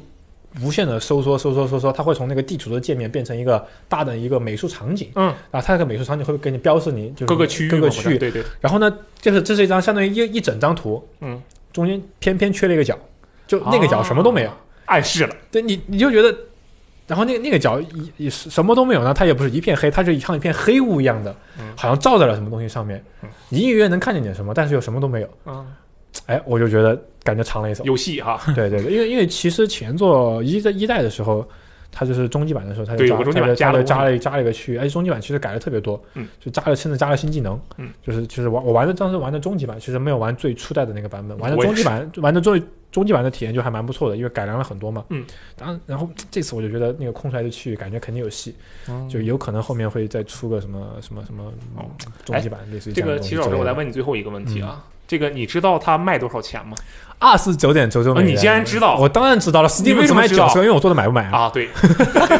Speaker 3: 无限的收缩收缩收缩，它会从那个地图的界面变成一个大的一个美术场景，
Speaker 1: 嗯，
Speaker 3: 然后它那个美术场景会给你标示你就是
Speaker 1: 各个区域嘛，
Speaker 3: 各个
Speaker 1: 我觉
Speaker 3: 区
Speaker 1: 得对
Speaker 3: 域，
Speaker 1: 对，
Speaker 3: 然后呢，就是这是一张相当于一一整张图，
Speaker 1: 嗯，
Speaker 3: 中间偏偏缺了一个角，就那个角
Speaker 1: 啊
Speaker 3: 什么都没有，
Speaker 1: 暗示了，
Speaker 3: 对你你就觉得。然后那那个角也也是什么都没有呢，它也不是一片黑，它就像一片黑雾一样的
Speaker 1: 嗯，
Speaker 3: 好像罩在了什么东西上面
Speaker 1: 嗯，
Speaker 3: 你隐隐约约能看见点什么，但是又什么都没有。
Speaker 1: 嗯，
Speaker 3: 哎，我就觉得感觉长了 一手。
Speaker 1: 有戏哈，
Speaker 3: 对对对，因为因为其实前作一在一代的时候，它就是终极版的时候，它就
Speaker 1: 对
Speaker 3: 加
Speaker 1: 有个终极版
Speaker 3: 它就
Speaker 1: 加了
Speaker 3: 加了加了一个区域，而哎且终极版其实改的特别多，
Speaker 1: 嗯，
Speaker 3: 就加了甚至加了新技能，
Speaker 1: 嗯，
Speaker 3: 就是就是玩我玩的当时玩的终极版，其实没有玩最初代的那个版本，玩的
Speaker 1: 我也
Speaker 3: 终极
Speaker 1: 是
Speaker 3: 版玩的终终极版的体验就还蛮不错的，因为改良了很多嘛，
Speaker 1: 嗯，
Speaker 3: 然后然后这次我就觉得那个空出来的区域感觉肯定有戏，就有可能后面会再出个什么什么什么
Speaker 1: 嗯哦
Speaker 3: 终极版，类似于
Speaker 1: 这
Speaker 3: 样的
Speaker 1: 个
Speaker 3: 东
Speaker 1: 齐
Speaker 3: 西
Speaker 1: 老师，
Speaker 3: 之类
Speaker 1: 我来
Speaker 3: 的
Speaker 1: 问你最后一个问题啊，
Speaker 3: 嗯
Speaker 1: 这个你知道它卖多少钱吗？
Speaker 3: 二十九点九九
Speaker 1: 啊
Speaker 3: 美元、
Speaker 1: 你竟然知道
Speaker 3: 我当然知道了。Steam
Speaker 1: 为什么
Speaker 3: 卖
Speaker 1: 知
Speaker 3: 九
Speaker 1: 道
Speaker 3: 十，因为我做的买不买啊？
Speaker 1: 啊，对，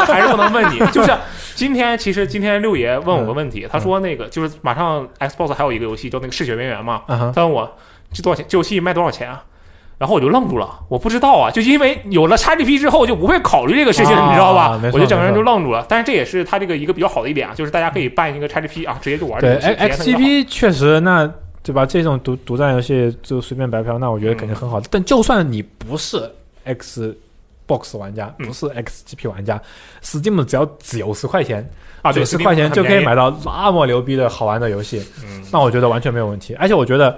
Speaker 1: 还是不能问你。就是今天，其实今天六爷问我个问题，他
Speaker 3: 嗯
Speaker 1: 说那个就是马上 Xbox 还有一个游戏叫那个《嗜血边缘》嘛，
Speaker 3: 啊哈，
Speaker 1: 他问我这多少钱，这游戏卖多少钱啊？然后我就愣住了，我不知道啊，就因为有了 XGP 之后就不会考虑这个事情，
Speaker 3: 啊
Speaker 1: 你知道吧
Speaker 3: 没？错
Speaker 1: 我就整个人就愣住了。但是这也是他这个一个比较好的一点啊，就是大家可以办一个 XGP 啊，直接就玩这个
Speaker 3: 对哎
Speaker 1: 游戏。体验特别
Speaker 3: ，X G
Speaker 1: 好
Speaker 3: P 确实那。对吧？这种独独占游戏就随便白嫖，那我觉
Speaker 1: 嗯
Speaker 3: 得肯定很好。但就算你不是 Xbox 玩家，
Speaker 1: 嗯
Speaker 3: 不是 XGP 玩家、s t e a m 只要九十块钱，
Speaker 1: 啊，对，
Speaker 3: 九十块钱就可以
Speaker 1: 很便宜。
Speaker 3: 买到那么牛逼的好玩的游戏，
Speaker 1: 嗯
Speaker 3: 那我觉得完全没有问题。而且我觉得，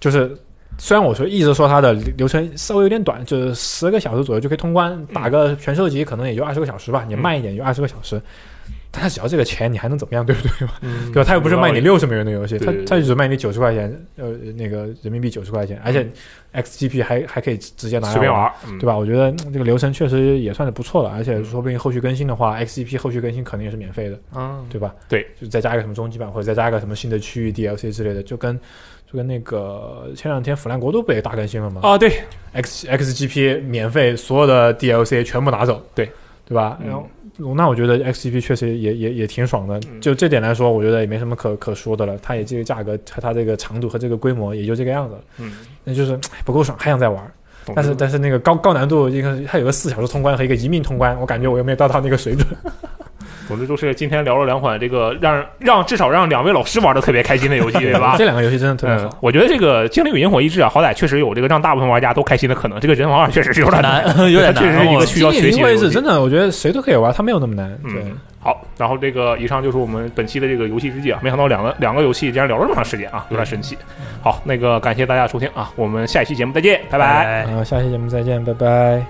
Speaker 3: 就是虽然我说一直说它的流程稍微有点短，就是十个小时左右就可以通
Speaker 1: 嗯
Speaker 3: 关，打个全收集可能也就二十个小时吧，你慢一点也就二十个小时。但它只要这个钱，你还能怎么样，对不对？
Speaker 1: 嗯
Speaker 3: 对吧？它又不是卖
Speaker 1: 有
Speaker 3: 你
Speaker 1: 道理
Speaker 3: 六十美元的游戏，
Speaker 1: 对
Speaker 3: 它
Speaker 1: 对对
Speaker 3: 它就只卖你九十块钱，呃，那个人民币九十块钱，而且 XGP 还还可以直接拿
Speaker 1: 嗯
Speaker 3: 来
Speaker 1: 随便玩，嗯
Speaker 3: 对吧？我觉得嗯这个流程确实也算是不错了，而且说不定后续更新的话，XGP 后续更新可能也是免费的，
Speaker 1: 嗯，
Speaker 3: 对吧？
Speaker 1: 对，
Speaker 3: 就再加一个什么终极版，或者再加一个什么新的区域 DLC 之类的，就跟就跟那个前两天《腐烂国度》不也大更新了吗？
Speaker 1: 啊，对，
Speaker 3: X XGP 免费所有的 DLC 全部拿走，
Speaker 1: 对
Speaker 3: 对吧？
Speaker 1: 嗯
Speaker 3: 然后、那我觉得 XGP 确实也也也挺爽的，
Speaker 1: 嗯
Speaker 3: 就这点来说，我觉得也没什么可可说的了。它也这个价格和它这个长度和这个规模也就这个样子了，
Speaker 1: 嗯，
Speaker 3: 那就是唉不够爽，还想再玩。
Speaker 1: 懂
Speaker 3: 但是但是那个高高难度，一个它有个四小时通关和一个一命通关，我感觉我又没有到它那个水准。
Speaker 1: 总之就是今天聊了两款这个让让至少让两位老师玩的特别开心的游戏，对吧
Speaker 3: 这？两个游戏真的特别
Speaker 1: 嗯
Speaker 3: 好，，
Speaker 1: 我觉得这个《精灵与萤火一致》啊，好歹确实有这个让大部分玩家都开心的可能。这个人王二确实是有点难，
Speaker 2: 难， 有 点
Speaker 1: 它确实
Speaker 2: 难
Speaker 1: 是一
Speaker 2: 哦
Speaker 1: 个。需要学习
Speaker 3: 因为
Speaker 1: 游
Speaker 3: 是
Speaker 1: 戏
Speaker 3: 真的，我觉得谁都可以玩，它没有那么难。对。
Speaker 1: 嗯，好，然后这个以上就是我们本期的这个游戏日记啊，没想到两个两个游戏竟然聊了这么长时间啊，有点神奇。好，那个感谢大家收听啊，我们下一期节目再见，拜拜
Speaker 2: 拜
Speaker 3: 然后下期节目再见，拜拜。